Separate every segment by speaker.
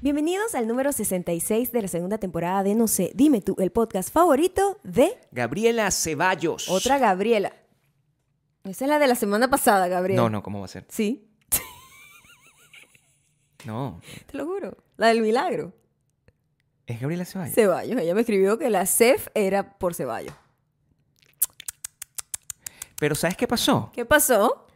Speaker 1: Bienvenidos al número 66 de la segunda temporada de No sé, dime tú, el podcast favorito de
Speaker 2: Gabriela Ceballos.
Speaker 1: otra Gabriela. Esa es la de la semana pasada, Gabriela.
Speaker 2: No, no, ¿cómo va a ser?
Speaker 1: Sí,
Speaker 2: No,
Speaker 1: te lo juro. La del milagro.
Speaker 2: es Gabriela Ceballos.
Speaker 1: Ceballos. Ella me escribió que la CEF era por Ceballos.
Speaker 2: Pero ¿sabes qué pasó?
Speaker 1: ¿Qué pasó?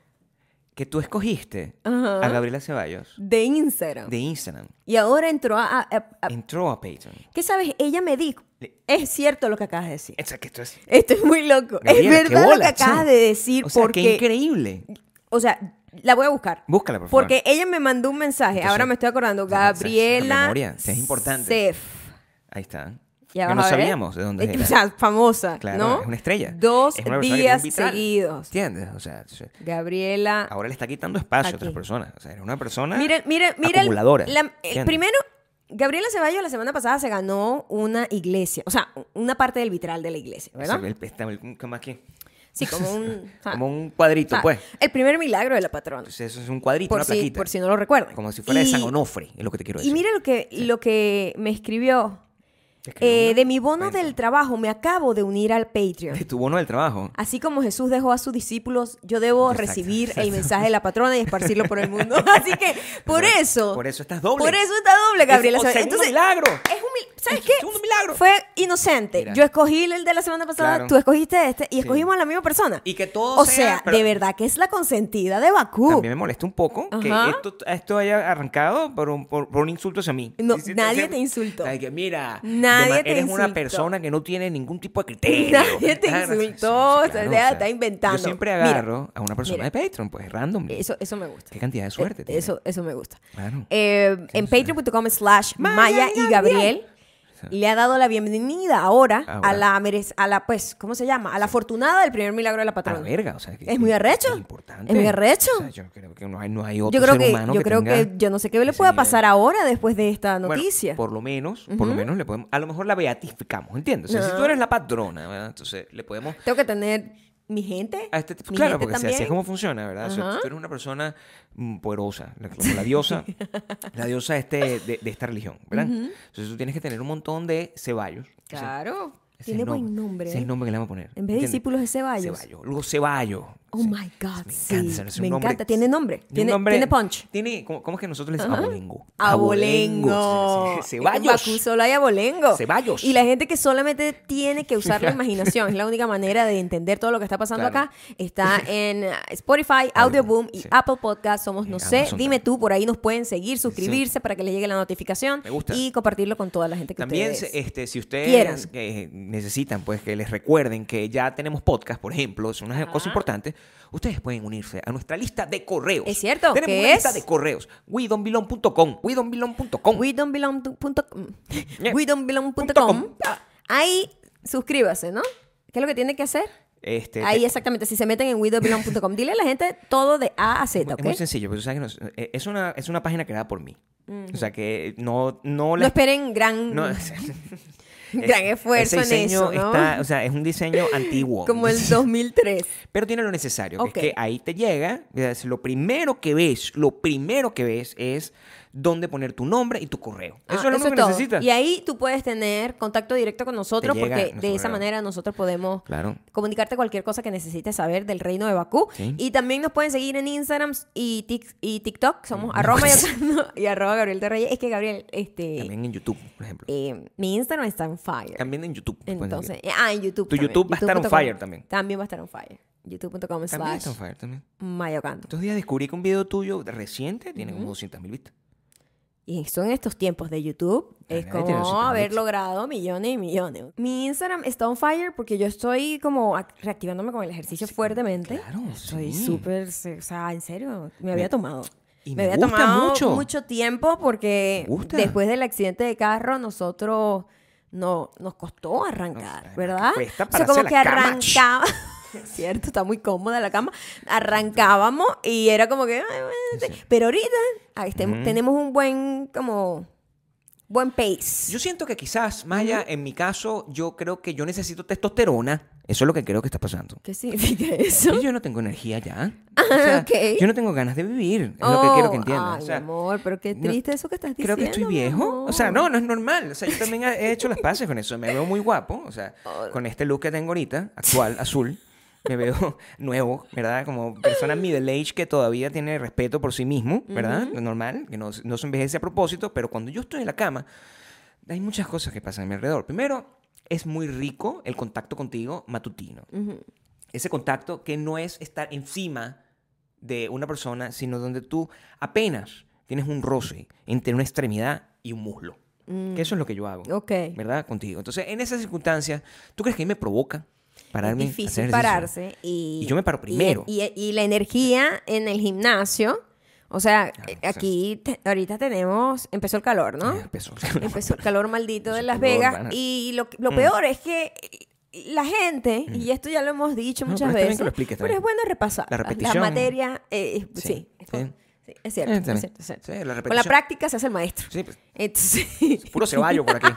Speaker 2: Que tú escogiste
Speaker 1: Ajá.
Speaker 2: a Gabriela Ceballos
Speaker 1: De Instagram.
Speaker 2: de Instagram.
Speaker 1: Y ahora entró a... a- a- a-
Speaker 2: Entró a Patreon.
Speaker 1: ¿Qué sabes? Ella me dijo...
Speaker 2: Le-
Speaker 1: Es cierto lo que acabas de decir.
Speaker 2: Exacto, esto es...
Speaker 1: Esto es muy loco.
Speaker 2: Gabriela,
Speaker 1: es
Speaker 2: qué
Speaker 1: verdad lo que
Speaker 2: bola, che.
Speaker 1: acabas de decir
Speaker 2: O sea, qué
Speaker 1: porque...
Speaker 2: increíble.
Speaker 1: o sea, la voy a buscar.
Speaker 2: Búscala, por favor.
Speaker 1: Porque ella me mandó un mensaje,
Speaker 2: Entonces,
Speaker 1: ahora me estoy acordando,
Speaker 2: entonces, la
Speaker 1: Gabriela
Speaker 2: memoria, sí, es importante.
Speaker 1: Cef.
Speaker 2: Ahí está.
Speaker 1: Ya
Speaker 2: que
Speaker 1: vas
Speaker 2: no
Speaker 1: a ver.
Speaker 2: sabíamos de dónde
Speaker 1: Es que,
Speaker 2: era.
Speaker 1: O sea, famosa,
Speaker 2: Claro,
Speaker 1: ¿no?
Speaker 2: es una estrella.
Speaker 1: Dos
Speaker 2: Es una persona que tiene
Speaker 1: días
Speaker 2: un vitral,
Speaker 1: seguidos.
Speaker 2: ¿Entiendes? O sea, se-
Speaker 1: Gabriela.
Speaker 2: ahora le está quitando espacio a otras
Speaker 1: Aquí.
Speaker 2: personas. O sea, era Ah, una persona
Speaker 1: Mira, mira, mira. el-
Speaker 2: acumuladora.
Speaker 1: la- el
Speaker 2: ¿entiendes?
Speaker 1: primero, Gabriela Ceballos la semana pasada se ganó una iglesia, o sea, una parte del vitral de la iglesia,
Speaker 2: O sea,
Speaker 1: ¿verdad?
Speaker 2: el- está- el- ¿cómo aquí?
Speaker 1: Sí, como un, ah, o sea,
Speaker 2: Como un
Speaker 1: o
Speaker 2: cuadrito,
Speaker 1: sea,
Speaker 2: pues.
Speaker 1: el primer milagro de la patrona.
Speaker 2: Entonces, eso es un cuadrito,
Speaker 1: Por
Speaker 2: una
Speaker 1: si,
Speaker 2: plaquita.
Speaker 1: por si no lo recuerdan.
Speaker 2: Como si fuera de San
Speaker 1: Y-
Speaker 2: Onofre, es lo que te quiero decir.
Speaker 1: Y mira lo que, lo que me escribió.
Speaker 2: Te escribo
Speaker 1: Eh,
Speaker 2: una-
Speaker 1: de mi bono
Speaker 2: cuenta.
Speaker 1: del trabajo me acabo de unir al
Speaker 2: De
Speaker 1: Patreon.
Speaker 2: pues, tu bono del trabajo.
Speaker 1: Así como Jesús dejó a sus discípulos, yo debo
Speaker 2: Exacto,
Speaker 1: recibir el
Speaker 2: exacto.
Speaker 1: mensaje de la patrona y esparcirlo por el mundo. Así que por
Speaker 2: Por-
Speaker 1: eso.
Speaker 2: por eso estás doble.
Speaker 1: Por eso está Ah, doble,
Speaker 2: Es-
Speaker 1: Gabriela.
Speaker 2: o
Speaker 1: ¿sabes?
Speaker 2: segundo milagro.
Speaker 1: Es un mil- ¿Sabes
Speaker 2: Es
Speaker 1: qué?
Speaker 2: segundo milagro.
Speaker 1: Fue inocente.
Speaker 2: Mira.
Speaker 1: Yo escogí el de la semana pasada,
Speaker 2: Claro.
Speaker 1: tú escogiste este y escogimos a la misma persona.
Speaker 2: Y que todo
Speaker 1: O
Speaker 2: sea,
Speaker 1: sea,
Speaker 2: pero-
Speaker 1: de verdad que es la consentida de Bakú.
Speaker 2: También me molesta un poco que
Speaker 1: uh. Ajá.
Speaker 2: esto, esto haya arrancado por un, por, por un insulto hacia mí.
Speaker 1: No,
Speaker 2: Dice-
Speaker 1: nadie
Speaker 2: dice-
Speaker 1: te insultó.
Speaker 2: Ay, que mira, de
Speaker 1: Nadie
Speaker 2: ma-
Speaker 1: te
Speaker 2: eres
Speaker 1: insultó.
Speaker 2: una persona que no tiene ningún tipo de criterio.
Speaker 1: Nadie te
Speaker 2: Ah, no, sí, sí,
Speaker 1: insultó,
Speaker 2: sí,
Speaker 1: o sea,
Speaker 2: claro,
Speaker 1: ya está inventando.
Speaker 2: Yo siempre
Speaker 1: Mira,
Speaker 2: agarro a una persona
Speaker 1: mira.
Speaker 2: de Patreon, pues random.
Speaker 1: Eso, eso me gusta.
Speaker 2: Qué cantidad de suerte
Speaker 1: Eh,
Speaker 2: tiene.
Speaker 1: Eso, eso me gusta.
Speaker 2: Claro.
Speaker 1: Eh, en patreon.com slash Maya y Gabriel le ha dado la bienvenida ahora,
Speaker 2: Ahora.
Speaker 1: a la merec- a la pues, ¿cómo se llama? A la afortunada del primer milagro de la
Speaker 2: A la
Speaker 1: patrona.
Speaker 2: verga, o sea, que-
Speaker 1: Es muy arrecho.
Speaker 2: Es importante.
Speaker 1: Es muy arrecho.
Speaker 2: O sea, yo creo que no hay, no hay otro
Speaker 1: yo creo
Speaker 2: ser
Speaker 1: que,
Speaker 2: humano
Speaker 1: yo
Speaker 2: que
Speaker 1: creo
Speaker 2: tenga
Speaker 1: que, yo no sé qué le
Speaker 2: ese
Speaker 1: pueda
Speaker 2: nivel.
Speaker 1: pasar ahora después de esta
Speaker 2: Bueno,
Speaker 1: noticia.
Speaker 2: por lo menos, por lo menos le podemos, a lo mejor la beatificamos, ¿entiendes? O sea, si tú
Speaker 1: No.
Speaker 2: eres la patrona, ¿verdad? entonces le podemos
Speaker 1: Tengo que tener mi gente.
Speaker 2: a este tipo,
Speaker 1: mi
Speaker 2: claro,
Speaker 1: gente
Speaker 2: porque si así es
Speaker 1: también.
Speaker 2: como funciona, ¿verdad? O sea,
Speaker 1: Ajá.
Speaker 2: tú eres una persona mm, poderosa, la, como la diosa, la diosa este, de, de esta religión, ¿verdad? Entonces tú tienes que tener un montón de ceballos. O sea,
Speaker 1: Claro.
Speaker 2: ese es
Speaker 1: Tiene
Speaker 2: el
Speaker 1: buen
Speaker 2: nombre,
Speaker 1: nombre.
Speaker 2: ese es
Speaker 1: ¿eh?
Speaker 2: el nombre que le vamos a poner.
Speaker 1: En vez de
Speaker 2: ¿entiendes?
Speaker 1: discípulos de Ceballos.
Speaker 2: Ceballos. Luego Ceballos.
Speaker 1: Oh
Speaker 2: Sí.
Speaker 1: my God,
Speaker 2: Me
Speaker 1: sí.
Speaker 2: encanta, es un
Speaker 1: Me
Speaker 2: nombre-
Speaker 1: encanta. Tiene nombre.
Speaker 2: un
Speaker 1: Tiene,
Speaker 2: nombre-
Speaker 1: tiene punch.
Speaker 2: Tiene, ¿cómo, cómo es que nosotros le decimos? Abolengo.
Speaker 1: Abolengo. Eh,
Speaker 2: Sí, sí, sí.
Speaker 1: Es que En Bakú
Speaker 2: Ceballos.
Speaker 1: solo hay abolengo.
Speaker 2: Ceballos.
Speaker 1: Y la gente que solamente tiene que usar la imaginación, es la única manera de entender todo lo que está pasando
Speaker 2: Claro.
Speaker 1: acá, está en eh, Spotify, Audioboom y
Speaker 2: sí.
Speaker 1: Apple Podcast. Somos, no
Speaker 2: Y
Speaker 1: sé,
Speaker 2: Amazon
Speaker 1: dime
Speaker 2: también.
Speaker 1: tú, por ahí nos pueden seguir, suscribirse para que les llegue la notificación
Speaker 2: Me gusta.
Speaker 1: y compartirlo con toda la gente que
Speaker 2: También,
Speaker 1: ustedes...
Speaker 2: se- este, si
Speaker 1: quieran.
Speaker 2: ustedes eh, necesitan, pues, que les recuerden que ya tenemos podcast, por ejemplo, es una cosa importante, ustedes pueden unirse a nuestra lista de correos.
Speaker 1: Es cierto,
Speaker 2: Tenemos
Speaker 1: que
Speaker 2: una lista
Speaker 1: es-
Speaker 2: de correos. WeDonBelong.com, WeDonBelong.com.
Speaker 1: we don't belong to- punto com.
Speaker 2: Yeah.
Speaker 1: We don't belong punto
Speaker 2: Punto
Speaker 1: com.
Speaker 2: com. Ah.
Speaker 1: Ahí suscríbase, ¿no? ¿Qué es lo que tiene que hacer?
Speaker 2: Este,
Speaker 1: Ahí
Speaker 2: te-
Speaker 1: exactamente, si se meten en widowbelong.com, dile a la gente todo de A a Z,
Speaker 2: Es muy
Speaker 1: ¿ok?
Speaker 2: sencillo, pero tú sabes que nos- eh, es, una, es una página creada por mí. O sea que no, no
Speaker 1: No
Speaker 2: les
Speaker 1: esperen gran,
Speaker 2: No,
Speaker 1: gran
Speaker 2: ese
Speaker 1: esfuerzo en eso, ¿no?
Speaker 2: diseño está- o sea, es un diseño antiguo.
Speaker 1: como el 2003.
Speaker 2: Pero tiene lo necesario,
Speaker 1: Ok.
Speaker 2: que es que ahí te llega, es lo primero que ves, lo primero que ves es dónde poner tu nombre y tu correo.
Speaker 1: Ah,
Speaker 2: eso es lo único que
Speaker 1: todo.
Speaker 2: necesitas.
Speaker 1: Y ahí tú puedes tener contacto directo con nosotros
Speaker 2: Te llega
Speaker 1: porque
Speaker 2: nuestro
Speaker 1: de esa
Speaker 2: correo.
Speaker 1: manera nosotros podemos
Speaker 2: Claro.
Speaker 1: comunicarte cualquier cosa que necesites saber del reino de Bakú.
Speaker 2: Sí.
Speaker 1: Y también nos pueden seguir en Instagram y, tic- y TikTok. Somos
Speaker 2: Mm.
Speaker 1: arroba Yolanda- y arroba Gabriel de Reyes. Es que Gabriel, este,
Speaker 2: También en YouTube, por ejemplo.
Speaker 1: eh, mi Instagram está en fire.
Speaker 2: También en YouTube. puedes
Speaker 1: Entonces,
Speaker 2: ver.
Speaker 1: eh, ah, en YouTube.
Speaker 2: Tu
Speaker 1: también.
Speaker 2: YouTube va a estar on
Speaker 1: youtube.com.
Speaker 2: fire también.
Speaker 1: También va a estar on fire. YouTube.com
Speaker 2: También
Speaker 1: slash
Speaker 2: está en Fire, también.
Speaker 1: Mayocando.
Speaker 2: Estos días descubrí que un video tuyo reciente tiene como 200 mil vistas.
Speaker 1: Y eso en estos tiempos de YouTube
Speaker 2: Ya,
Speaker 1: es
Speaker 2: nadie tiene
Speaker 1: como
Speaker 2: 200
Speaker 1: haber
Speaker 2: likes.
Speaker 1: logrado millones y millones. Mi Instagram está on fire porque yo estoy como ac- reactivándome con el ejercicio fuertemente.
Speaker 2: claro,
Speaker 1: Soy
Speaker 2: sí.
Speaker 1: súper, se- o sea, en serio, me había tomado.
Speaker 2: y
Speaker 1: me
Speaker 2: me
Speaker 1: había
Speaker 2: gusta
Speaker 1: tomado
Speaker 2: mucho.
Speaker 1: tiempo porque
Speaker 2: Me gusta.
Speaker 1: después del accidente de carro nosotros no, nos costó arrancar,
Speaker 2: además que
Speaker 1: ¿verdad?
Speaker 2: cuesta
Speaker 1: o sea,
Speaker 2: pararse
Speaker 1: como
Speaker 2: a la
Speaker 1: que
Speaker 2: cama.
Speaker 1: arrancaba. Cierto, está muy cómoda la cama. Arrancábamos y era como que. "Ay, bueno, sí". Pero ahorita ahí estem- tenemos un buen como Buen pace.
Speaker 2: Yo siento que quizás, Maya, en mi caso, yo creo que yo necesito testosterona. Eso es lo que creo que está pasando.
Speaker 1: ¿Qué significa eso? Ah,
Speaker 2: Y yo no tengo energía ya. O sea,
Speaker 1: ok. Oh,
Speaker 2: Yo no tengo ganas de vivir. Es lo que quiero que entiendas.
Speaker 1: Ay,
Speaker 2: O sea,
Speaker 1: mi amor, pero qué
Speaker 2: no-
Speaker 1: triste eso que estás
Speaker 2: Creo
Speaker 1: diciendo.
Speaker 2: que estoy
Speaker 1: mi
Speaker 2: viejo. O sea,
Speaker 1: amor.
Speaker 2: no, no es normal. O sea, yo también he hecho las paces con eso. Me veo muy guapo. O sea,
Speaker 1: Oh.
Speaker 2: con este look que tengo ahorita, actual, azul. Me veo nuevo, ¿verdad? Como persona middle age que todavía tiene respeto por sí mismo, ¿verdad? Lo Normal, que no, no se envejece a propósito, pero cuando yo estoy en la cama, hay muchas cosas que pasan a mi alrededor. Primero, es muy rico el contacto contigo matutino. Ese contacto que no es estar encima de una persona, sino donde tú apenas tienes un roce entre una extremidad y un muslo. Que eso es lo que yo hago,
Speaker 1: Mm, Ok.
Speaker 2: ¿verdad? Contigo. Entonces, en esas circunstancias, ¿tú crees que a mí me provoca pararme? a
Speaker 1: es difícil
Speaker 2: hacer ejercicio?
Speaker 1: pararse y,
Speaker 2: Y yo me paro primero.
Speaker 1: Y, y- y la energía en el gimnasio, o sea,
Speaker 2: Claro,
Speaker 1: eh, aquí te- ahorita tenemos, empezó el calor, ¿no?
Speaker 2: Eh, peso.
Speaker 1: Empezó el calor maldito de
Speaker 2: Empezó
Speaker 1: Las
Speaker 2: el calor, Mm.
Speaker 1: Vegas
Speaker 2: mana.
Speaker 1: y lo, que- lo peor es que la gente, y esto ya lo hemos dicho
Speaker 2: Mm. No,
Speaker 1: muchas
Speaker 2: pero está bien
Speaker 1: veces,
Speaker 2: que lo expliques
Speaker 1: pero
Speaker 2: también.
Speaker 1: es bueno repasar
Speaker 2: La repetición.
Speaker 1: materia, eh, sí,
Speaker 2: Sí,
Speaker 1: es-
Speaker 2: sí.
Speaker 1: sí, es cierto,
Speaker 2: Eh,
Speaker 1: es
Speaker 2: está bien.
Speaker 1: cierto, es cierto.
Speaker 2: Sí, la
Speaker 1: Con la
Speaker 2: repetición.
Speaker 1: práctica se hace el maestro.
Speaker 2: Sí, pues,
Speaker 1: Entonces,
Speaker 2: puro ceballo por aquí.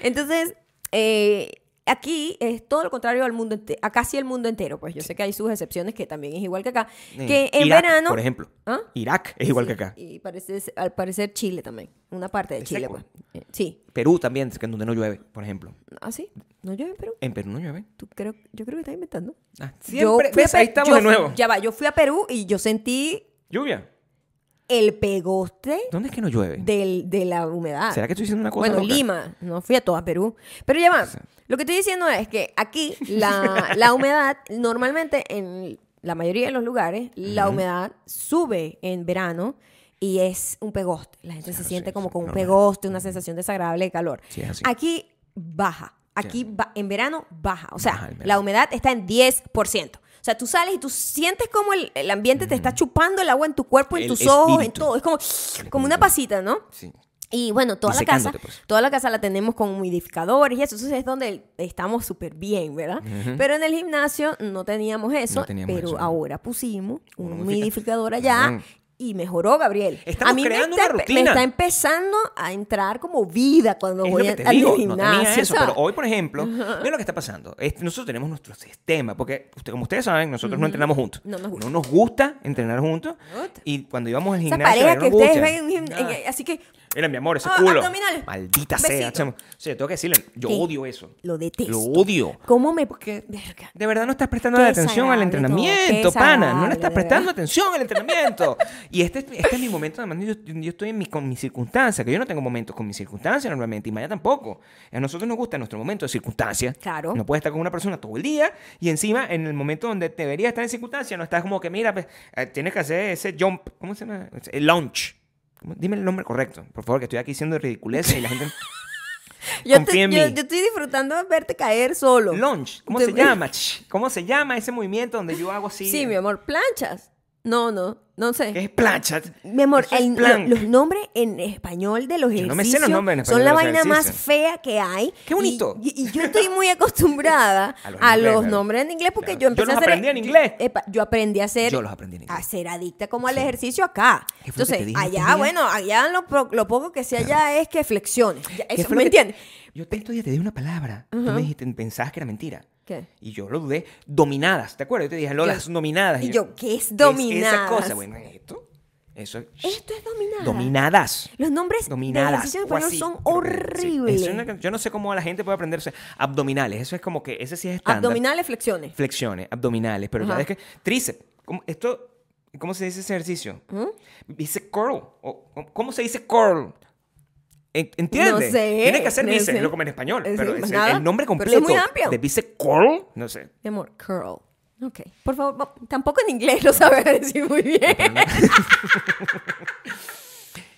Speaker 1: Entonces, eh, aquí es todo lo contrario al mundo, ente- a casi el mundo entero. Pues yo sé que hay sus excepciones que también es igual que acá. Que en
Speaker 2: Eh, Irak,
Speaker 1: verano.
Speaker 2: Por ejemplo.
Speaker 1: ¿Ah?
Speaker 2: Irak es
Speaker 1: Sí,
Speaker 2: igual que acá.
Speaker 1: Y parece, al parecer Chile también. Una parte de
Speaker 2: ¿Es
Speaker 1: Chile,
Speaker 2: seco?
Speaker 1: pues. Eh, Sí.
Speaker 2: Perú también, que en donde no llueve, por ejemplo.
Speaker 1: ¿Ah, sí? ¿No llueve en Perú?
Speaker 2: En Perú no llueve.
Speaker 1: Tú creo, yo creo que estás inventando.
Speaker 2: Ah,
Speaker 1: Yo
Speaker 2: siempre,
Speaker 1: fui a
Speaker 2: ¿ves? Ahí
Speaker 1: Pe-
Speaker 2: estamos
Speaker 1: yo
Speaker 2: de
Speaker 1: fui-
Speaker 2: nuevo.
Speaker 1: Ya va, yo fui a Perú y yo sentí
Speaker 2: Lluvia.
Speaker 1: el pegoste
Speaker 2: ¿Dónde es que no llueve?
Speaker 1: del, de la humedad.
Speaker 2: ¿Será que estoy diciendo una cosa
Speaker 1: Bueno,
Speaker 2: loca?
Speaker 1: Lima, no fui a toda Perú. Pero ya va, lo que estoy diciendo es que aquí la, la humedad, normalmente en la mayoría de los lugares, la humedad sube en verano y es un pegoste. La gente se
Speaker 2: sí,
Speaker 1: siente
Speaker 2: sí,
Speaker 1: como con un
Speaker 2: normal.
Speaker 1: pegoste, una sensación desagradable de calor.
Speaker 2: Sí, es así.
Speaker 1: Aquí baja, aquí ba- en verano baja. O sea,
Speaker 2: Baja en verano.
Speaker 1: la humedad está en 10%. O sea, tú sales y tú sientes como el, el ambiente te está chupando el agua en tu cuerpo, en
Speaker 2: El
Speaker 1: tus ojos, en
Speaker 2: espíritu.
Speaker 1: todo. Es como, como una pasita, ¿no?
Speaker 2: Sí.
Speaker 1: Y bueno, toda la casa,
Speaker 2: Disecándote, pues.
Speaker 1: toda la casa la tenemos con humidificadores y eso, entonces es donde estamos súper bien, ¿verdad? Pero en el gimnasio no teníamos eso,
Speaker 2: No teníamos
Speaker 1: pero
Speaker 2: eso.
Speaker 1: ahora pusimos un
Speaker 2: Un
Speaker 1: humidificador
Speaker 2: humidificador.
Speaker 1: allá
Speaker 2: Bien.
Speaker 1: y mejoró Gabriel.
Speaker 2: Estamos
Speaker 1: a mí
Speaker 2: creando
Speaker 1: me, está,
Speaker 2: una
Speaker 1: empe- me
Speaker 2: rutina.
Speaker 1: está empezando a entrar como vida cuando
Speaker 2: Es lo
Speaker 1: voy
Speaker 2: que
Speaker 1: a-
Speaker 2: te
Speaker 1: al
Speaker 2: digo, no
Speaker 1: gimnasio.
Speaker 2: tenía eso,
Speaker 1: ¿sabes?
Speaker 2: pero hoy, por ejemplo, mira lo que está pasando. Es- nosotros tenemos nuestro sistema, porque usted- como ustedes saben, nosotros no entrenamos juntos.
Speaker 1: No nos gusta.
Speaker 2: gusta entrenar juntos.
Speaker 1: No nos gusta.
Speaker 2: Y cuando íbamos al
Speaker 1: Esas
Speaker 2: gimnasio,
Speaker 1: parejas
Speaker 2: no
Speaker 1: que
Speaker 2: nos
Speaker 1: ustedes
Speaker 2: gusta.
Speaker 1: ven en un gim- en-
Speaker 2: Ah,
Speaker 1: así que
Speaker 2: Mira, mi amor, ese
Speaker 1: Ah,
Speaker 2: culo.
Speaker 1: abdominales.
Speaker 2: Maldita
Speaker 1: Un
Speaker 2: sea,
Speaker 1: besito.
Speaker 2: chamo. Sí, tengo que decirle, yo
Speaker 1: ¿Qué?
Speaker 2: odio eso.
Speaker 1: lo detesto.
Speaker 2: Lo odio.
Speaker 1: ¿Cómo me
Speaker 2: Porque-
Speaker 1: Verga.
Speaker 2: De verdad no estás prestando
Speaker 1: Qué
Speaker 2: la atención al
Speaker 1: desagradable todo, qué
Speaker 2: entrenamiento, pana. No le
Speaker 1: desagradable,
Speaker 2: estás
Speaker 1: de
Speaker 2: prestando atención al entrenamiento. y este, este es mi momento, además, yo, yo estoy en mi, con mis circunstancias, que yo no tengo momentos con mis circunstancias normalmente, y Maya tampoco. A nosotros nos gusta nuestro momento de circunstancias.
Speaker 1: Claro.
Speaker 2: No puedes estar con una persona todo el día y encima en el momento donde debería estar en circunstancias, no estás como que, mira, pues, eh, tienes que hacer ese jump, ¿cómo se llama? El launch. ¿Cómo? Dime el nombre correcto, por favor, que estoy aquí diciendo ridiculez y la gente...
Speaker 1: Yo,
Speaker 2: Confía
Speaker 1: te-
Speaker 2: en
Speaker 1: yo-
Speaker 2: mí.
Speaker 1: yo estoy disfrutando de verte caer solo.
Speaker 2: Launch, ¿cómo
Speaker 1: Te-
Speaker 2: se llama? Ch, ¿Cómo se llama ese movimiento donde yo hago así?
Speaker 1: Sí, mi amor, planchas. No, no, no sé.
Speaker 2: ¿Qué es plancha?
Speaker 1: Mi amor,
Speaker 2: Eso es
Speaker 1: el- lo-
Speaker 2: plank.
Speaker 1: los nombres en español de los
Speaker 2: Yo
Speaker 1: ejercicios
Speaker 2: no me sé los nombres en
Speaker 1: son
Speaker 2: español
Speaker 1: la
Speaker 2: de los
Speaker 1: vaina más
Speaker 2: ejercicios.
Speaker 1: fea que hay.
Speaker 2: Qué bonito.
Speaker 1: Y, y- y yo estoy muy acostumbrada
Speaker 2: A los
Speaker 1: a
Speaker 2: inglés,
Speaker 1: los
Speaker 2: claro.
Speaker 1: nombres en inglés porque
Speaker 2: Claro.
Speaker 1: yo empecé
Speaker 2: Yo los
Speaker 1: a hacer...
Speaker 2: aprendí en inglés.
Speaker 1: Epa, yo aprendí a hacer...
Speaker 2: Yo los aprendí en inglés.
Speaker 1: A ser adicta como al ejercicio acá.
Speaker 2: ¿Qué fue lo que
Speaker 1: Entonces,
Speaker 2: te dije este
Speaker 1: allá,
Speaker 2: día?
Speaker 1: bueno, allá lo, pro- lo poco que sé allá es que flexiones. Ya,
Speaker 2: ¿Qué
Speaker 1: eso,
Speaker 2: fue lo
Speaker 1: ¿Me
Speaker 2: que-
Speaker 1: entiendes?
Speaker 2: Yo te, estos días te di una palabra. Tú me dijiste, pensabas que era mentira.
Speaker 1: ¿Qué?
Speaker 2: Y yo lo dudé. Dominadas, ¿te acuerdas? Yo te dije, Lola,
Speaker 1: Yo-
Speaker 2: son dominadas.
Speaker 1: Y yo, ¿qué es
Speaker 2: esa
Speaker 1: dominadas?
Speaker 2: cosa? Bueno, esto. Eso es.
Speaker 1: Esto es dominadas.
Speaker 2: Dominadas.
Speaker 1: Los nombres de
Speaker 2: Dominadas.
Speaker 1: ejercicio en
Speaker 2: o
Speaker 1: español
Speaker 2: así,
Speaker 1: son
Speaker 2: creo que- sí.
Speaker 1: horribles.
Speaker 2: Eso es una- yo no sé cómo la gente puede aprenderse abdominales. Eso es como que ese sí es estándar.
Speaker 1: Abdominales, flexiones.
Speaker 2: flexiones, abdominales, pero
Speaker 1: Ajá.
Speaker 2: la verdad es que tríceps, ¿cómo- esto, ¿cómo se dice ese ejercicio?
Speaker 1: ¿Mm?
Speaker 2: Dice curl, o, o- ¿cómo se dice curl? En- ¿Entiendes?
Speaker 1: No sé,
Speaker 2: Tiene que hacer
Speaker 1: no
Speaker 2: bíceps,
Speaker 1: sé.
Speaker 2: lo como en español,
Speaker 1: Eh,
Speaker 2: pero
Speaker 1: sí,
Speaker 2: es el,
Speaker 1: nada,
Speaker 2: el nombre
Speaker 1: pero eso
Speaker 2: completo
Speaker 1: es muy amplio.
Speaker 2: de bíceps curl, no sé.
Speaker 1: Mi amor, curl. Ok. Por favor, va- tampoco en inglés lo sabes decir muy bien.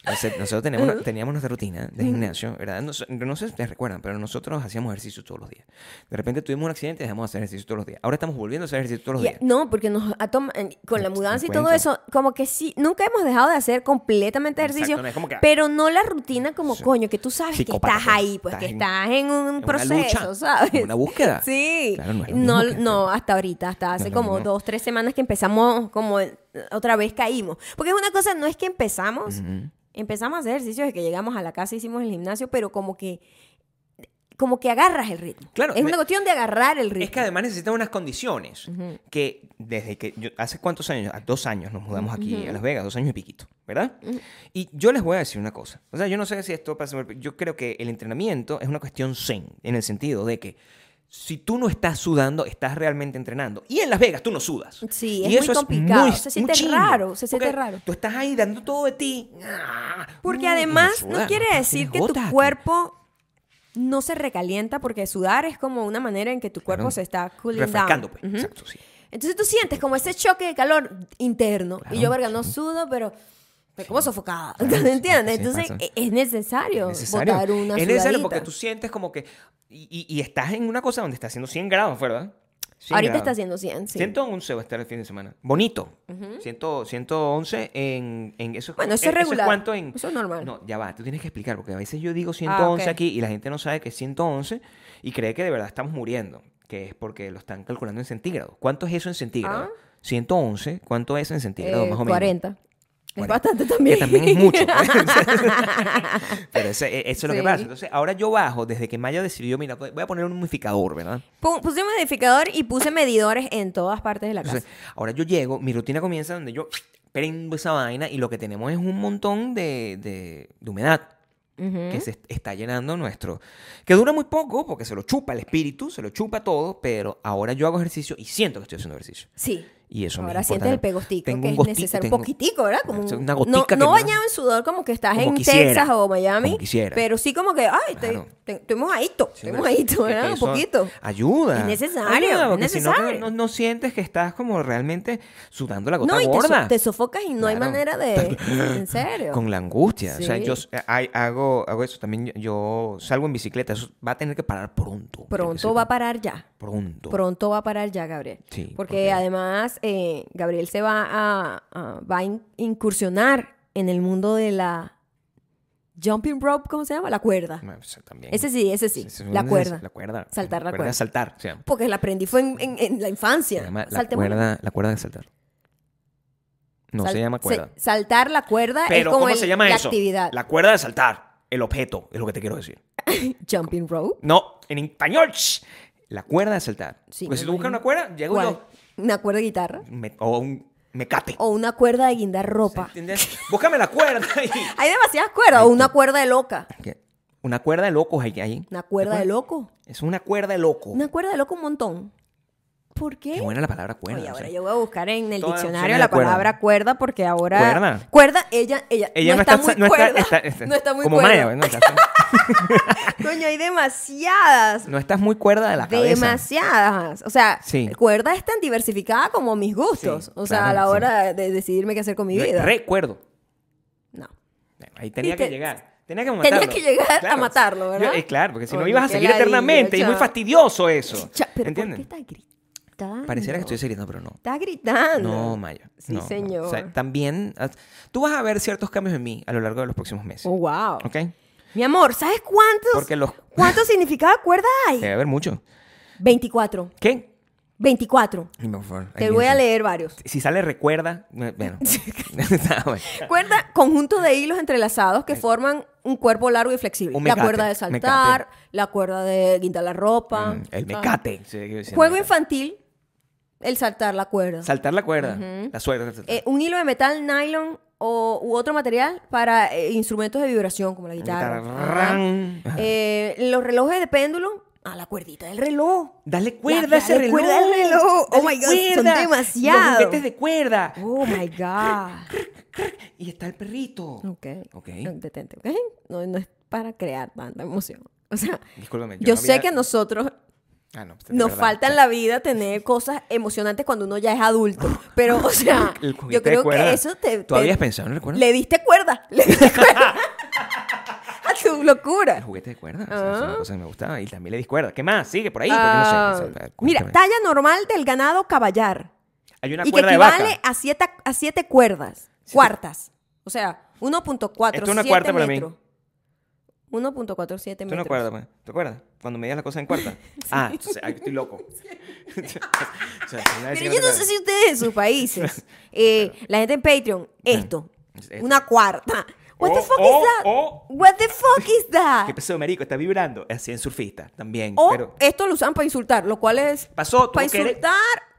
Speaker 2: No sé, nosotros teníamos, una- teníamos nuestra rutina de gimnasio, ¿verdad? No, sé- no sé si te recuerdan, pero nosotros hacíamos ejercicio todos los días. De repente tuvimos un accidente y dejamos de hacer ejercicio todos los días. Ahora estamos volviendo a hacer ejercicio todos los
Speaker 1: Ya,
Speaker 2: días.
Speaker 1: no, porque nos ha tom- en- con la mudanza y todo
Speaker 2: cuento.
Speaker 1: eso, como que sí, nunca hemos dejado de hacer completamente
Speaker 2: Exacto,
Speaker 1: ejercicio,
Speaker 2: no es como que-
Speaker 1: pero no la rutina como
Speaker 2: Sí.
Speaker 1: coño, que tú sabes
Speaker 2: Psicópata,
Speaker 1: que estás
Speaker 2: pues.
Speaker 1: ahí, pues que
Speaker 2: Estás
Speaker 1: estás en un
Speaker 2: una
Speaker 1: proceso,
Speaker 2: lucha,
Speaker 1: ¿sabes?
Speaker 2: en una búsqueda.
Speaker 1: Sí.
Speaker 2: Claro, no es lo
Speaker 1: no,
Speaker 2: mismo que-
Speaker 1: no, hasta ahorita, hasta
Speaker 2: es
Speaker 1: hace
Speaker 2: lo
Speaker 1: como
Speaker 2: mismo.
Speaker 1: dos, tres semanas que empezamos, como eh, otra vez caímos. Porque es una cosa, no es que empezamos empezamos a hacer ejercicios de que llegamos a la casa, hicimos el gimnasio, pero como que como que agarras el ritmo.
Speaker 2: Claro,
Speaker 1: es
Speaker 2: me-
Speaker 1: una cuestión de agarrar el ritmo.
Speaker 2: Es que además necesitan unas condiciones que desde que yo- hace cuántos años, a dos años nos mudamos aquí a Las Vegas, dos años y piquito, ¿verdad? Y yo les voy a decir una cosa, o sea, yo no sé si esto pasa, yo creo que el entrenamiento es una cuestión zen, en el sentido de que si tú no estás sudando, estás realmente entrenando. Y en Las Vegas tú no sudas.
Speaker 1: Sí,
Speaker 2: Y
Speaker 1: es muy complicado. Se siente
Speaker 2: chimbo,
Speaker 1: raro, se siente
Speaker 2: porque
Speaker 1: raro.
Speaker 2: Tú estás ahí dando todo de ti. Ah,
Speaker 1: Porque
Speaker 2: mm,
Speaker 1: además
Speaker 2: sudar,
Speaker 1: no quiere
Speaker 2: tienes
Speaker 1: decir que tu
Speaker 2: gota aquí.
Speaker 1: cuerpo no se recalienta porque sudar es como una manera en que tu cuerpo
Speaker 2: Claro.
Speaker 1: se está cooling
Speaker 2: Refrescando,
Speaker 1: down.
Speaker 2: pues.
Speaker 1: Ujú.
Speaker 2: Exacto, sí.
Speaker 1: Entonces tú sientes como ese choque de calor interno.
Speaker 2: Claro,
Speaker 1: y yo, verga, no sudo, pero me como sofocada.
Speaker 2: Claro, sí,
Speaker 1: ¿Entiendes?
Speaker 2: sí,
Speaker 1: Entonces
Speaker 2: pasa.
Speaker 1: e- es necesario,
Speaker 2: Es necesario.
Speaker 1: botar una
Speaker 2: Es necesario
Speaker 1: sudadita.
Speaker 2: porque tú sientes como que. Y, y- y estás en una cosa donde está haciendo 100 grados, ¿verdad? 100
Speaker 1: Ahorita
Speaker 2: grados.
Speaker 1: está haciendo 100, sí.
Speaker 2: 111 va a estar el fin de semana. Bonito. 100 111 en, en eso.
Speaker 1: Bueno, eso es
Speaker 2: eh,
Speaker 1: regular.
Speaker 2: cuánto en-
Speaker 1: Eso es normal. Ah,
Speaker 2: No, ya va. Tú tienes que explicar porque a veces yo digo 111
Speaker 1: ok.
Speaker 2: aquí y la gente no sabe que es 111 y cree que de verdad estamos muriendo, que es porque lo están calculando en centígrados. ¿Cuánto es eso en centígrados? 111, ¿cuánto es en centígrados
Speaker 1: Ah. Eh,
Speaker 2: más o menos?
Speaker 1: 40. Es
Speaker 2: Bueno,
Speaker 1: bastante
Speaker 2: Que
Speaker 1: también.
Speaker 2: también es mucho. pues. Pero ese- e- eso es lo
Speaker 1: Sí.
Speaker 2: que pasa. Entonces, ahora yo bajo, desde que Maya decidió, mira, voy a poner un humidificador, ¿verdad?
Speaker 1: Pu- Puse un modificador y puse medidores en todas partes de la casa.
Speaker 2: Entonces, ahora yo llego, mi rutina comienza donde yo prendo esa vaina y lo que tenemos es un montón de, de- de humedad
Speaker 1: Ujú.
Speaker 2: que se est- está llenando nuestro... Que dura muy poco porque se lo chupa el espíritu, se lo chupa todo, pero ahora yo hago ejercicio y siento que estoy haciendo ejercicio.
Speaker 1: Sí.
Speaker 2: Y eso me
Speaker 1: Ahora
Speaker 2: es
Speaker 1: sientes el
Speaker 2: importante.
Speaker 1: pegostico,
Speaker 2: Tengo
Speaker 1: que
Speaker 2: un
Speaker 1: es
Speaker 2: gostico,
Speaker 1: necesario.
Speaker 2: tengo-
Speaker 1: Un poquito, ¿verdad? Como
Speaker 2: Es
Speaker 1: un-
Speaker 2: una gotica que
Speaker 1: No, no
Speaker 2: me-
Speaker 1: bañado en sudor como que estás
Speaker 2: Como
Speaker 1: en
Speaker 2: quisiera.
Speaker 1: Texas o Miami.
Speaker 2: Como quisiera.
Speaker 1: Pero sí como que, ay, te-
Speaker 2: Claro.
Speaker 1: te- estoy mojadito,
Speaker 2: Sí,
Speaker 1: estoy
Speaker 2: pero
Speaker 1: mojadito,
Speaker 2: es que
Speaker 1: ¿verdad? Un
Speaker 2: eso
Speaker 1: poquito.
Speaker 2: Ayuda.
Speaker 1: Es necesario,
Speaker 2: Ayuda,
Speaker 1: es
Speaker 2: porque si no, no-
Speaker 1: necesario.
Speaker 2: no, no sientes que estás como realmente sudando la gota
Speaker 1: No, y te,
Speaker 2: gorda.
Speaker 1: so- te sofocas y no hay
Speaker 2: Claro.
Speaker 1: manera de... en serio.
Speaker 2: Con la angustia. O sea,
Speaker 1: Sí.
Speaker 2: yo s- eh, hay- hago, hago eso también. Yo salgo en bicicleta. Eso va a tener que parar pronto.
Speaker 1: Pronto va a parar ya.
Speaker 2: Pronto.
Speaker 1: Pronto va a parar ya, Gabriel.
Speaker 2: Sí,
Speaker 1: porque,
Speaker 2: porque-
Speaker 1: además eh, Gabriel se va a, a- va a in- incursionar en el mundo de la jumping rope, ¿cómo se llama? La cuerda.
Speaker 2: No, o sea, también.
Speaker 1: Ese sí, ese sí.
Speaker 2: Ese es
Speaker 1: la
Speaker 2: un-
Speaker 1: cuerda.
Speaker 2: La cuerda.
Speaker 1: Saltar la cuerda.
Speaker 2: de saltar. se llama.
Speaker 1: Porque la aprendí fue en, en- en la
Speaker 2: Se
Speaker 1: infancia.
Speaker 2: llama la
Speaker 1: Saltemos-
Speaker 2: cuerda, la cuerda de saltar. No
Speaker 1: sal-
Speaker 2: se llama cuerda.
Speaker 1: se- saltar la cuerda
Speaker 2: Pero
Speaker 1: es como
Speaker 2: ¿cómo
Speaker 1: el-
Speaker 2: se llama
Speaker 1: la
Speaker 2: eso?
Speaker 1: actividad.
Speaker 2: La cuerda de saltar. El objeto, es lo que te quiero decir.
Speaker 1: Jumping rope.
Speaker 2: No, en español. shh. La cuerda de saltar.
Speaker 1: Sí,
Speaker 2: Porque si
Speaker 1: me
Speaker 2: tú
Speaker 1: imagino.
Speaker 2: buscas una cuerda, llego
Speaker 1: ¿Cuál? Una cuerda de guitarra.
Speaker 2: yo me- o un mecate.
Speaker 1: O una cuerda de guindar ropa.
Speaker 2: ¿Entiendes? Búscame la cuerda y...
Speaker 1: Hay demasiadas cuerdas. O una cuerda de loca.
Speaker 2: ¿Qué? Una cuerda de locos hay ahí.
Speaker 1: Una cuerda de
Speaker 2: acuerdas?
Speaker 1: loco.
Speaker 2: Es una cuerda de loco.
Speaker 1: Una cuerda de loco un montón. ¿Por qué?
Speaker 2: Qué buena la palabra cuerda.
Speaker 1: ¿eh? Oye,
Speaker 2: o sea.
Speaker 1: ahora yo voy a buscar en el
Speaker 2: Todas las
Speaker 1: diccionario
Speaker 2: opciones
Speaker 1: la
Speaker 2: de cuerda.
Speaker 1: palabra cuerda porque ahora
Speaker 2: Cuerda.
Speaker 1: ella ella,
Speaker 2: Ella
Speaker 1: no, está, muy
Speaker 2: no está-
Speaker 1: cuerda.
Speaker 2: está- está-
Speaker 1: no está muy
Speaker 2: como
Speaker 1: cuerda.
Speaker 2: Maya, ¿no? Estás-
Speaker 1: Coño, hay demasiadas.
Speaker 2: no estás muy cuerda de la cabeza.
Speaker 1: demasiadas. O sea,
Speaker 2: Sí.
Speaker 1: cuerda es tan diversificada como mis gustos.
Speaker 2: Sí,
Speaker 1: o sea,
Speaker 2: claro,
Speaker 1: a la
Speaker 2: sí.
Speaker 1: hora de decidirme qué hacer con mi
Speaker 2: Re-
Speaker 1: vida.
Speaker 2: Recuerdo.
Speaker 1: no.
Speaker 2: Bueno, Ahí tenía
Speaker 1: Viste,
Speaker 2: que llegar. Tenía que
Speaker 1: tenía
Speaker 2: matarlo.
Speaker 1: que llegar a matarlo, ¿verdad?
Speaker 2: Yo- eh, claro, porque si no
Speaker 1: Oye,
Speaker 2: ibas a
Speaker 1: qué
Speaker 2: seguir
Speaker 1: ladilla,
Speaker 2: eternamente. Y es muy
Speaker 1: chao.
Speaker 2: fastidioso eso.
Speaker 1: Cha- pero
Speaker 2: ¿Entiendes?
Speaker 1: ¿por qué estás gritando?
Speaker 2: Pareciera que estoy gritando, pero no.
Speaker 1: Estás gritando.
Speaker 2: No, Maya.
Speaker 1: Sí,
Speaker 2: no, no.
Speaker 1: señor.
Speaker 2: O sea, también ah, tú vas a ver ciertos cambios en mí a lo largo de los próximos meses.
Speaker 1: Oh, wow.
Speaker 2: ¿Ok?
Speaker 1: Mi amor, ¿sabes cuántos?
Speaker 2: Porque los.
Speaker 1: ¿Cuántos significados de cuerda hay?
Speaker 2: Debe haber mucho.
Speaker 1: 24.
Speaker 2: ¿Qué?
Speaker 1: 24.
Speaker 2: Dime, por favor.
Speaker 1: Te
Speaker 2: Ahí
Speaker 1: voy a
Speaker 2: pienso.
Speaker 1: leer varios.
Speaker 2: Si sale recuerda. eh, Bueno. Está bueno.
Speaker 1: Cuerda, conjunto de hilos entrelazados que forman un cuerpo largo y flexible.
Speaker 2: Un
Speaker 1: La
Speaker 2: mecate,
Speaker 1: cuerda de saltar, la cuerda de guindar la ropa.
Speaker 2: Mm, el
Speaker 1: ¿sabes?
Speaker 2: mecate. Sí, yo decía,
Speaker 1: Juego
Speaker 2: mecate.
Speaker 1: infantil, el saltar la cuerda.
Speaker 2: Saltar la cuerda. La suerte.
Speaker 1: Eh, un hilo de metal, nylon o, u otro material para eh, instrumentos de vibración como la guitarra.
Speaker 2: guitarra,
Speaker 1: Ajá.
Speaker 2: ran. Ajá.
Speaker 1: Eh, los relojes de péndulo, a la cuerdita del reloj.
Speaker 2: Dale
Speaker 1: La-
Speaker 2: cuerda a ese
Speaker 1: dale
Speaker 2: reloj.
Speaker 1: cuerda al reloj. Oh
Speaker 2: Dale
Speaker 1: my God, son
Speaker 2: cuerda.
Speaker 1: demasiado.
Speaker 2: Los juguetes de cuerda.
Speaker 1: Oh my God.
Speaker 2: Y está el perrito.
Speaker 1: Ok.
Speaker 2: Ok.
Speaker 1: Eh, Detente, ¿ok? No, no es para crear tanta emoción. O sea,
Speaker 2: Discúlpame.
Speaker 1: yo
Speaker 2: no
Speaker 1: sé
Speaker 2: había-
Speaker 1: que a nosotros
Speaker 2: Ah, no, pues, de
Speaker 1: nos
Speaker 2: verdad.
Speaker 1: falta en la vida tener cosas emocionantes cuando uno ya es adulto. Pero, o sea,
Speaker 2: El
Speaker 1: yo
Speaker 2: juguete de
Speaker 1: creo que
Speaker 2: cuerda.
Speaker 1: eso te.
Speaker 2: ¿Tú
Speaker 1: te-
Speaker 2: habías pensado en el cuerda?
Speaker 1: Le diste cuerda. Le diste cuerda. a tu
Speaker 2: El
Speaker 1: locura.
Speaker 2: juguete de cuerda. o sea, es
Speaker 1: Ah.
Speaker 2: una cosa que me gustaba. Y también le di cuerda. ¿Qué más? Sigue por ahí. porque no sé,
Speaker 1: Ah,
Speaker 2: no sé, o sea,
Speaker 1: mira,
Speaker 2: cuéntame.
Speaker 1: talla normal del ganado caballar.
Speaker 2: hay una
Speaker 1: Y que
Speaker 2: cuerda de
Speaker 1: equivale
Speaker 2: vaca.
Speaker 1: a siete, a siete cuerdas. Cuartas. O sea, 1.47
Speaker 2: Esto es una cuarta para mí.
Speaker 1: metros. 1.47 metros.
Speaker 2: Tú no acuerdas, pues. ¿Te acuerdas? Cuando medías la cosa en cuarta. Ah, entonces, ay, estoy loco. O sea, una vez
Speaker 1: Pero
Speaker 2: que
Speaker 1: yo no
Speaker 2: te
Speaker 1: sé si ustedes en sus países, eh, la gente en Patreon, esto, pues,
Speaker 2: Esto.
Speaker 1: una cuarta, What the
Speaker 2: Oh,
Speaker 1: fuck
Speaker 2: oh,
Speaker 1: is that?
Speaker 2: oh.
Speaker 1: What the fuck is that?
Speaker 2: ¿Qué pasó, marico? Está vibrando. Así en surfista también.
Speaker 1: Ah. O
Speaker 2: Pero
Speaker 1: esto lo usan para insultar, lo cual es.
Speaker 2: Pasó, tuvo
Speaker 1: Para
Speaker 2: que-
Speaker 1: insultar,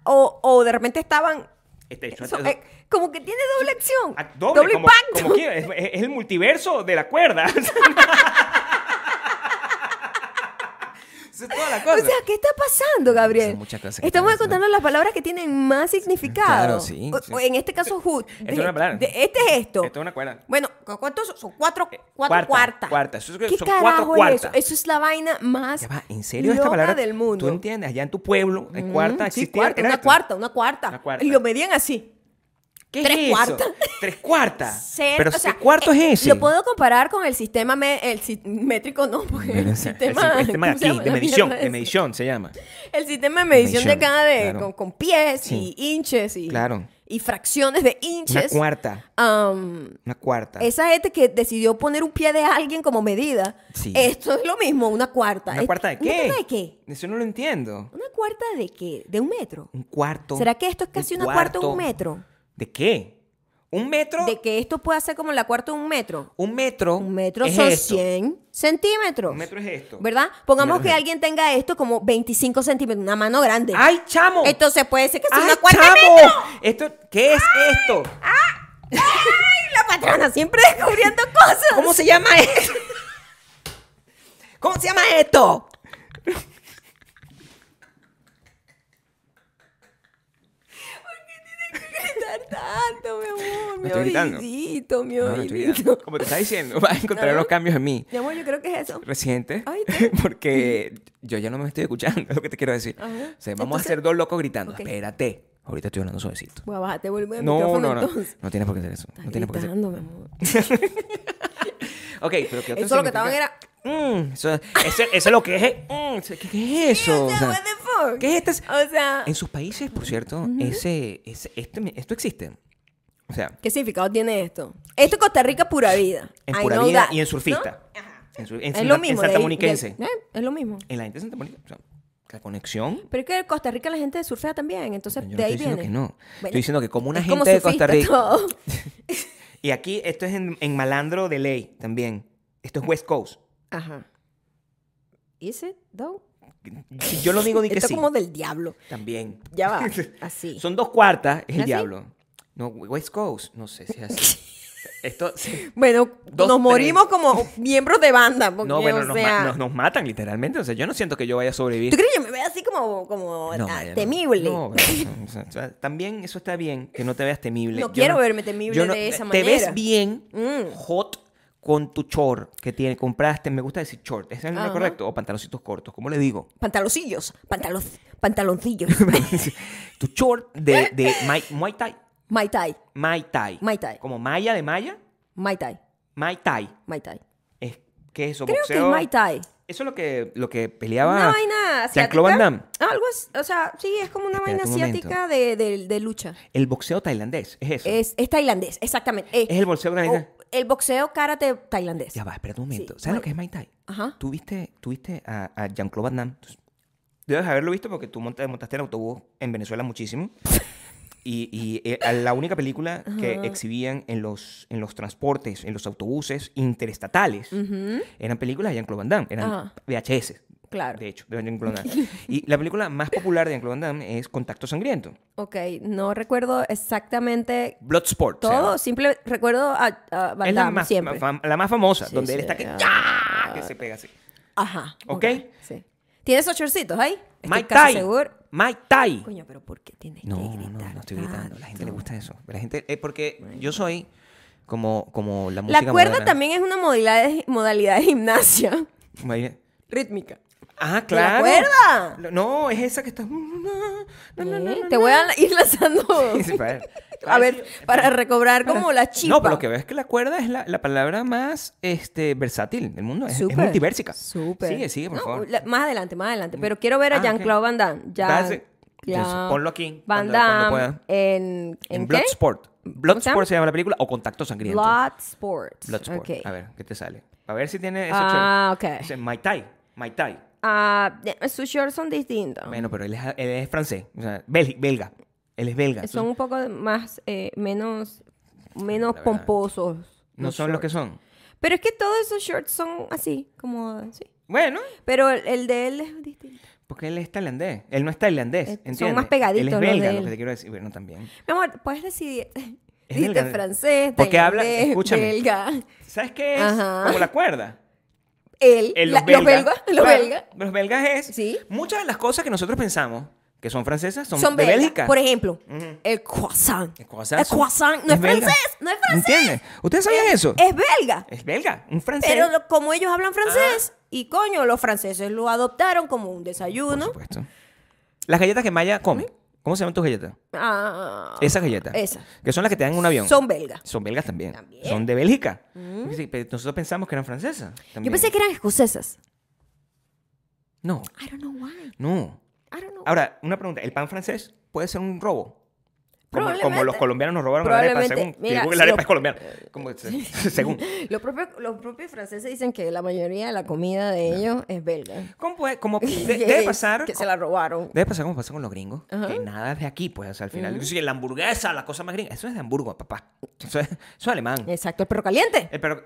Speaker 1: o, o de repente estaban.
Speaker 2: este hecho,
Speaker 1: so- eh, como que tiene doble acción.
Speaker 2: a- doble,
Speaker 1: doble
Speaker 2: como,
Speaker 1: impacto.
Speaker 2: como quiera, es, es el multiverso de la cuerda. Eso es toda la
Speaker 1: O
Speaker 2: cosa.
Speaker 1: sea, ¿qué está pasando, Gabriel?
Speaker 2: Son muchas cosas que
Speaker 1: Estamos
Speaker 2: están pasando.
Speaker 1: contando las palabras que tienen más significado.
Speaker 2: claro, sí,
Speaker 1: O-
Speaker 2: sí.
Speaker 1: o En este caso, hood.
Speaker 2: Esto es una palabra.
Speaker 1: este es esto.
Speaker 2: Esto es una cuerda.
Speaker 1: Bueno, ¿cu- ¿cuántos son? Son cuatro, cuatro
Speaker 2: cuarta,
Speaker 1: cuartas.
Speaker 2: cuarta. Eso es que
Speaker 1: ¿Qué
Speaker 2: son cuatro
Speaker 1: carajo es eso?
Speaker 2: cuartas.
Speaker 1: Eso es la vaina más
Speaker 2: Ya va, ¿en serio esta
Speaker 1: loca
Speaker 2: palabra?
Speaker 1: del mundo.
Speaker 2: ¿Tú entiendes? Allá en tu pueblo, en cuarta,
Speaker 1: Mm, sí,
Speaker 2: existía.
Speaker 1: cuarta,
Speaker 2: era
Speaker 1: una
Speaker 2: esto.
Speaker 1: cuarta, una cuarta,
Speaker 2: Una cuarta.
Speaker 1: Y lo medían así.
Speaker 2: ¿Qué
Speaker 1: tres
Speaker 2: es eso?
Speaker 1: cuartas.
Speaker 2: Tres cuartas.
Speaker 1: Ser-
Speaker 2: Pero
Speaker 1: o
Speaker 2: ¿qué
Speaker 1: sea,
Speaker 2: cuarto
Speaker 1: eh,
Speaker 2: es ese?
Speaker 1: Lo puedo comparar con el sistema me- el si- métrico, no, porque
Speaker 2: Pero, o
Speaker 1: el
Speaker 2: sea,
Speaker 1: sistema,
Speaker 2: el sistema de
Speaker 1: este ¿cómo se llama
Speaker 2: aquí, este de
Speaker 1: la
Speaker 2: medición,
Speaker 1: mierda
Speaker 2: de
Speaker 1: esa?
Speaker 2: medición se llama.
Speaker 1: El sistema de medición de
Speaker 2: Medición,
Speaker 1: cada de
Speaker 2: claro.
Speaker 1: con, con pies
Speaker 2: Sí.
Speaker 1: y inches y,
Speaker 2: Claro.
Speaker 1: y fracciones de
Speaker 2: Una
Speaker 1: inches.
Speaker 2: cuarta,
Speaker 1: Am,
Speaker 2: una cuarta.
Speaker 1: esa gente que decidió poner un pie de alguien como medida.
Speaker 2: Sí.
Speaker 1: Esto es lo mismo, una cuarta.
Speaker 2: ¿Una
Speaker 1: Es-
Speaker 2: cuarta de
Speaker 1: ¿Una
Speaker 2: qué?
Speaker 1: cuarta de qué?
Speaker 2: Eso no lo entiendo.
Speaker 1: ¿Una cuarta de qué? ¿De un metro?
Speaker 2: Un cuarto.
Speaker 1: ¿Será que esto es
Speaker 2: un
Speaker 1: casi una cuarta de un metro?
Speaker 2: ¿De qué? ¿Un metro?
Speaker 1: ¿De que esto pueda ser como la cuarta de un metro?
Speaker 2: Un metro.
Speaker 1: Un metro
Speaker 2: es
Speaker 1: son
Speaker 2: esto.
Speaker 1: 100 centímetros.
Speaker 2: Un metro es esto.
Speaker 1: ¿Verdad? Pongamos
Speaker 2: Un metro
Speaker 1: que
Speaker 2: es
Speaker 1: alguien tenga esto como 25 centímetros, una mano grande.
Speaker 2: ¡Ay, chamo!
Speaker 1: Entonces puede ser que sea
Speaker 2: ¡Ay,
Speaker 1: una cuarta de
Speaker 2: chamo!
Speaker 1: metro.
Speaker 2: Esto, ¿Qué es esto?
Speaker 1: ¡Ay, la patrona siempre descubriendo cosas!
Speaker 2: ¿Cómo se llama esto? ¿Cómo se llama esto?
Speaker 1: gritar tanto, mi amor? Mi
Speaker 2: estoy gritando.
Speaker 1: oídito, mi
Speaker 2: No, no estoy bien.
Speaker 1: oídito.
Speaker 2: Como te estaba diciendo, vas a encontrar
Speaker 1: Ajá.
Speaker 2: unos cambios en mí.
Speaker 1: Mi amor, yo creo que es eso.
Speaker 2: reciente
Speaker 1: Ay, ¿qué?
Speaker 2: porque yo ya no me estoy escuchando, es lo que te quiero decir.
Speaker 1: Ajá.
Speaker 2: O sea, vamos
Speaker 1: Entonces-
Speaker 2: a ser dos locos gritando.
Speaker 1: Ok.
Speaker 2: Espérate, ahorita estoy hablando suavecito.
Speaker 1: Voy a bajarte el volumen del
Speaker 2: No,
Speaker 1: micrófono
Speaker 2: no, no.
Speaker 1: entonces.
Speaker 2: No tienes por qué hacer eso. No
Speaker 1: Estás
Speaker 2: tienes por qué hacer
Speaker 1: gritando, mi amor.
Speaker 2: Ok, pero ¿qué otro
Speaker 1: Eso lo que
Speaker 2: significa?
Speaker 1: estaban era...
Speaker 2: Mm, eso, ese- eso es lo que es. mm, ¿qué, qué es eso?
Speaker 1: O sea,
Speaker 2: O
Speaker 1: what
Speaker 2: sea,
Speaker 1: the fuck?
Speaker 2: ¿Qué es esto?
Speaker 1: O sea,
Speaker 2: En sus países, por cierto, ese, ese- este- esto existe. O sea,
Speaker 1: ¿qué significado tiene esto? Esto es Costa Rica pura vida.
Speaker 2: en
Speaker 1: I
Speaker 2: pura
Speaker 1: know
Speaker 2: vida
Speaker 1: that,
Speaker 2: y en
Speaker 1: ¿no?
Speaker 2: surfista. En, su- en
Speaker 1: Es
Speaker 2: Santa-
Speaker 1: lo
Speaker 2: en
Speaker 1: mismo. de ahí-
Speaker 2: santamuniquense.
Speaker 1: de- ¿eh? Es lo mismo.
Speaker 2: En la gente santamonica. O sea, la conexión
Speaker 1: Pero es que en Costa Rica la gente surfea también, entonces
Speaker 2: Yo no
Speaker 1: de ahí
Speaker 2: estoy diciendo
Speaker 1: viene.
Speaker 2: que no.
Speaker 1: Bueno,
Speaker 2: estoy diciendo que como una
Speaker 1: es
Speaker 2: gente
Speaker 1: como
Speaker 2: de Costa
Speaker 1: surfista
Speaker 2: Rica.
Speaker 1: todo.
Speaker 2: Y aquí esto es en, en malandro de ley también. Esto es West Coast.
Speaker 1: Ajá. ¿Is it though?
Speaker 2: Si Yo lo digo di que
Speaker 1: Esto es
Speaker 2: sí.
Speaker 1: como del diablo.
Speaker 2: También.
Speaker 1: Ya va. Así.
Speaker 2: Son dos cuartas, es el
Speaker 1: ¿Así?
Speaker 2: diablo. No, West Coast, no sé si es así. Esto. sí.
Speaker 1: Bueno,
Speaker 2: Dos,
Speaker 1: nos
Speaker 2: tres.
Speaker 1: morimos como miembros de banda. Porque,
Speaker 2: No, bueno,
Speaker 1: o
Speaker 2: nos, ma-
Speaker 1: sea,
Speaker 2: nos- nos matan literalmente. O sea, yo no siento que yo vaya a sobrevivir.
Speaker 1: ¿Tú crees que yo me veo así como, como
Speaker 2: No,
Speaker 1: ah,
Speaker 2: Maya, no.
Speaker 1: temible?
Speaker 2: No, bro, o sea, o sea, también eso está bien, que no te veas temible.
Speaker 1: No
Speaker 2: Yo
Speaker 1: quiero verme temible
Speaker 2: yo
Speaker 1: de esa
Speaker 2: Te ves
Speaker 1: manera.
Speaker 2: bien,
Speaker 1: Mm.
Speaker 2: hot, con tu short que tiene, compraste. Me gusta decir short, ¿es el nombre
Speaker 1: Ajá.
Speaker 2: correcto? O pantaloncitos cortos, ¿cómo le digo?
Speaker 1: Pantaloncillos. Pantalo- pantaloncillos.
Speaker 2: tu short de, de mai- Muay Thai.
Speaker 1: Mai Tai.
Speaker 2: Mai Tai.
Speaker 1: Mai Tai.
Speaker 2: Como maya de maya,
Speaker 1: Mai Tai.
Speaker 2: Mai Tai.
Speaker 1: Mai Tai.
Speaker 2: Es, ¿Qué es eso?
Speaker 1: Creo que es
Speaker 2: Boxeo.
Speaker 1: Mai Tai.
Speaker 2: Eso es lo que, lo que peleaba.
Speaker 1: Una vaina asiática. Ah,
Speaker 2: Jean-Claude Ah, Van Damme.
Speaker 1: Algo, as- o sea, sí, es como una
Speaker 2: Espérate
Speaker 1: vaina
Speaker 2: un momento.
Speaker 1: asiática de, de- de lucha.
Speaker 2: El boxeo tailandés, es eso.
Speaker 1: Es, es tailandés, exactamente. Eh,
Speaker 2: Es el boxeo tailandés.
Speaker 1: o- el boxeo karate tailandés.
Speaker 2: Ya va, espérate un momento.
Speaker 1: Sí,
Speaker 2: ¿Sabes
Speaker 1: Mai-
Speaker 2: lo que es Mai Tai?
Speaker 1: Ajá.
Speaker 2: Tú viste, tú viste a, a Jean-Claude Van Damme. Tú- Debes haberlo visto porque tú monta- montaste en autobús en Venezuela muchísimo. Y, y, eh, a la única película que exhibían en los, en los transportes, en los autobuses interestatales, eran películas de Jean-Claude Van Damme. Eran
Speaker 1: Ajá.
Speaker 2: VHS,
Speaker 1: Claro.
Speaker 2: de hecho, de Jean-Claude Van Damme. y la película más popular de Jean-Claude Van Damme es Contacto Sangriento.
Speaker 1: Ok, no recuerdo exactamente
Speaker 2: Bloodsport. se
Speaker 1: todo,
Speaker 2: llama.
Speaker 1: simple recuerdo a, a Van
Speaker 2: es la
Speaker 1: Damme
Speaker 2: más,
Speaker 1: siempre.
Speaker 2: fam- la más famosa,
Speaker 1: Sí,
Speaker 2: donde
Speaker 1: sí,
Speaker 2: él está que,
Speaker 1: ah.
Speaker 2: ¡Ya! que se pega así.
Speaker 1: Ajá.
Speaker 2: ¿Ok?
Speaker 1: Sí. ¿Tienes esos chorcitos ahí? Estoy
Speaker 2: Mike
Speaker 1: casi
Speaker 2: Tai.
Speaker 1: seguro.
Speaker 2: Mike Tai.
Speaker 1: Coño, pero ¿por qué tienes
Speaker 2: No,
Speaker 1: que
Speaker 2: no,
Speaker 1: gritar?
Speaker 2: no estoy gritando. La gente le
Speaker 1: tanto?
Speaker 2: gusta eso. La gente, eh, porque yo soy como, como la música
Speaker 1: La cuerda
Speaker 2: moderna.
Speaker 1: también es una modalidad de, modalidad de gimnasia
Speaker 2: Baile.
Speaker 1: rítmica.
Speaker 2: Ah,
Speaker 1: ¿De la
Speaker 2: claro.
Speaker 1: cuerda?
Speaker 2: Lo- No, es esa que está.
Speaker 1: ¿Eh? Te voy a ir lanzando. a ver, para recobrar como la chispa.
Speaker 2: eh, No, pero lo que veo es que la cuerda es la, la palabra más este, versátil del mundo. Es, es
Speaker 1: Súper,
Speaker 2: multiversica.
Speaker 1: Súper.
Speaker 2: Sigue, sigue, por
Speaker 1: No,
Speaker 2: favor.
Speaker 1: la- más adelante, más adelante. Pero quiero ver a
Speaker 2: Ah, ok.
Speaker 1: Jean-Claude Van Damme.
Speaker 2: That's
Speaker 1: Jean
Speaker 2: it. Entonces, ponlo aquí,
Speaker 1: Van
Speaker 2: cuando- cuando
Speaker 1: Damme.
Speaker 2: pueda.
Speaker 1: en, ¿en, qué?
Speaker 2: En Bloodsport.
Speaker 1: se llama?
Speaker 2: Bloodsport se llama la película o Contacto Sangriento.
Speaker 1: Bloodsport.
Speaker 2: Bloodsport.
Speaker 1: Ok.
Speaker 2: A ver, ¿qué te sale? A ver si tiene ese
Speaker 1: Ah,
Speaker 2: short.
Speaker 1: ok.
Speaker 2: Ese Mai Tai. Mai Tai.
Speaker 1: Ah, de- sus shorts son distintos.
Speaker 2: Bueno, pero él es, él es francés. O sea, bel- belga. Él es belga.
Speaker 1: son un poco más, eh, menos, menos
Speaker 2: verdad.
Speaker 1: pomposos.
Speaker 2: No
Speaker 1: Los
Speaker 2: son los que son.
Speaker 1: Pero es que todos esos shorts son así, como... Sí.
Speaker 2: Bueno,
Speaker 1: Pero el, el de él es distinto.
Speaker 2: porque él es tailandés. Él no es tailandés,
Speaker 1: Eh, son
Speaker 2: ¿entiendes?
Speaker 1: más pegaditos
Speaker 2: Él es
Speaker 1: los de
Speaker 2: belga, lo
Speaker 1: él.
Speaker 2: que te quiero decir. Bueno, también.
Speaker 1: Mi amor, puedes decidir.
Speaker 2: Es
Speaker 1: Diste
Speaker 2: belga.
Speaker 1: francés,
Speaker 2: Porque habla-
Speaker 1: tailandés,
Speaker 2: escúchame.
Speaker 1: belga.
Speaker 2: ¿Sabes qué es?
Speaker 1: Ajá.
Speaker 2: Como la cuerda.
Speaker 1: Él,
Speaker 2: El-
Speaker 1: la- los belgas, los
Speaker 2: Eh, claro,
Speaker 1: belgas.
Speaker 2: Los belgas es.
Speaker 1: Sí.
Speaker 2: Muchas de las cosas que nosotros pensamos que son francesas son,
Speaker 1: Son,
Speaker 2: de
Speaker 1: belgas.
Speaker 2: Bélgica.
Speaker 1: Por ejemplo,
Speaker 2: Ujú.
Speaker 1: el croissant.
Speaker 2: El croissant
Speaker 1: El
Speaker 2: son-
Speaker 1: croissant no es
Speaker 2: belga.
Speaker 1: francés, no es francés.
Speaker 2: ¿Entiendes? ¿Ustedes sabían eso?
Speaker 1: Es belga.
Speaker 2: Es belga, un francés.
Speaker 1: Pero lo- como ellos hablan francés,
Speaker 2: Ah.
Speaker 1: y coño, los franceses lo adoptaron como un
Speaker 2: Por
Speaker 1: desayuno.
Speaker 2: supuesto. Las galletas que Maya
Speaker 1: ¿Mm?
Speaker 2: come. ¿Cómo se llaman tus galletas?
Speaker 1: Ah,
Speaker 2: Esas galletas.
Speaker 1: Esas.
Speaker 2: Que son las que te dan en un avión.
Speaker 1: Son belgas.
Speaker 2: Son belgas también.
Speaker 1: También. Mm.
Speaker 2: Son de Bélgica. Sí, pero nosotros pensamos que eran francesas.
Speaker 1: Yo
Speaker 2: también.
Speaker 1: pensé que eran escocesas.
Speaker 2: No,
Speaker 1: I don't know why.
Speaker 2: no.
Speaker 1: I don't know.
Speaker 2: Ahora, una pregunta. ¿El pan francés puede ser un robo? Como,
Speaker 1: Probablemente.
Speaker 2: como los colombianos nos robaron la arepa, según.
Speaker 1: Probablemente. Mira,
Speaker 2: digo que
Speaker 1: si
Speaker 2: la arepa
Speaker 1: lo-
Speaker 2: es colombiana. Como- según.
Speaker 1: Los propios, los propios franceses dicen que la mayoría de la comida de ellos es belga.
Speaker 2: ¿Cómo puede- como de-
Speaker 1: Que-
Speaker 2: debe pasar.
Speaker 1: Que se la robaron.
Speaker 2: Debe pasar como pasa con los gringos, que nada es de aquí, pues, o sea, al final. Sí, la hamburguesa, la cosa más gringa. Eso es de Hamburgo, papá. Eso es, eso es alemán.
Speaker 1: Exacto, el perro caliente.
Speaker 2: Eh, pero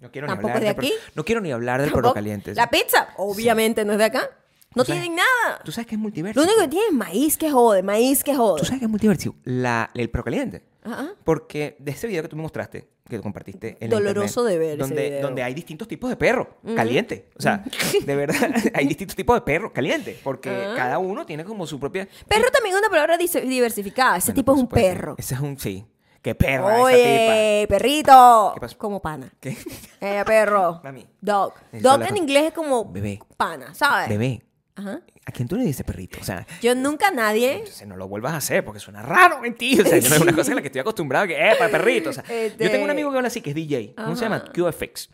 Speaker 2: no quiero
Speaker 1: Eh. Tampoco
Speaker 2: ni hablar
Speaker 1: de
Speaker 2: del perro-
Speaker 1: aquí.
Speaker 2: no quiero ni hablar del perro
Speaker 1: Tampoco-
Speaker 2: caliente.
Speaker 1: La pizza, obviamente, no es de acá. No
Speaker 2: ¿Tú sabes?
Speaker 1: tienen nada.
Speaker 2: Tú sabes que es multiverso.
Speaker 1: Lo único que tienen es maíz que jode, maíz que jode.
Speaker 2: Tú sabes que es multiverso. La, el perro caliente.
Speaker 1: Ajá.
Speaker 2: Porque de ese video que tú me mostraste, que compartiste en la
Speaker 1: Doloroso
Speaker 2: internet,
Speaker 1: de ver ese
Speaker 2: donde,
Speaker 1: video.
Speaker 2: donde hay distintos tipos de perro caliente. O sea, de verdad, hay distintos tipos de perro caliente. Porque
Speaker 1: Ah.
Speaker 2: cada uno tiene como su propia.
Speaker 1: Perro también es una palabra dis- diversificada. Ese
Speaker 2: Bueno,
Speaker 1: tipo
Speaker 2: por
Speaker 1: es un
Speaker 2: supuesto,
Speaker 1: perro.
Speaker 2: Ese es un sí. Qué perra esa
Speaker 1: Oye, perrito.
Speaker 2: ¿Qué pasó?
Speaker 1: Como pana.
Speaker 2: ¿Qué?
Speaker 1: Eh, perro.
Speaker 2: Mami.
Speaker 1: Dog.
Speaker 2: Necesito
Speaker 1: Dog
Speaker 2: hablar
Speaker 1: en
Speaker 2: con-
Speaker 1: inglés es como
Speaker 2: Bebé.
Speaker 1: pana, ¿sabes?
Speaker 2: tipa. Bebé,
Speaker 1: Ajá.
Speaker 2: ¿a quién tú le dices perrito? O sea,
Speaker 1: Yo nunca a nadie.
Speaker 2: Entonces no lo vuelvas a hacer porque suena raro en ti. O sea, yo no es una cosa en la que estoy acostumbrado que, para perrito! O sea,
Speaker 1: Este-
Speaker 2: Yo tengo un amigo que habla así, que es DJ. ¿Cómo se llama? QFX.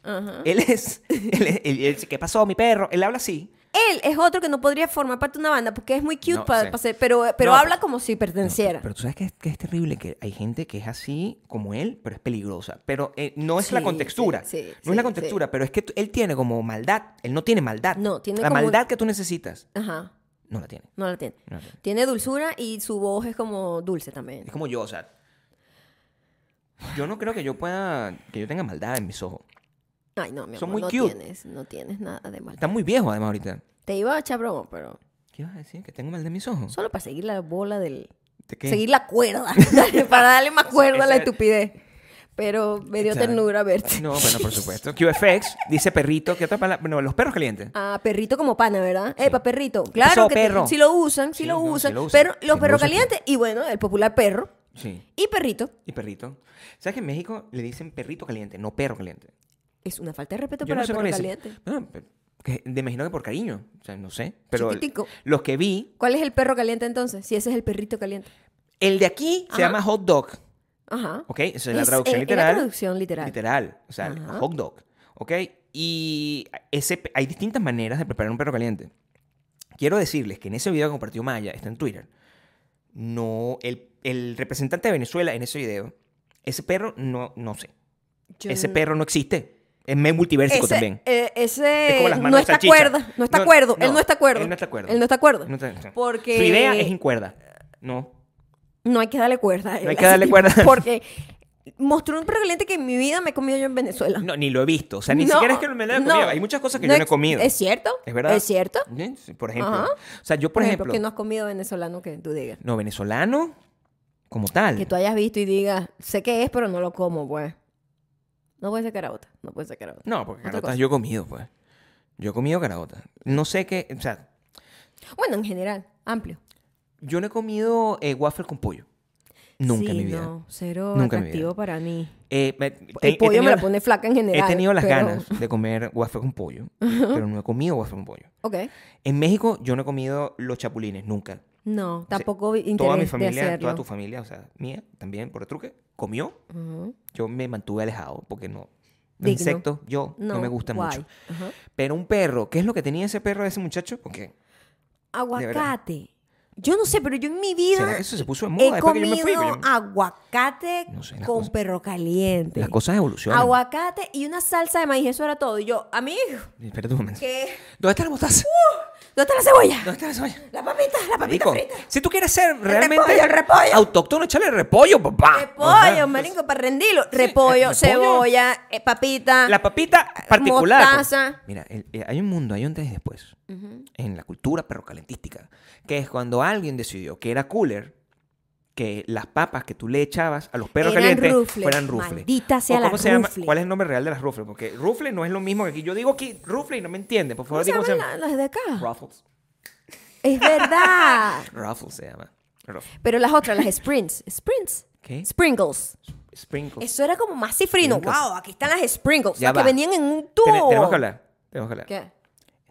Speaker 2: Él es... Él es- él- él- ¿Qué pasó, mi perro? Él habla así.
Speaker 1: Él es otro que no podría formar parte de una banda porque es muy cute
Speaker 2: No,
Speaker 1: para,
Speaker 2: sí.
Speaker 1: ser, pero, pero
Speaker 2: No,
Speaker 1: habla
Speaker 2: pero-
Speaker 1: como si perteneciera.
Speaker 2: Pero tú sabes que es, que es terrible que hay gente que es así como él, pero es peligrosa. Pero eh, no es la
Speaker 1: Sí,
Speaker 2: contextura.
Speaker 1: sí, sí,
Speaker 2: no es la
Speaker 1: sí,
Speaker 2: contextura, pero es que tú- él tiene como maldad. Él no tiene maldad.
Speaker 1: No, tiene
Speaker 2: La
Speaker 1: como-
Speaker 2: maldad que tú necesitas,
Speaker 1: Ajá.
Speaker 2: no la tiene.
Speaker 1: No la tiene.
Speaker 2: No la tiene.
Speaker 1: Tiene dulzura y su voz es como dulce también.
Speaker 2: Es como yo, o sea... Yo no creo que yo pueda... Que yo tenga maldad en mis ojos.
Speaker 1: Ay, no, mi amor,
Speaker 2: Son muy
Speaker 1: no
Speaker 2: cute.
Speaker 1: tienes, no tienes nada de mal.
Speaker 2: Está muy viejo, además, ahorita.
Speaker 1: Te iba a echar broma, pero
Speaker 2: ¿Qué ibas a decir? ¿Que tengo mal de mis ojos?
Speaker 1: solo para seguir la bola del...
Speaker 2: ¿De qué?
Speaker 1: Seguir la cuerda, para darle más cuerda a la
Speaker 2: Ese-
Speaker 1: estupidez. Pero me dio
Speaker 2: Claro.
Speaker 1: ternura verte.
Speaker 2: No, bueno, por supuesto. QFX dice perrito. ¿Qué otra palabra? No, los perros calientes.
Speaker 1: Ah, perrito como pana, ¿verdad? Epa, perrito. Claro
Speaker 2: pasó,
Speaker 1: que te-
Speaker 2: perro?
Speaker 1: si lo usan, si
Speaker 2: Sí,
Speaker 1: lo,
Speaker 2: no, sí
Speaker 1: usan,
Speaker 2: lo usan.
Speaker 1: Pero
Speaker 2: Sí,
Speaker 1: los
Speaker 2: lo
Speaker 1: perros
Speaker 2: usan.
Speaker 1: calientes y bueno, el popular perro
Speaker 2: Sí.
Speaker 1: y perrito
Speaker 2: Y perrito. ¿Sabes que en México le dicen perrito caliente, no perro caliente?
Speaker 1: es una falta de respeto
Speaker 2: Yo
Speaker 1: para
Speaker 2: no sé
Speaker 1: el
Speaker 2: por qué
Speaker 1: Este perro
Speaker 2: le
Speaker 1: caliente.
Speaker 2: dicen- Bueno, pero- que me imagino que por cariño. O sea, no sé. Pero
Speaker 1: Chiquitico.
Speaker 2: los que vi,
Speaker 1: ¿Cuál es el perro caliente entonces? Si ese es el perrito caliente.
Speaker 2: el de aquí se
Speaker 1: Ajá.
Speaker 2: llama hot dog.
Speaker 1: Ajá.
Speaker 2: ¿Ok? Esa es la
Speaker 1: Es- eh,
Speaker 2: traducción
Speaker 1: es- es la
Speaker 2: literal.
Speaker 1: traducción literal.
Speaker 2: Literal. O sea,
Speaker 1: Ajá.
Speaker 2: hot dog. ¿Ok? Y ese, pe- hay distintas maneras de preparar un perro caliente. Quiero decirles que en ese video que compartió Maya, está en Twitter, no, el, el representante de Venezuela en ese video, ese perro no, no sé.
Speaker 1: Yo
Speaker 2: ese
Speaker 1: no-
Speaker 2: perro no existe. Es medio multiversico
Speaker 1: ese,
Speaker 2: también.
Speaker 1: eh, ese
Speaker 2: Es como las manos
Speaker 1: no
Speaker 2: de
Speaker 1: está
Speaker 2: salchicha.
Speaker 1: acuerdo, no está
Speaker 2: No,
Speaker 1: acuerdo, él
Speaker 2: no,
Speaker 1: no está acuerdo.
Speaker 2: él no está acuerdo.
Speaker 1: Él no está acuerdo.
Speaker 2: No te-
Speaker 1: Porque-
Speaker 2: Su idea es incuerda. No.
Speaker 1: No hay que darle cuerda. a él,
Speaker 2: hay que
Speaker 1: a ese
Speaker 2: darle
Speaker 1: tipo,
Speaker 2: cuerda.
Speaker 1: Porque mostró un perro caliente que en mi vida me he comido yo en Venezuela.
Speaker 2: No, ni lo he visto. O sea, ni
Speaker 1: No,
Speaker 2: siquiera es que me lo he
Speaker 1: no.
Speaker 2: comido. Hay muchas cosas que yo no he
Speaker 1: ex-
Speaker 2: comido.
Speaker 1: ¿Es cierto?
Speaker 2: Es verdad.
Speaker 1: ¿Es cierto?
Speaker 2: ¿Eh? Sí, Por ejemplo.
Speaker 1: Ajá.
Speaker 2: O sea, yo, por,
Speaker 1: Por
Speaker 2: ejemplo,
Speaker 1: ejemplo, que no has comido venezolano que tú digas.
Speaker 2: no venezolano como tal.
Speaker 1: Que tú hayas visto y digas, sé que es, pero no lo como, pues. No puede ser carabota. No puede ser carabota.
Speaker 2: No, porque
Speaker 1: Otra
Speaker 2: caraotas
Speaker 1: cosa.
Speaker 2: yo he comido, pues. Yo he comido caraotas. No sé qué, o sea,
Speaker 1: Bueno, en general, amplio.
Speaker 2: yo no he comido eh, waffle con pollo. Nunca
Speaker 1: sí,
Speaker 2: en mi vida.
Speaker 1: No, cero
Speaker 2: Nunca en mi
Speaker 1: atractivo para mí.
Speaker 2: Eh, me- te-
Speaker 1: El
Speaker 2: he
Speaker 1: pollo me
Speaker 2: tenido
Speaker 1: la
Speaker 2: la-
Speaker 1: pone flaca en general.
Speaker 2: He tenido las
Speaker 1: pero-
Speaker 2: ganas de comer waffle con pollo, pero no he comido waffle con pollo.
Speaker 1: Ok.
Speaker 2: En México yo no he comido los chapulines, nunca.
Speaker 1: No, tampoco vi- interés
Speaker 2: Toda mi
Speaker 1: de
Speaker 2: familia,
Speaker 1: hacerlo.
Speaker 2: toda tu familia, o sea, mía también, por truque, comió.
Speaker 1: Ujú.
Speaker 2: Yo me mantuve alejado porque no. Los
Speaker 1: Digno.
Speaker 2: insectos, yo no, me gusta
Speaker 1: guay.
Speaker 2: mucho.
Speaker 1: Ajá.
Speaker 2: Pero un perro, ¿qué es lo que tenía ese perro, ese muchacho? Porque,
Speaker 1: Aguacate. Yo no sé, pero yo en mi
Speaker 2: ¿será
Speaker 1: vida
Speaker 2: que eso se puso de moda
Speaker 1: he
Speaker 2: después que yo
Speaker 1: comido
Speaker 2: me fui? Porque yo-
Speaker 1: aguacate
Speaker 2: No sé, las
Speaker 1: con
Speaker 2: cosas-
Speaker 1: perro caliente.
Speaker 2: Las cosas evolucionan.
Speaker 1: Aguacate y una salsa de maíz, eso era todo. Y yo, amigo,
Speaker 2: Espérate un momento.
Speaker 1: que
Speaker 2: ¿Dónde está la mostaza?
Speaker 1: ¿Dónde está la cebolla?
Speaker 2: ¿Dónde está la cebolla?
Speaker 1: La papita, la papita
Speaker 2: Marico,
Speaker 1: frita.
Speaker 2: si tú quieres ser realmente
Speaker 1: repollo, el repollo.
Speaker 2: autóctono, échale repollo, papá.
Speaker 1: Repollo, marico, para rendirlo. Repollo,
Speaker 2: repollo.
Speaker 1: cebolla, eh, papita.
Speaker 2: La papita particular. pues.
Speaker 1: Mostaza.
Speaker 2: Mira, el- eh, hay un mundo, hay un antes y después, en la cultura perrocalentística, que es cuando alguien decidió que era cooler que las papas que tú le echabas a los perros
Speaker 1: Eran
Speaker 2: calientes
Speaker 1: rufles.
Speaker 2: fueran rufles.
Speaker 1: Maldita sea
Speaker 2: ¿O
Speaker 1: la
Speaker 2: cómo se llama?
Speaker 1: rufle.
Speaker 2: ¿Cuál es el nombre real de las rufles? Porque rufle no es lo mismo que aquí. Yo digo aquí rufle y no me entiende. Por
Speaker 1: ¿Cómo
Speaker 2: favor,
Speaker 1: se
Speaker 2: dígame.
Speaker 1: llaman la- las de acá?
Speaker 2: Ruffles.
Speaker 1: Es verdad.
Speaker 2: Ruffles se llama. Ruffles.
Speaker 1: Pero las otras, las sprints. Sprints.
Speaker 2: ¿Qué?
Speaker 1: Sprinkles.
Speaker 2: Sprinkles.
Speaker 1: Eso era como más cifrino.
Speaker 2: Sprinkles.
Speaker 1: Wow, aquí están las sprinkles.
Speaker 2: Ya
Speaker 1: las que
Speaker 2: va.
Speaker 1: venían en un tubo.
Speaker 2: Tene- Tenemos que hablar. Tenemos que hablar.
Speaker 1: ¿Qué?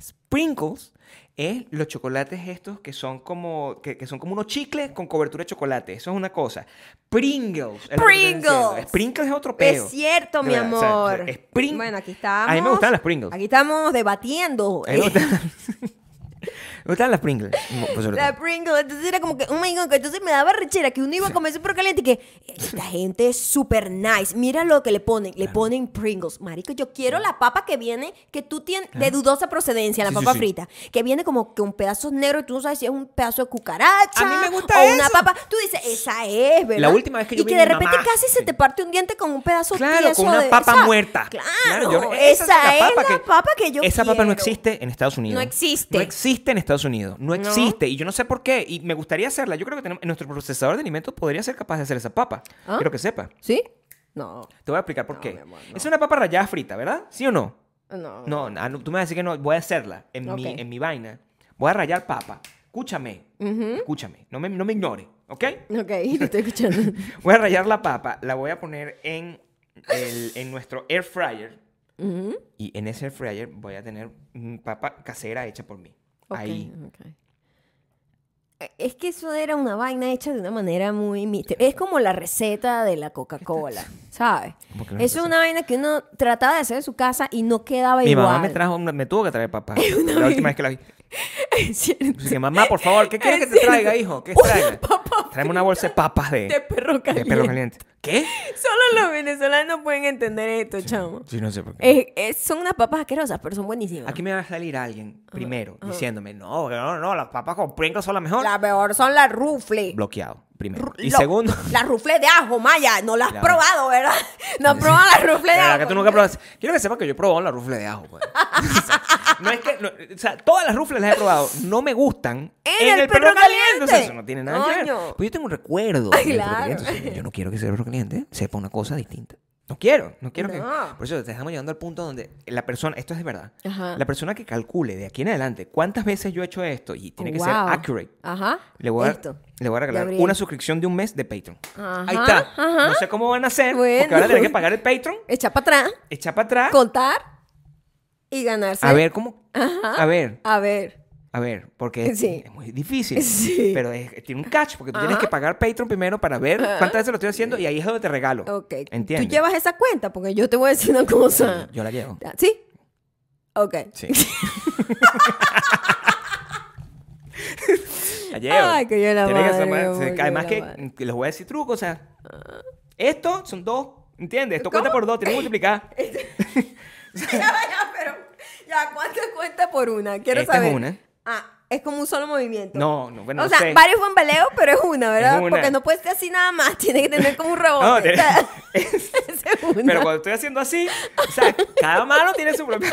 Speaker 2: Sprinkles es los chocolates estos que son como que, que son como unos chicles con cobertura de chocolate. Eso es una cosa. Pringles. es lo que estoy diciendo.
Speaker 1: Pringles.
Speaker 2: Sprinkles es otro peo.
Speaker 1: Es cierto,
Speaker 2: De
Speaker 1: mi
Speaker 2: verdad, o sea,
Speaker 1: amor.
Speaker 2: Spring-
Speaker 1: Bueno, aquí estamos.
Speaker 2: A mí me gustan las Pringles.
Speaker 1: Aquí estamos debatiendo.
Speaker 2: A mí me gustan, me gustan las Pringles. mo- por sobre
Speaker 1: La
Speaker 2: todo.
Speaker 1: Pringles, entonces era como que, oh my god, entonces me daba rechera que uno iba a comer súper caliente y que esta gente es súper nice. Mira lo que le ponen, le ponen Pringles. Marico, yo quiero la papa que viene, que tú tienes de dudosa procedencia, la
Speaker 2: Sí, sí,
Speaker 1: papa
Speaker 2: sí.
Speaker 1: frita, que viene como que un pedazo negro y tú no sabes si es un pedazo de cucaracha
Speaker 2: A mí me gusta
Speaker 1: o una
Speaker 2: eso.
Speaker 1: papa. Tú dices, esa es, ¿verdad?
Speaker 2: La última vez que yo
Speaker 1: Y
Speaker 2: vi
Speaker 1: que
Speaker 2: a
Speaker 1: de
Speaker 2: mi
Speaker 1: repente
Speaker 2: mamá-
Speaker 1: casi se te parte un diente con un pedazo
Speaker 2: Claro,
Speaker 1: tieso
Speaker 2: con una
Speaker 1: de-
Speaker 2: papa
Speaker 1: ¿sabes?
Speaker 2: muerta.
Speaker 1: Claro,
Speaker 2: yo-
Speaker 1: esa, es la papa, que, yo
Speaker 2: Esa papa no
Speaker 1: quiero.
Speaker 2: existe en Estados Unidos.
Speaker 1: No existe.
Speaker 2: No existe en Estados Unidos. No existe. Y yo no sé por qué. Y me gustaría hacerla. Yo creo que tenemos- nuestro procesador de alimentos podría ser capaz de hacer esa papa.
Speaker 1: ¿Ah?
Speaker 2: Quiero que sepa.
Speaker 1: ¿Sí? No,
Speaker 2: Te voy a explicar por
Speaker 1: No,
Speaker 2: qué.
Speaker 1: mi amor,
Speaker 2: Es una papa rallada frita, ¿verdad? ¿Sí o no?
Speaker 1: no.
Speaker 2: No, na- no, tú me vas a decir que no. Voy a hacerla en,
Speaker 1: Ok.
Speaker 2: mi, en mi vaina. Voy a rallar papa. Escúchame.
Speaker 1: ¿Mm?
Speaker 2: Escúchame. No me, no me ignore, ¿ok?
Speaker 1: Ok, te estoy escuchando.
Speaker 2: Voy a rallar la papa. La voy a poner en, el- en nuestro air fryer. Y en ese air fryer voy a tener mm, papa casera hecha por mí.
Speaker 1: Ok,
Speaker 2: Ahí.
Speaker 1: ok. Eh, Es que eso era una vaina hecha de una manera muy misteriosa. Es como la receta de la Coca-Cola, ¿sabes?
Speaker 2: ¿Cómo que
Speaker 1: Eso
Speaker 2: la
Speaker 1: es una vaina que uno trataba de hacer en su casa y no quedaba
Speaker 2: Mi
Speaker 1: igual.
Speaker 2: mamá me trajo, una- me tuvo que traer papa. la última vez que la vi.
Speaker 1: Es cierto.
Speaker 2: Así que, mamá, por favor, ¿qué quieres que te traiga, hijo? ¿Qué
Speaker 1: Una
Speaker 2: traiga?
Speaker 1: papa
Speaker 2: Tráeme una bolsa de papas de,
Speaker 1: de perro
Speaker 2: de
Speaker 1: caliente.
Speaker 2: perro caliente. ¿Qué?
Speaker 1: Solo los venezolanos pueden entender esto, chamo.
Speaker 2: Sí, no sé por qué.
Speaker 1: Es- es- son unas papas asquerosas, pero son buenísimas.
Speaker 2: Aquí me va a salir alguien primero diciéndome, no, no, no, las papas con Pringles son las mejores.
Speaker 1: La peor son las rufles.
Speaker 2: Bloqueado, primero.
Speaker 1: Ru-
Speaker 2: Y
Speaker 1: lo-
Speaker 2: segundo,
Speaker 1: Las rufles de ajo, Maya. No las has
Speaker 2: Ya.
Speaker 1: probado, ¿verdad? No has probado las rufles de
Speaker 2: la
Speaker 1: ajo.
Speaker 2: verdad que tú nunca probaste. Quiero que sepas que yo he probado la rufle de ajo, güey. O sea, no es que, no, o sea, todas las rufles las he probado, no me gustan
Speaker 1: En el
Speaker 2: perro,
Speaker 1: perro
Speaker 2: caliente. O sea,
Speaker 1: caliente.
Speaker 2: eso no tiene nada que ver.
Speaker 1: Coño.
Speaker 2: Pues yo tengo un recuerdo.
Speaker 1: Ay,
Speaker 2: del perro
Speaker 1: claro.
Speaker 2: caliente. O sea, yo no quiero que ese perro caliente sepa una cosa distinta. No quiero, no quiero
Speaker 1: No.
Speaker 2: que. Por eso te estamos llegando al punto donde la persona, esto es de verdad,
Speaker 1: Ajá.
Speaker 2: la persona que calcule de aquí en adelante cuántas veces yo he hecho esto y tiene que ser
Speaker 1: Wow.
Speaker 2: accurate.
Speaker 1: Ajá.
Speaker 2: Le voy, a,
Speaker 1: Esto.
Speaker 2: le voy a regalar
Speaker 1: Gabriel.
Speaker 2: una suscripción de un mes de Patreon.
Speaker 1: Ajá,
Speaker 2: Ahí está.
Speaker 1: ajá.
Speaker 2: No sé cómo van a hacer,
Speaker 1: Bueno.
Speaker 2: porque ahora tienen que pagar el Patreon,
Speaker 1: Echar para atrás,
Speaker 2: echar para atrás.
Speaker 1: contar y ganarse.
Speaker 2: A ver cómo. A ver,
Speaker 1: A ver.
Speaker 2: a ver, porque es,
Speaker 1: Sí.
Speaker 2: es muy difícil.
Speaker 1: Sí.
Speaker 2: Pero es- tiene un catch, porque tú tienes
Speaker 1: Ajá.
Speaker 2: que pagar Patreon primero para ver cuántas veces lo estoy haciendo y ahí es donde te regalo.
Speaker 1: Ok. ¿Tú
Speaker 2: ¿Entiendes?
Speaker 1: llevas esa cuenta? Porque yo te voy a decir una cosa.
Speaker 2: Yo la llevo.
Speaker 1: ¿Sí? Ok.
Speaker 2: Sí. la llevo.
Speaker 1: Ay, que yo la
Speaker 2: Tiene que
Speaker 1: madre,
Speaker 2: tomar-
Speaker 1: mi amor,
Speaker 2: Además
Speaker 1: que yo
Speaker 2: que,
Speaker 1: la madre. Ah.
Speaker 2: que les voy a decir trucos, o sea. Esto son dos, ¿entiendes? Esto cuenta
Speaker 1: ¿Cómo?
Speaker 2: por dos, tienes que multiplicar.
Speaker 1: ya, ya, pero. Ya, ¿cuánto cuenta por una? Quiero
Speaker 2: Esta es
Speaker 1: saber.
Speaker 2: una.
Speaker 1: Ah, es como un solo movimiento.
Speaker 2: No, no, bueno,
Speaker 1: o
Speaker 2: no
Speaker 1: sea,
Speaker 2: sé.
Speaker 1: varios bambaleos, pero es una, ¿verdad?
Speaker 2: Es una.
Speaker 1: Porque no puedes ser así nada más. Tiene que tener como un rebote.
Speaker 2: No, tiene-
Speaker 1: Esa es una.
Speaker 2: Pero cuando estoy haciendo así, o sea, cada mano tiene su propio.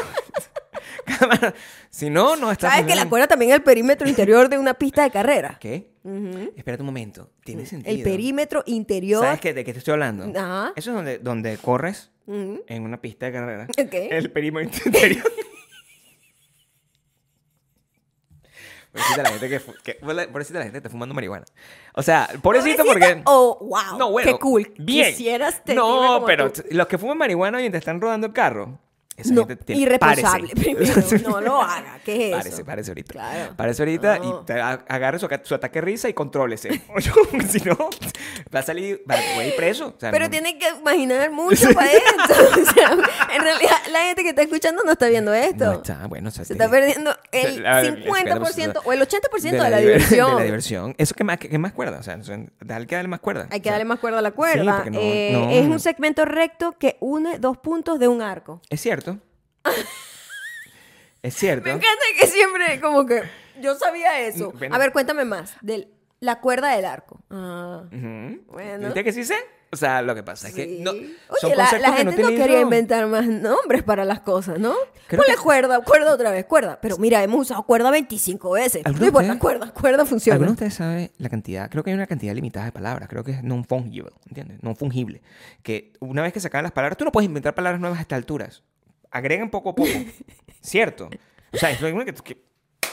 Speaker 2: Cada mano. Si no, no está.
Speaker 1: ¿Sabes que la cuerda también es el perímetro interior de una pista de carrera?
Speaker 2: ¿Qué? Espérate un momento. Tiene sentido.
Speaker 1: El perímetro interior.
Speaker 2: ¿Sabes qué- de qué te estoy hablando?
Speaker 1: Ajá.
Speaker 2: Eso es donde, donde corres en una pista de carrera.
Speaker 1: Ok.
Speaker 2: El perímetro interior. Pobrecita la gente que, fu- que- pobrecita la gente que está fumando marihuana. O sea, pobrecito
Speaker 1: Pobrecita,
Speaker 2: porque.
Speaker 1: Oh, wow.
Speaker 2: No, bueno.
Speaker 1: Qué cool.
Speaker 2: Bien.
Speaker 1: Quisieras tener
Speaker 2: No,
Speaker 1: como
Speaker 2: pero
Speaker 1: tú.
Speaker 2: t- los que fuman marihuana mientras están rodando el carro. Esa
Speaker 1: No,
Speaker 2: gente tiene-
Speaker 1: irresponsable.
Speaker 2: párese.
Speaker 1: Primero, no lo haga. ¿Qué es eso?
Speaker 2: Parece, parece ahorita.
Speaker 1: Claro.
Speaker 2: Parece ahorita
Speaker 1: No.
Speaker 2: y te a- agarre su, aca- su ataque de risa y contrólese. Oye, si no, va a salir, va va a ir preso. O sea,
Speaker 1: Pero
Speaker 2: no-
Speaker 1: tiene que imaginar mucho para esto. O sea, en realidad, la gente que está escuchando no está viendo esto.
Speaker 2: no está, bueno, o sea,
Speaker 1: Se
Speaker 2: tiene-
Speaker 1: está perdiendo
Speaker 2: sea,
Speaker 1: el
Speaker 2: la-
Speaker 1: 50% o el 80% de,
Speaker 2: de
Speaker 1: la
Speaker 2: diver-
Speaker 1: diversión.
Speaker 2: De la diversión. Eso que más, que, que más cuerda. O sea, o sea, dale que darle más cuerda.
Speaker 1: Hay que
Speaker 2: O sea,
Speaker 1: darle más cuerda a la
Speaker 2: Sí,
Speaker 1: cuerda.
Speaker 2: porque no-
Speaker 1: Eh,
Speaker 2: no.
Speaker 1: Es un segmento recto que une dos puntos de un arco.
Speaker 2: Es cierto. Es cierto.
Speaker 1: Me encanta que siempre, como que yo sabía eso.
Speaker 2: Mm, Bueno.
Speaker 1: A ver, cuéntame más. De la cuerda del arco. Ah,
Speaker 2: Ujú.
Speaker 1: Bueno.
Speaker 2: ¿Viste que sí sé? O sea, lo que pasa es que
Speaker 1: sí.
Speaker 2: no- son
Speaker 1: Oye, la,
Speaker 2: conceptos
Speaker 1: la
Speaker 2: que
Speaker 1: gente
Speaker 2: no
Speaker 1: no,
Speaker 2: tienen
Speaker 1: quería
Speaker 2: nombre.
Speaker 1: inventar más nombres para las cosas, ¿no?
Speaker 2: Creo
Speaker 1: Ponle
Speaker 2: que-
Speaker 1: cuerda, cuerda otra vez, cuerda. Pero mira, hemos usado cuerda 25 veces.
Speaker 2: ¿Alguno
Speaker 1: No
Speaker 2: de
Speaker 1: importa,
Speaker 2: ustedes-
Speaker 1: cuerda, cuerda funciona.
Speaker 2: ¿Alguno de ustedes sabe la cantidad? Creo que hay una cantidad limitada de palabras. Creo que es non fungible, ¿entiendes? Non fungible. Que una vez que se acaban las palabras, tú no puedes inventar palabras nuevas a estas alturas. Agregan poco a poco. ¿Cierto? O sea, es lo mismo que, que-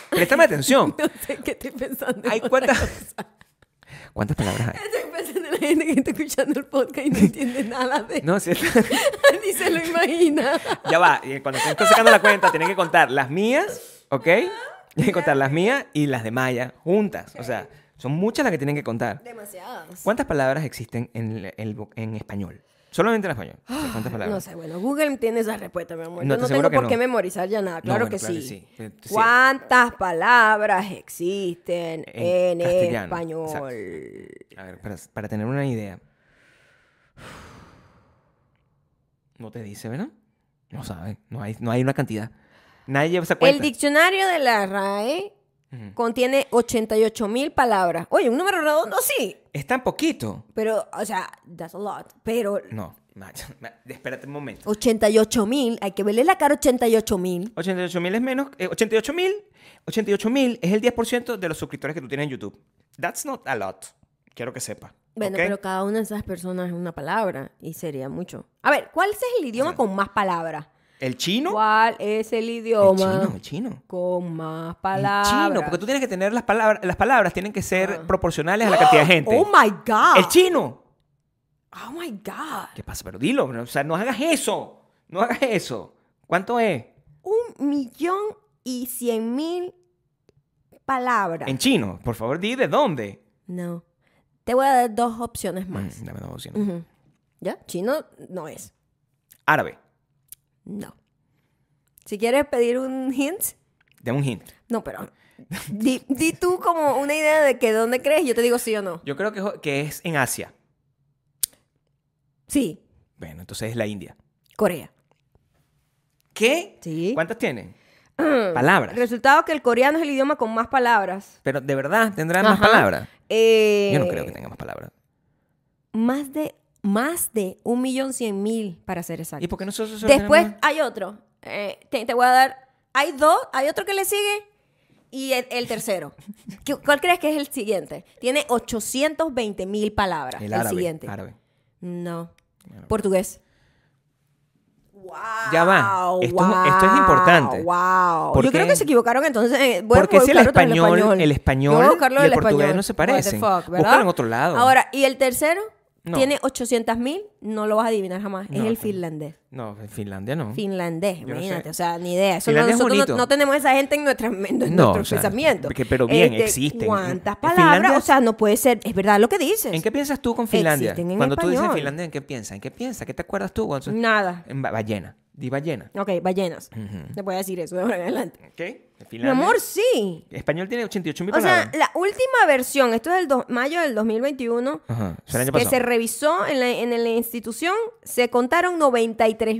Speaker 2: Préstame atención.
Speaker 1: No sé qué estoy pensando. en
Speaker 2: Hay
Speaker 1: otra
Speaker 2: cuántas...
Speaker 1: cosa.
Speaker 2: ¿Cuántas palabras hay?
Speaker 1: Estoy pensando en la gente que está escuchando el podcast y no entiende nada de
Speaker 2: No, sí.
Speaker 1: Ni se lo imagina.
Speaker 2: Ya va. eh, Cuando te estás sacando la cuenta, tienen que contar las mías, ¿ok? Tienen que contar las mías y las de Maya juntas. O sea, son muchas las que tienen que contar.
Speaker 1: Demasiadas.
Speaker 2: ¿Cuántas palabras existen en, el- el vo- en español? Solamente en español. O sea, ¿Cuántas palabras?
Speaker 1: Ah, No sé, bueno, Google tiene esa respuesta, mi amor. Yo
Speaker 2: No, te
Speaker 1: no
Speaker 2: aseguro
Speaker 1: tengo
Speaker 2: que
Speaker 1: por
Speaker 2: no.
Speaker 1: qué memorizar ya nada. Claro
Speaker 2: bueno,
Speaker 1: que
Speaker 2: claro que
Speaker 1: sí.
Speaker 2: sí. Eh, sí.
Speaker 1: ¿Cuántas palabras existen en,
Speaker 2: En castellano,
Speaker 1: español?
Speaker 2: A ver, para, para tener una idea. No te dice, ¿verdad? No sabe. No hay, no hay una cantidad. Nadie lleva esa
Speaker 1: El
Speaker 2: cuenta.
Speaker 1: diccionario de la RAE
Speaker 2: Ujú.
Speaker 1: contiene 88 mil palabras. Oye, un número redondo sí,
Speaker 2: Es tan poquito.
Speaker 1: pero, o sea, that's a lot. Pero
Speaker 2: No. macho, ma- Espérate un momento.
Speaker 1: 88 mil, hay que verle la cara a 88 mil.
Speaker 2: 88 mil es menos. eh, 88 mil. 88 mil es el 10% de los suscriptores que tú tienes en YouTube. That's not a lot. Quiero que sepa.
Speaker 1: Bueno,
Speaker 2: ¿ok?
Speaker 1: pero cada una de esas personas es una palabra y sería mucho. A ver, ¿cuál es el idioma con más palabras?
Speaker 2: El chino.
Speaker 1: ¿Cuál es el
Speaker 2: El
Speaker 1: idioma
Speaker 2: chino, el chino.
Speaker 1: con más
Speaker 2: El
Speaker 1: palabras? Oh Ah.
Speaker 2: chino, porque tú tienes que tener las palabras, las palabras tienen que ser proporcionales a la cantidad de gente.
Speaker 1: Oh my God.
Speaker 2: El chino.
Speaker 1: Oh my God.
Speaker 2: ¿Qué pasa? Pero dilo, no, o sea, no hagas eso. No hagas eso. ¿Cuánto es?
Speaker 1: Un millón y cien mil palabras.
Speaker 2: En chino, por favor, di de dónde.
Speaker 1: No. Te voy a dar dos opciones más.
Speaker 2: Mm, dame dos opciones.
Speaker 1: Ujú. ¿Ya? Chino no es.
Speaker 2: Árabe.
Speaker 1: No. Si quieres pedir un hint,
Speaker 2: De un hint.
Speaker 1: no, pero. Di, di tú como una idea de que dónde crees, yo te digo sí o no.
Speaker 2: Yo creo que, jo- que es en Asia.
Speaker 1: Sí,
Speaker 2: Bueno, entonces es la India.
Speaker 1: Corea.
Speaker 2: ¿Qué?
Speaker 1: Sí.
Speaker 2: ¿Cuántas tienen? palabras.
Speaker 1: Resultado que el coreano es el idioma con más palabras.
Speaker 2: Pero de verdad tendrán más
Speaker 1: Ajá.
Speaker 2: palabras.
Speaker 1: Eh,
Speaker 2: Yo no creo que tengan más palabras.
Speaker 1: Más de, más de un millón cien mil, para ser exacto.
Speaker 2: ¿Y por qué nosotros solo
Speaker 1: Después
Speaker 2: tenemos-
Speaker 1: hay otro. Eh, te, te voy a dar. Hay dos, hay otro que le sigue y el, el tercero. ¿Qué- ¿Cuál crees que es el siguiente? Tiene 820 mil palabras. ah, El,
Speaker 2: el árabe?
Speaker 1: siguiente.
Speaker 2: Árabe.
Speaker 1: No. Portugués.
Speaker 2: Ya va. Esto es- esto es importante.
Speaker 1: Wow.
Speaker 2: ¿Por
Speaker 1: Yo creo
Speaker 2: qué?
Speaker 1: que se equivocaron entonces. eh, voy a-
Speaker 2: Porque
Speaker 1: voy a
Speaker 2: si el
Speaker 1: buscar otro en
Speaker 2: español- el español
Speaker 1: Yo voy a buscarlo
Speaker 2: y
Speaker 1: del
Speaker 2: el portugués
Speaker 1: español.
Speaker 2: no se
Speaker 1: What the
Speaker 2: parecen.
Speaker 1: fuck,
Speaker 2: Búscalo
Speaker 1: ¿verdad?
Speaker 2: en otro lado.
Speaker 1: Ahora, y el tercero
Speaker 2: No.
Speaker 1: tiene 800 mil. No lo vas a adivinar jamás. es
Speaker 2: No,
Speaker 1: el
Speaker 2: tú-
Speaker 1: finlandés.
Speaker 2: No, en Finlandia no.
Speaker 1: Finlandés,
Speaker 2: Yo no
Speaker 1: imagínate,
Speaker 2: sé.
Speaker 1: o sea, ni idea. Eso no,
Speaker 2: Finlandia es
Speaker 1: nosotros no,
Speaker 2: bonito.
Speaker 1: no tenemos esa gente en, nuestra, en
Speaker 2: No,
Speaker 1: nuestros
Speaker 2: o sea,
Speaker 1: pensamientos.
Speaker 2: que- pero bien, existen.
Speaker 1: ¿Cuántas
Speaker 2: En
Speaker 1: palabras?
Speaker 2: Finlandia-
Speaker 1: O sea, no puede ser, es verdad lo que dices.
Speaker 2: ¿En qué piensas tú con Finlandia?
Speaker 1: Existen en
Speaker 2: Cuando tú dices
Speaker 1: español.
Speaker 2: Finlandia, ¿en qué piensas? ¿En qué piensas? ¿Qué te acuerdas tú? Gonzo?
Speaker 1: Nada.
Speaker 2: En ba- ballena. Di ballena.
Speaker 1: Ok, ballenas.
Speaker 2: Ujú.
Speaker 1: Te voy a decir eso de ahora en adelante.
Speaker 2: ¿Ok? En
Speaker 1: Mi
Speaker 2: Finlandia.
Speaker 1: amor, sí.
Speaker 2: Español tiene 88 mil
Speaker 1: O sea,
Speaker 2: palabras.
Speaker 1: la última versión, esto es del dos- mayo del 2021,
Speaker 2: Ajá. Ah, O sea, el año
Speaker 1: que
Speaker 2: pasado.
Speaker 1: se revisó en la, en la institución, se contaron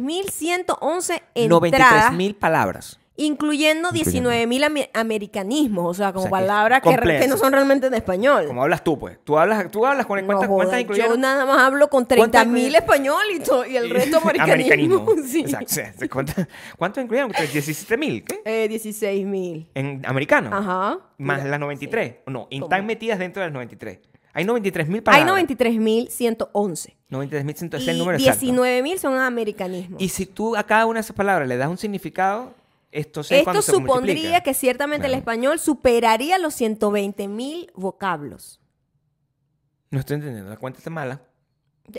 Speaker 1: 93.111 entradas.
Speaker 2: 93 mil palabras.
Speaker 1: incluyendo 19.000 ami- americanismos, o sea, como
Speaker 2: O sea, que es
Speaker 1: palabras que, re-
Speaker 2: completo.
Speaker 1: que no son realmente en español.
Speaker 2: Como hablas tú, pues. Tú hablas, tú hablas con
Speaker 1: No
Speaker 2: cuántas,
Speaker 1: joda,
Speaker 2: cuántas
Speaker 1: yo
Speaker 2: incluyeron.
Speaker 1: nada más hablo con
Speaker 2: ¿Cuántas
Speaker 1: 30.000
Speaker 2: incluyeron?
Speaker 1: español y, to- y el resto americanismo. sí.
Speaker 2: Exacto. ¿Cuántas, cuántas incluyeron? 17 mil. ¿Qué?
Speaker 1: Eh, 16.000.
Speaker 2: En americano.
Speaker 1: Ajá.
Speaker 2: Ah. Más
Speaker 1: Mira,
Speaker 2: las 93. No, y
Speaker 1: ¿Cómo?
Speaker 2: están metidas dentro de las 93. Hay 93 mil
Speaker 1: Hay
Speaker 2: palabras.
Speaker 1: 93.111.
Speaker 2: 93 mil Este es el
Speaker 1: Y
Speaker 2: número exacto.
Speaker 1: 19.000 son americanismos.
Speaker 2: Y si tú a cada una de esas palabras le das un significado, esto se
Speaker 1: Esto supondría que ciertamente el
Speaker 2: Claro.
Speaker 1: español superaría los 120.000 vocablos.
Speaker 2: No estoy entendiendo, la cuenta está mala.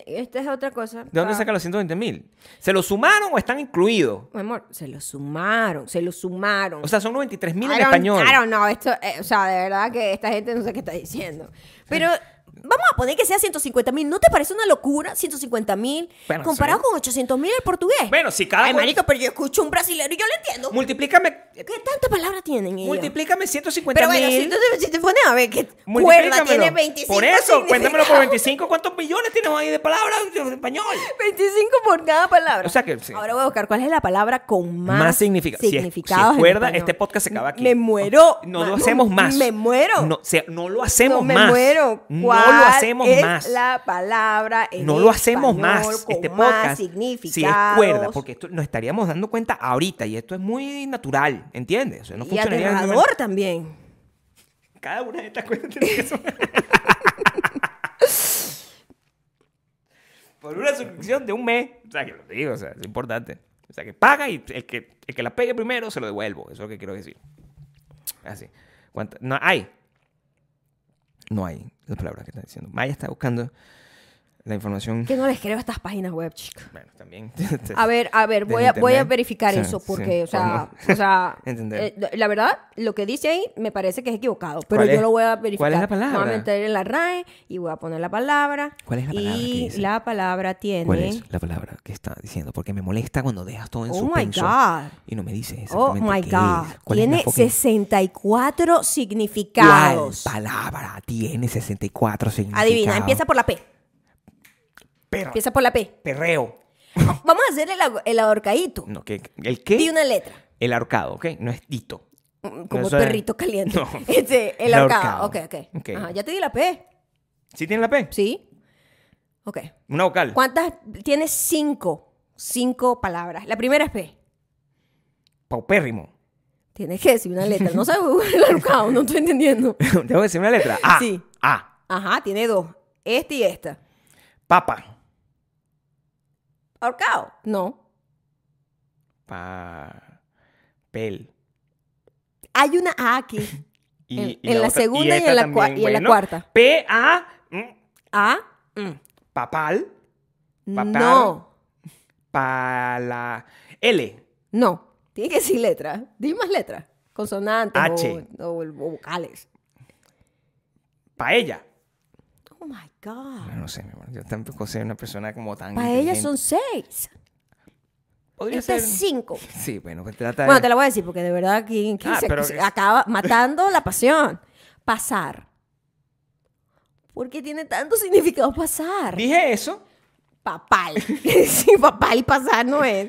Speaker 1: Esta es otra cosa.
Speaker 2: ¿De dónde
Speaker 1: Pa-
Speaker 2: sacan los 120 mil? ¿Se los sumaron o están incluidos?
Speaker 1: Mi amor, se lo sumaron, se lo sumaron.
Speaker 2: O sea, son 93 mil en
Speaker 1: I don't-
Speaker 2: español.
Speaker 1: I don't know, esto, eh, o sea, de verdad que esta gente no sé qué está diciendo. Pero Vamos a poner que sea 150 mil. ¿No te parece una locura 150 mil
Speaker 2: Bueno,
Speaker 1: comparado
Speaker 2: sí.
Speaker 1: con 800 mil el portugués?
Speaker 2: Bueno, si cada
Speaker 1: Ay,
Speaker 2: cual-
Speaker 1: marico, pero yo escucho un brasilero y yo lo entiendo.
Speaker 2: Multiplícame,
Speaker 1: ¿Qué tanta palabra tienen ellos?
Speaker 2: multiplícame 150
Speaker 1: Pero bueno, si
Speaker 2: mil.
Speaker 1: tú te, si te pones a ver que cuerda
Speaker 2: multiplícamelo.
Speaker 1: tiene 25
Speaker 2: Por eso, cuéntamelo por
Speaker 1: significados.
Speaker 2: 25. ¿Cuántos millones tienes ahí de palabras en español?
Speaker 1: 25 por cada palabra.
Speaker 2: O sea que sí.
Speaker 1: Ahora voy a buscar cuál es la palabra con más,
Speaker 2: Más significa- si es-
Speaker 1: significados.
Speaker 2: si
Speaker 1: en
Speaker 2: acuerda,
Speaker 1: español.
Speaker 2: este podcast se acaba aquí.
Speaker 1: Me muero.
Speaker 2: No lo
Speaker 1: Manu,
Speaker 2: hacemos más.
Speaker 1: Me muero.
Speaker 2: No, o sea, no lo hacemos
Speaker 1: No, me
Speaker 2: más.
Speaker 1: muero.
Speaker 2: No
Speaker 1: ¿Cuál
Speaker 2: lo hacemos
Speaker 1: es
Speaker 2: más.
Speaker 1: La palabra en
Speaker 2: No lo hacemos más.
Speaker 1: español con
Speaker 2: Este
Speaker 1: más
Speaker 2: podcast, si es
Speaker 1: significados?
Speaker 2: cuerda, porque esto nos estaríamos dando cuenta ahorita y esto es muy natural, ¿entiendes? O sea, no
Speaker 1: y
Speaker 2: funcionaría. de ninguna-
Speaker 1: aterrador también.
Speaker 2: Cada una de estas cuerdas tiene que sonar. Por una suscripción de un mes. O sea, que lo digo, o sea, es importante. O sea, que paga y el que, el que la pegue primero se lo devuelvo. Eso es lo que quiero decir. Así. ¿Cuánta- No hay. No hay las palabras que está diciendo. Maya está buscando la información.
Speaker 1: Que no les creo a estas páginas web, chicas.
Speaker 2: Bueno, también.
Speaker 1: A ver, a ver,
Speaker 2: Del
Speaker 1: voy a, voy a
Speaker 2: internet.
Speaker 1: verificar
Speaker 2: Sí,
Speaker 1: eso
Speaker 2: sí,
Speaker 1: porque, o
Speaker 2: por
Speaker 1: sea,
Speaker 2: no.
Speaker 1: o sea
Speaker 2: Entender.
Speaker 1: eh, la verdad, lo que dice ahí me parece que es equivocado, pero
Speaker 2: ¿Cuál
Speaker 1: yo
Speaker 2: es-
Speaker 1: lo voy a
Speaker 2: cuál es
Speaker 1: verificar.
Speaker 2: la palabra?
Speaker 1: Me voy a meter en la RAE y voy a poner la palabra.
Speaker 2: ¿Cuál es la palabra que
Speaker 1: Y
Speaker 2: dice?
Speaker 1: la palabra tiene.
Speaker 2: ¿Cuál es la palabra que está diciendo? Porque me molesta cuando dejas todo en
Speaker 1: ¿eh? Oh my
Speaker 2: suspenso.
Speaker 1: God.
Speaker 2: Y no me dices
Speaker 1: Oh
Speaker 2: exactamente
Speaker 1: my
Speaker 2: qué
Speaker 1: God.
Speaker 2: es. ¿Cuál es la
Speaker 1: Tiene
Speaker 2: fucking-
Speaker 1: 64
Speaker 2: ¿Cuál
Speaker 1: significados.
Speaker 2: palabra tiene 64 significados?
Speaker 1: Adivina, empieza por la P.
Speaker 2: Perra,
Speaker 1: Empieza por la P.
Speaker 2: perreo.
Speaker 1: Oh, Vamos a hacer el, ahor- el ahorcadito.
Speaker 2: No, ¿qué- ¿El
Speaker 1: Di
Speaker 2: qué?
Speaker 1: una letra.
Speaker 2: El arcado, ¿ok? No es dito.
Speaker 1: Mm, Como
Speaker 2: Eso es-
Speaker 1: perrito caliente.
Speaker 2: No.
Speaker 1: Este, el
Speaker 2: El
Speaker 1: ahorcado.
Speaker 2: ahorcado.
Speaker 1: Ok, ok.
Speaker 2: Ok.
Speaker 1: Ajá, ya te di la P.
Speaker 2: ¿Sí tiene la P?
Speaker 1: ¿Sí? Ok.
Speaker 2: Una vocal.
Speaker 1: ¿Cuántas? Tienes cinco. Cinco palabras. La primera es P.
Speaker 2: Paupérrimo.
Speaker 1: Tienes que decir una letra. No sabes el ahorcado, no estoy entendiendo.
Speaker 2: Tengo que decir una letra. A.
Speaker 1: Sí.
Speaker 2: A.
Speaker 1: Ajá, tiene dos. Este y esta.
Speaker 2: Papa.
Speaker 1: ¿Ahorcado? No.
Speaker 2: Pa. Pel.
Speaker 1: Hay una A aquí.
Speaker 2: Y-
Speaker 1: En-
Speaker 2: y
Speaker 1: en la
Speaker 2: otra-
Speaker 1: segunda y en
Speaker 2: esta
Speaker 1: la
Speaker 2: también.
Speaker 1: cua- y en la
Speaker 2: Bueno,
Speaker 1: cuarta.
Speaker 2: P. A. mm,
Speaker 1: A. mm.
Speaker 2: Papal. Papar.
Speaker 1: No.
Speaker 2: Pala. L.
Speaker 1: No. Tiene que decir letra. Dime más letras. Consonantes
Speaker 2: H.
Speaker 1: O, o- o vocales.
Speaker 2: Paella. Ah,
Speaker 1: Oh my God.
Speaker 2: No sé, mi amor. Yo tampoco soy una persona como tan.
Speaker 1: Para ellas
Speaker 2: inteligente.
Speaker 1: son seis.
Speaker 2: Podría
Speaker 1: Esta
Speaker 2: ser.
Speaker 1: es cinco.
Speaker 2: Sí, bueno, pues trata de.
Speaker 1: Bueno, te la voy a decir porque de verdad aquí aquí
Speaker 2: Ah,
Speaker 1: se,
Speaker 2: pero
Speaker 1: se
Speaker 2: es-
Speaker 1: acaba matando la pasión. Pasar. ¿Por qué tiene tanto significado pasar?
Speaker 2: Dije eso,
Speaker 1: Papal. sí, papal pasar no es.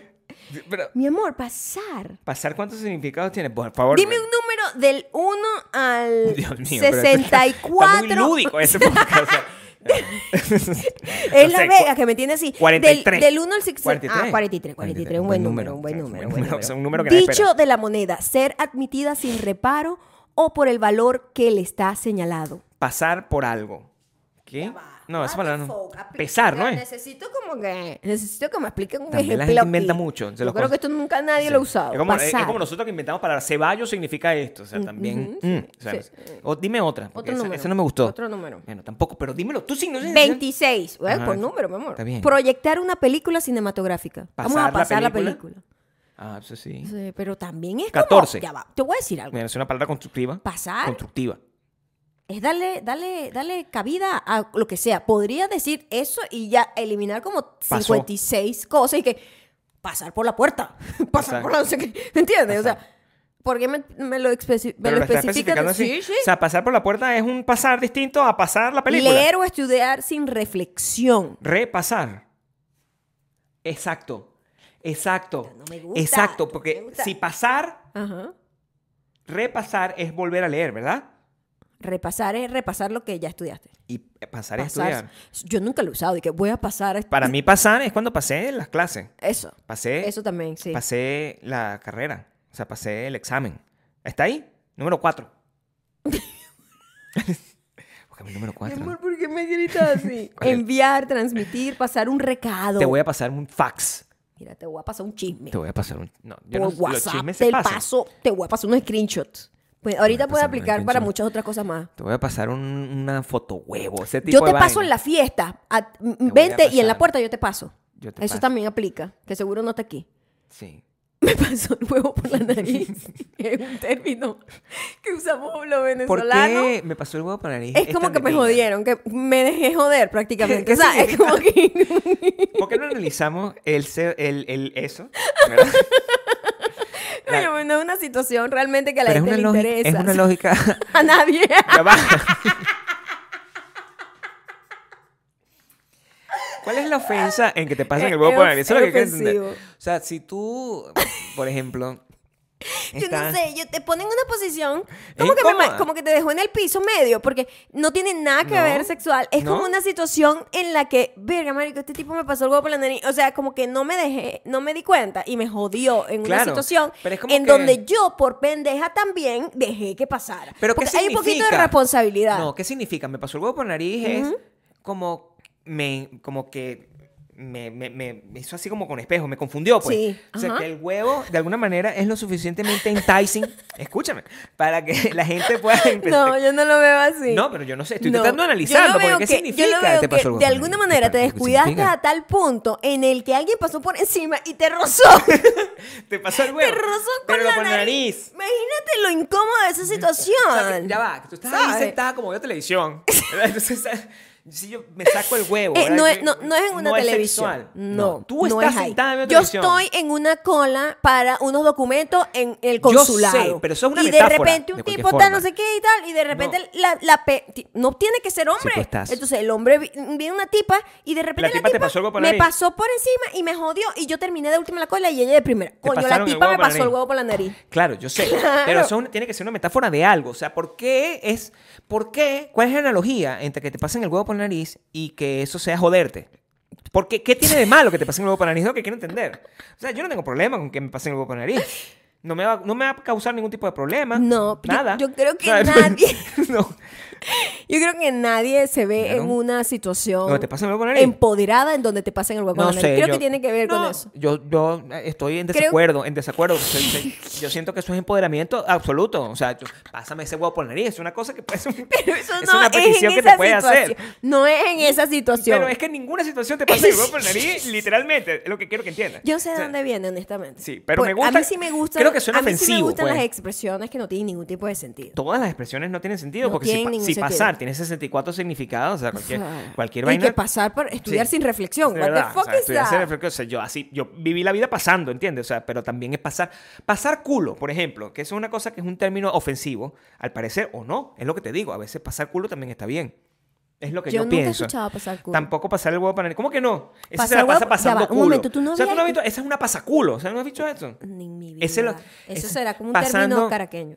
Speaker 2: pero
Speaker 1: Mi amor, pasar.
Speaker 2: pasar cuántos significados tiene, por favor.
Speaker 1: Dime un número del 1 al
Speaker 2: Dios mío, pero esto está- Está,
Speaker 1: 64.
Speaker 2: muy lúdico ese podcast. o sea.
Speaker 1: Es
Speaker 2: No
Speaker 1: la
Speaker 2: sé,
Speaker 1: vega
Speaker 2: cu-
Speaker 1: que me tiene así.
Speaker 2: 43.
Speaker 1: Del, 1 al 63. Ah,
Speaker 2: 43.
Speaker 1: 43, 43. Un buen número, un buen número. un buen
Speaker 2: o
Speaker 1: número.
Speaker 2: sea, un número que nadie
Speaker 1: Dicho
Speaker 2: espera.
Speaker 1: de la moneda, ser admitida sin reparo o por el valor que le está señalado.
Speaker 2: Pasar por algo. ¿Qué?
Speaker 1: va,
Speaker 2: ¿Eh?
Speaker 1: Ah,
Speaker 2: No, esa
Speaker 1: what
Speaker 2: palabra
Speaker 1: the
Speaker 2: no.
Speaker 1: fuck, apli-
Speaker 2: Pesar, ¿no
Speaker 1: ya,
Speaker 2: es?
Speaker 1: Necesito como que... Necesito que me expliquen un
Speaker 2: También la
Speaker 1: ejemplo
Speaker 2: gente inventa
Speaker 1: aquí.
Speaker 2: mucho, se
Speaker 1: Yo
Speaker 2: los
Speaker 1: creo
Speaker 2: cons-
Speaker 1: que esto nunca nadie
Speaker 2: Sí.
Speaker 1: lo ha usado.
Speaker 2: Es como, es- es
Speaker 1: Pasar.
Speaker 2: como nosotros que inventamos palabras. Ceballo significa esto. O sea, también. mm, o sea,
Speaker 1: sí.
Speaker 2: o dime otra. porque
Speaker 1: Otro
Speaker 2: esa,
Speaker 1: número.
Speaker 2: esa no me gustó.
Speaker 1: Otro número.
Speaker 2: Bueno, tampoco, pero dímelo. Tú sí, no sé-
Speaker 1: 26. Bueno,
Speaker 2: Ajá,
Speaker 1: por número, mi amor.
Speaker 2: está bien.
Speaker 1: Proyectar una película cinematográfica. Vamos a
Speaker 2: Pasar la
Speaker 1: pasar la película.
Speaker 2: película. Ah, eso sí.
Speaker 1: Sí, pero también es
Speaker 2: 14.
Speaker 1: como... Ya va, Te voy a decir algo.
Speaker 2: Mira, es una palabra constructiva.
Speaker 1: Pasar.
Speaker 2: Constructiva.
Speaker 1: Es darle, darle, darle cabida a lo que sea. Podría decir eso y ya eliminar como
Speaker 2: Pasó.
Speaker 1: 56 cosas y que pasar por la puerta, pasar,
Speaker 2: Pasar.
Speaker 1: por la no sé qué. ¿Me entiendes? O
Speaker 2: Pasar.
Speaker 1: sea, ¿por qué me, me lo, especi- me
Speaker 2: Pero
Speaker 1: lo
Speaker 2: lo está
Speaker 1: especifican?
Speaker 2: especificando así.
Speaker 1: Sí, sí.
Speaker 2: O sea, pasar por la puerta es un pasar distinto a pasar la película.
Speaker 1: Leer o estudiar sin reflexión.
Speaker 2: Repasar. Exacto. Exacto.
Speaker 1: No me gusta,
Speaker 2: Exacto.
Speaker 1: no me
Speaker 2: Porque
Speaker 1: gusta.
Speaker 2: si pasar,
Speaker 1: Ajá.
Speaker 2: repasar es volver a leer, ¿verdad?
Speaker 1: Repasar es repasar lo que ya estudiaste.
Speaker 2: Y pasar, es
Speaker 1: Pasar-
Speaker 2: estudiar.
Speaker 1: Yo nunca lo he usado. Y que voy a pasar... a-
Speaker 2: Para mí pasar es cuando pasé las clases.
Speaker 1: Eso.
Speaker 2: Pasé,
Speaker 1: Eso también, sí.
Speaker 2: pasé la carrera. O sea, pasé el examen. ¿Está ahí? Número 4. Búscame el número
Speaker 1: Mi
Speaker 2: 4.
Speaker 1: amor, ¿por qué me gritas así?
Speaker 2: ¿Cuál es?
Speaker 1: Enviar, transmitir, pasar un recado.
Speaker 2: Te voy a pasar un fax.
Speaker 1: Mira, te voy a pasar un chisme.
Speaker 2: Te voy a pasar un. No, yo
Speaker 1: Eh, por
Speaker 2: no- los
Speaker 1: WhatsApp
Speaker 2: chismes
Speaker 1: te
Speaker 2: se pasan.
Speaker 1: paso, te voy a pasar un screenshot. Pues ahorita
Speaker 2: Te voy a
Speaker 1: puedes
Speaker 2: pasar un
Speaker 1: aplicar para
Speaker 2: screenshot.
Speaker 1: muchas otras cosas más.
Speaker 2: Te voy a pasar un- una foto huevo. Ese tipo
Speaker 1: Yo te
Speaker 2: de
Speaker 1: paso
Speaker 2: vaina.
Speaker 1: en la fiesta, a- m-
Speaker 2: a
Speaker 1: vente y en la
Speaker 2: pasar.
Speaker 1: puerta yo te paso.
Speaker 2: Yo te
Speaker 1: Eso
Speaker 2: paso.
Speaker 1: también aplica, que seguro no está aquí.
Speaker 2: Sí.
Speaker 1: me pasó el huevo por la nariz. es un término que usamos los
Speaker 2: ¿Por
Speaker 1: venezolanos.
Speaker 2: qué me pasó el huevo por la nariz?
Speaker 1: Es
Speaker 2: Es
Speaker 1: como
Speaker 2: tan
Speaker 1: que me
Speaker 2: gringa.
Speaker 1: jodieron, que me dejé joder prácticamente.
Speaker 2: ¿Qué
Speaker 1: o sea, es como que.
Speaker 2: ¿Por qué no analizamos el, se- el, el eso? ¿Verdad?
Speaker 1: Bueno, bueno, es una situación realmente que a la
Speaker 2: Pero es
Speaker 1: gente
Speaker 2: una,
Speaker 1: le
Speaker 2: lógica,
Speaker 1: interesa.
Speaker 2: es una lógica...
Speaker 1: A nadie.
Speaker 2: Ya va. ¿Cuál es la ofensa en que te pasen el huevo por la nariz? Eso es lo que quiero entender. O
Speaker 1: Ofensivo.
Speaker 2: sea, si tú, por ejemplo...
Speaker 1: Yo no
Speaker 2: estás-
Speaker 1: sé, yo te ponen en una posición como que, me
Speaker 2: incómoda.
Speaker 1: ma- como que te dejó en el piso medio, porque no tiene nada que
Speaker 2: No,
Speaker 1: ver sexual. Es como
Speaker 2: no.
Speaker 1: una situación en la que, verga, marico, este tipo me pasó el huevo por la nariz. O sea, como que no me dejé, no me di cuenta y me jodió en una
Speaker 2: Claro,
Speaker 1: situación
Speaker 2: pero es como
Speaker 1: en
Speaker 2: que-
Speaker 1: donde yo, por pendeja también, dejé que pasara.
Speaker 2: ¿Pero
Speaker 1: porque
Speaker 2: qué
Speaker 1: hay un poquito de
Speaker 2: significa?
Speaker 1: responsabilidad.
Speaker 2: No, ¿qué significa? Me pasó el huevo por la nariz es como, me, como que me, me, me me hizo así como con espejo, me confundió pues.
Speaker 1: Sí,
Speaker 2: O sea,
Speaker 1: ajá.
Speaker 2: que el huevo de alguna manera es lo suficientemente enticing, escúchame, para que la gente pueda empezar.
Speaker 1: No, yo no lo veo así.
Speaker 2: No, pero yo no sé, estoy
Speaker 1: No.
Speaker 2: tratando de
Speaker 1: Yo
Speaker 2: analizarlo,
Speaker 1: lo veo
Speaker 2: porque ¿qué
Speaker 1: que-
Speaker 2: significa?
Speaker 1: Yo lo veo
Speaker 2: te
Speaker 1: que
Speaker 2: pasó el huevo
Speaker 1: de
Speaker 2: por la
Speaker 1: alguna
Speaker 2: nariz?
Speaker 1: manera te
Speaker 2: ¿Qué
Speaker 1: descuidaste
Speaker 2: significa?
Speaker 1: a tal punto en el que alguien pasó por encima y te rozó.
Speaker 2: Te pasó el
Speaker 1: te
Speaker 2: huevo.
Speaker 1: rozó con
Speaker 2: pero
Speaker 1: la
Speaker 2: por
Speaker 1: nariz. Imagínate lo incómodo de esa situación.
Speaker 2: O sea, que- ya va, que tú estás ahí
Speaker 1: ¿Sabes?
Speaker 2: sentada como veo televisión. ¿verdad? Entonces, ¿sabes? si yo me saco el huevo.
Speaker 1: Eh,
Speaker 2: ¿verdad?
Speaker 1: no, es,
Speaker 2: Yo-
Speaker 1: no- no es en una televisión.
Speaker 2: sexual.
Speaker 1: No,
Speaker 2: Tú
Speaker 1: no
Speaker 2: estás
Speaker 1: es ahí.
Speaker 2: sentada viendo
Speaker 1: Yo
Speaker 2: televisión.
Speaker 1: estoy en una cola para unos documentos en el
Speaker 2: Yo sé,
Speaker 1: consulado.
Speaker 2: pero eso es una
Speaker 1: Y de
Speaker 2: metáfora,
Speaker 1: repente un
Speaker 2: de cualquier
Speaker 1: tipo tal,
Speaker 2: forma.
Speaker 1: no sé qué y tal, y de repente la, la pe- ti- no tiene que ser hombre.
Speaker 2: tú estás.
Speaker 1: Entonces el hombre vi- viene una tipa y de repente
Speaker 2: La
Speaker 1: la tipa,
Speaker 2: tipa te pasó algo por la
Speaker 1: me
Speaker 2: nariz.
Speaker 1: pasó por encima y me jodió y yo terminé de última la cola y ella de primera. Coño, la
Speaker 2: pasaron el
Speaker 1: tipa
Speaker 2: huevo
Speaker 1: me
Speaker 2: por la
Speaker 1: pasó el
Speaker 2: nariz.
Speaker 1: huevo por la nariz.
Speaker 2: Claro, yo sé. Pero eso es una- tiene que ser una metáfora de algo. O sea, ¿por qué es. ¿Por qué? ¿Cuál es la analogía entre que te pasen el huevo por la nariz y que eso sea joderte? Porque, ¿qué tiene de malo que te pasen el huevo por la nariz? Es lo que quiero entender. O sea, yo no tengo problema con que me pasen el huevo por la nariz. No me, va, no me va a causar ningún tipo de problema.
Speaker 1: No, yo-
Speaker 2: nada.
Speaker 1: yo creo que
Speaker 2: ¿Sabes?
Speaker 1: nadie-
Speaker 2: no.
Speaker 1: Yo creo que nadie se ve
Speaker 2: Claro.
Speaker 1: en una situación
Speaker 2: No, te pasan el huevo por la nariz.
Speaker 1: empoderada en donde te pasen el huevo por
Speaker 2: No
Speaker 1: la
Speaker 2: sé.
Speaker 1: nariz. Creo
Speaker 2: yo-
Speaker 1: que tiene que ver con
Speaker 2: No,
Speaker 1: eso.
Speaker 2: Yo, yo eh, estoy en
Speaker 1: Creo-
Speaker 2: desacuerdo, en desacuerdo. Se- se- yo siento que eso es empoderamiento absoluto. O sea, yo- pásame ese huevo por la nariz. Es una cosa que puede
Speaker 1: Pero eso
Speaker 2: es
Speaker 1: no
Speaker 2: una
Speaker 1: es en
Speaker 2: petición que
Speaker 1: esa
Speaker 2: te puede hacer.
Speaker 1: situación. No es en esa situación.
Speaker 2: Pero es que en ninguna situación te pasa el huevo por la nariz, literalmente. Es lo que quiero que entiendas.
Speaker 1: Yo sé
Speaker 2: O
Speaker 1: de
Speaker 2: sea,
Speaker 1: dónde viene, honestamente. Pues,
Speaker 2: sí, pero me
Speaker 1: A
Speaker 2: gusta-
Speaker 1: mí sí me gusta.
Speaker 2: creo que suena
Speaker 1: a mí sí me
Speaker 2: ofensivo,
Speaker 1: gustan
Speaker 2: pues.
Speaker 1: las expresiones que no tienen ningún tipo de sentido.
Speaker 2: Todas las expresiones no tienen sentido,
Speaker 1: No
Speaker 2: porque
Speaker 1: tienen
Speaker 2: si, pa-
Speaker 1: ningún
Speaker 2: si
Speaker 1: sentido.
Speaker 2: pasar tiene 64 significados, o sea, cualquier,
Speaker 1: Claro.
Speaker 2: cualquier
Speaker 1: Y
Speaker 2: vaina.
Speaker 1: que pasar por estudiar
Speaker 2: Sí.
Speaker 1: sin reflexión.
Speaker 2: De
Speaker 1: What
Speaker 2: verdad,
Speaker 1: the fuck
Speaker 2: o sea,
Speaker 1: is
Speaker 2: estudiar sin
Speaker 1: that?
Speaker 2: reflexión, o sea, yo así, yo viví la vida pasando, ¿entiendes? O sea, pero también es pasar, pasar culo, por ejemplo, que eso es una cosa que es un término ofensivo, al parecer, o no, es lo que te digo, a veces pasar culo también está bien. Es lo que
Speaker 1: Yo
Speaker 2: yo,
Speaker 1: nunca he
Speaker 2: pienso.
Speaker 1: escuchado pasar culo.
Speaker 2: Tampoco pasar el huevo para ¿Cómo que no? Esa
Speaker 1: Pasar
Speaker 2: se la
Speaker 1: huevo-
Speaker 2: pasa
Speaker 1: ya
Speaker 2: pasando
Speaker 1: va, un
Speaker 2: culo.
Speaker 1: momento, tú no
Speaker 2: o sea, tú no has
Speaker 1: habías-
Speaker 2: visto, esa es una pasaculo, o sea, ¿no has dicho eso?
Speaker 1: Ni en mi vida.
Speaker 2: Ese lo-
Speaker 1: Eso
Speaker 2: ese-
Speaker 1: será como un término
Speaker 2: pasando-
Speaker 1: caraqueño.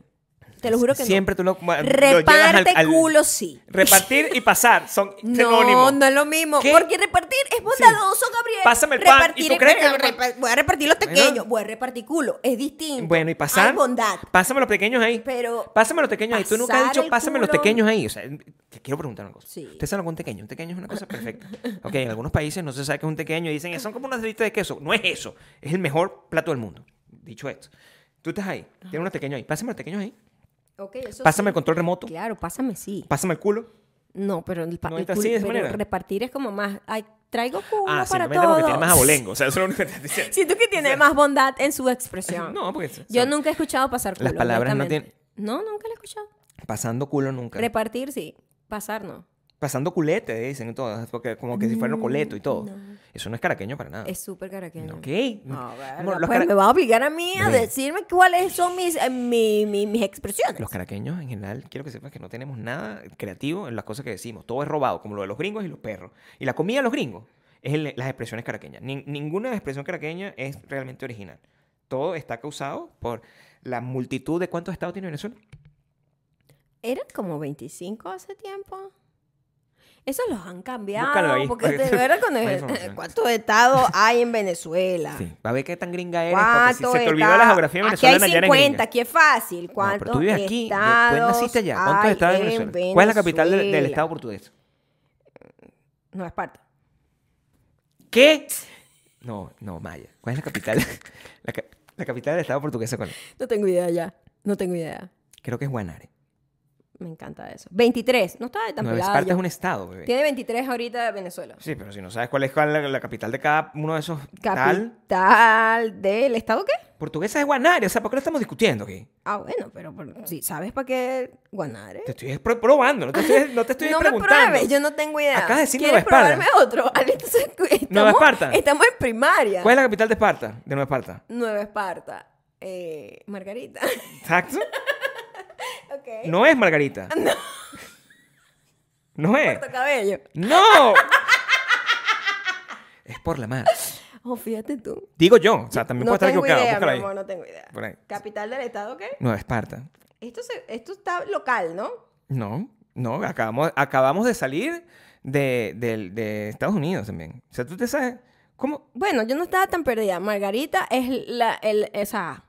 Speaker 1: Te lo juro que
Speaker 2: Siempre
Speaker 1: no.
Speaker 2: tú lo, lo llevas al-
Speaker 1: Reparte
Speaker 2: al-
Speaker 1: culo, sí.
Speaker 2: Repartir y pasar son
Speaker 1: No,
Speaker 2: sinónimos.
Speaker 1: no es lo mismo.
Speaker 2: ¿Qué?
Speaker 1: Porque repartir es bondadoso, Gabriel.
Speaker 2: Pásame el pan, ¿y tú
Speaker 1: es
Speaker 2: crees que-
Speaker 1: bondadoso. Repa- Voy a repartir los
Speaker 2: Bueno.
Speaker 1: pequeños. Voy a repartir culo. Es distinto.
Speaker 2: Bueno, y pasar.
Speaker 1: Hay bondad.
Speaker 2: Pásame los pequeños ahí.
Speaker 1: Pero
Speaker 2: Pásame los pequeños ahí. Tú nunca has
Speaker 1: pasar
Speaker 2: dicho
Speaker 1: el
Speaker 2: pásame los
Speaker 1: culo-
Speaker 2: pequeños ahí. O sea, te quiero preguntar una cosa.
Speaker 1: Sí.
Speaker 2: ¿Usted sabe lo que es un pequeño? Un pequeño es una cosa perfecta. ok, en algunos países no se sabe que es un pequeño y dicen, "Eh, son como unas alitas de queso. No es eso. Es el mejor plato del mundo. Dicho esto. Tú estás ahí. Tienes unos pequeños ahí. Pásame los pequeños ahí.
Speaker 1: Ok, eso
Speaker 2: Pásame
Speaker 1: sí.
Speaker 2: el control remoto.
Speaker 1: Claro, pásame sí.
Speaker 2: Pásame el culo.
Speaker 1: No, pero el, pa-
Speaker 2: No
Speaker 1: el
Speaker 2: entra
Speaker 1: culo-
Speaker 2: así de esa
Speaker 1: pero
Speaker 2: manera.
Speaker 1: repartir es como más. Ay, traigo culo
Speaker 2: ah,
Speaker 1: para
Speaker 2: simplemente
Speaker 1: todos.
Speaker 2: porque tiene más abolengo. O sea, eso es lo único que te dicen.
Speaker 1: Siento que tiene más bondad en su expresión.
Speaker 2: No, porque son-
Speaker 1: Yo nunca he escuchado pasar culo.
Speaker 2: Las palabras no
Speaker 1: honestamente. No, nunca lo he escuchado.
Speaker 2: Pasando culo nunca.
Speaker 1: Repartir sí. Pasar no.
Speaker 2: Pasando culete, dicen todas. Porque como que si fuera un coleto y
Speaker 1: Mm,
Speaker 2: todo. Eso no es caraqueño para nada.
Speaker 1: Es súper caraqueño.
Speaker 2: Ah. Ok.
Speaker 1: No, verga,
Speaker 2: Bueno, los
Speaker 1: pues
Speaker 2: cara-
Speaker 1: me va a obligar a mí a
Speaker 2: Ven.
Speaker 1: decirme cuáles son mis, eh, mi- mi- mis expresiones.
Speaker 2: Los caraqueños en general, quiero que sepas que no tenemos nada creativo en las cosas que decimos. Todo es robado, como lo de los gringos y los perros. Y la comida de los gringos es el- las expresiones caraqueñas. Nin- ninguna expresión caraqueña es realmente original. Todo está causado por la multitud de cuántos estados tiene Venezuela.
Speaker 1: Eran como 25 hace tiempo. Esos los han cambiado.
Speaker 2: Búscalo ahí,
Speaker 1: Porque
Speaker 2: porque-
Speaker 1: de verdad, cuando-
Speaker 2: Hay información.
Speaker 1: ¿cuántos estados hay en Venezuela?
Speaker 2: Sí. Va a ver qué tan gringa eres. Porque si
Speaker 1: ¿Cuántos
Speaker 2: se te olvidó
Speaker 1: estados?
Speaker 2: la geografía
Speaker 1: Ah. Aquí hay
Speaker 2: venezolana, ya eres
Speaker 1: 50,
Speaker 2: gringa.
Speaker 1: aquí es fácil.
Speaker 2: No,
Speaker 1: ¿Cuántos
Speaker 2: pero tú vives aquí. Yo-
Speaker 1: estados
Speaker 2: Tú naciste allá. ¿Cuántos
Speaker 1: hay
Speaker 2: estados hay en
Speaker 1: en
Speaker 2: Venezuela? ¿Cuál es la capital del, del
Speaker 1: Venezuela?
Speaker 2: estado portugués?
Speaker 1: No, es parte.
Speaker 2: ¿Qué? No, no, Maya. ¿Cuál es la capital? la, ca- la capital del estado portugués. ¿cuál es?
Speaker 1: No tengo idea ya. No tengo idea.
Speaker 2: Creo que es Guanare.
Speaker 1: Me encanta eso. 23. No estaba tan
Speaker 2: No,
Speaker 1: pelada
Speaker 2: Esparta
Speaker 1: ya.
Speaker 2: es un estado, bebé.
Speaker 1: Tiene 23 ahorita de Venezuela.
Speaker 2: Sí, pero si no sabes cuál es cuál es la, la capital de cada uno de esos tal,
Speaker 1: Capital del estado qué?
Speaker 2: Portuguesa es guanare, o sea, ¿por qué lo estamos discutiendo aquí?
Speaker 1: Ah, bueno, pero por- si sabes para qué Guanare.
Speaker 2: Te estoy pro- probando, no te estoy, no te estoy
Speaker 1: no me
Speaker 2: preguntando.
Speaker 1: pruebes, yo no tengo idea.
Speaker 2: Acabas de decir
Speaker 1: ¿Quieres
Speaker 2: Nueva Esparta.
Speaker 1: probarme otro? Ale, entonces, estamos,
Speaker 2: Nueva Esparta.
Speaker 1: Estamos en primaria.
Speaker 2: ¿Cuál es la capital de Esparta? De Nueva Esparta.
Speaker 1: Nueva Esparta. Eh, Margarita.
Speaker 2: Exacto.
Speaker 1: ok.
Speaker 2: No es Margarita. No. es.
Speaker 1: Corto cabello.
Speaker 2: No. es por la mar.
Speaker 1: Oh, fíjate tú.
Speaker 2: Digo yo. O sea, también
Speaker 1: no
Speaker 2: Ah, puedo estar
Speaker 1: tengo
Speaker 2: equivocado.
Speaker 1: idea,
Speaker 2: Búscala
Speaker 1: mi
Speaker 2: ahí.
Speaker 1: amor, no tengo idea.
Speaker 2: Por ahí.
Speaker 1: Capital del estado, ¿qué?
Speaker 2: Nueva Esparta.
Speaker 1: Esto, se, esto está local, ¿no?
Speaker 2: No, no. Acabamos, acabamos de salir de, del- de Estados Unidos también. O sea, tú te sabes. ¿Cómo?
Speaker 1: Bueno, yo no estaba tan perdida. Margarita es la, el, esa,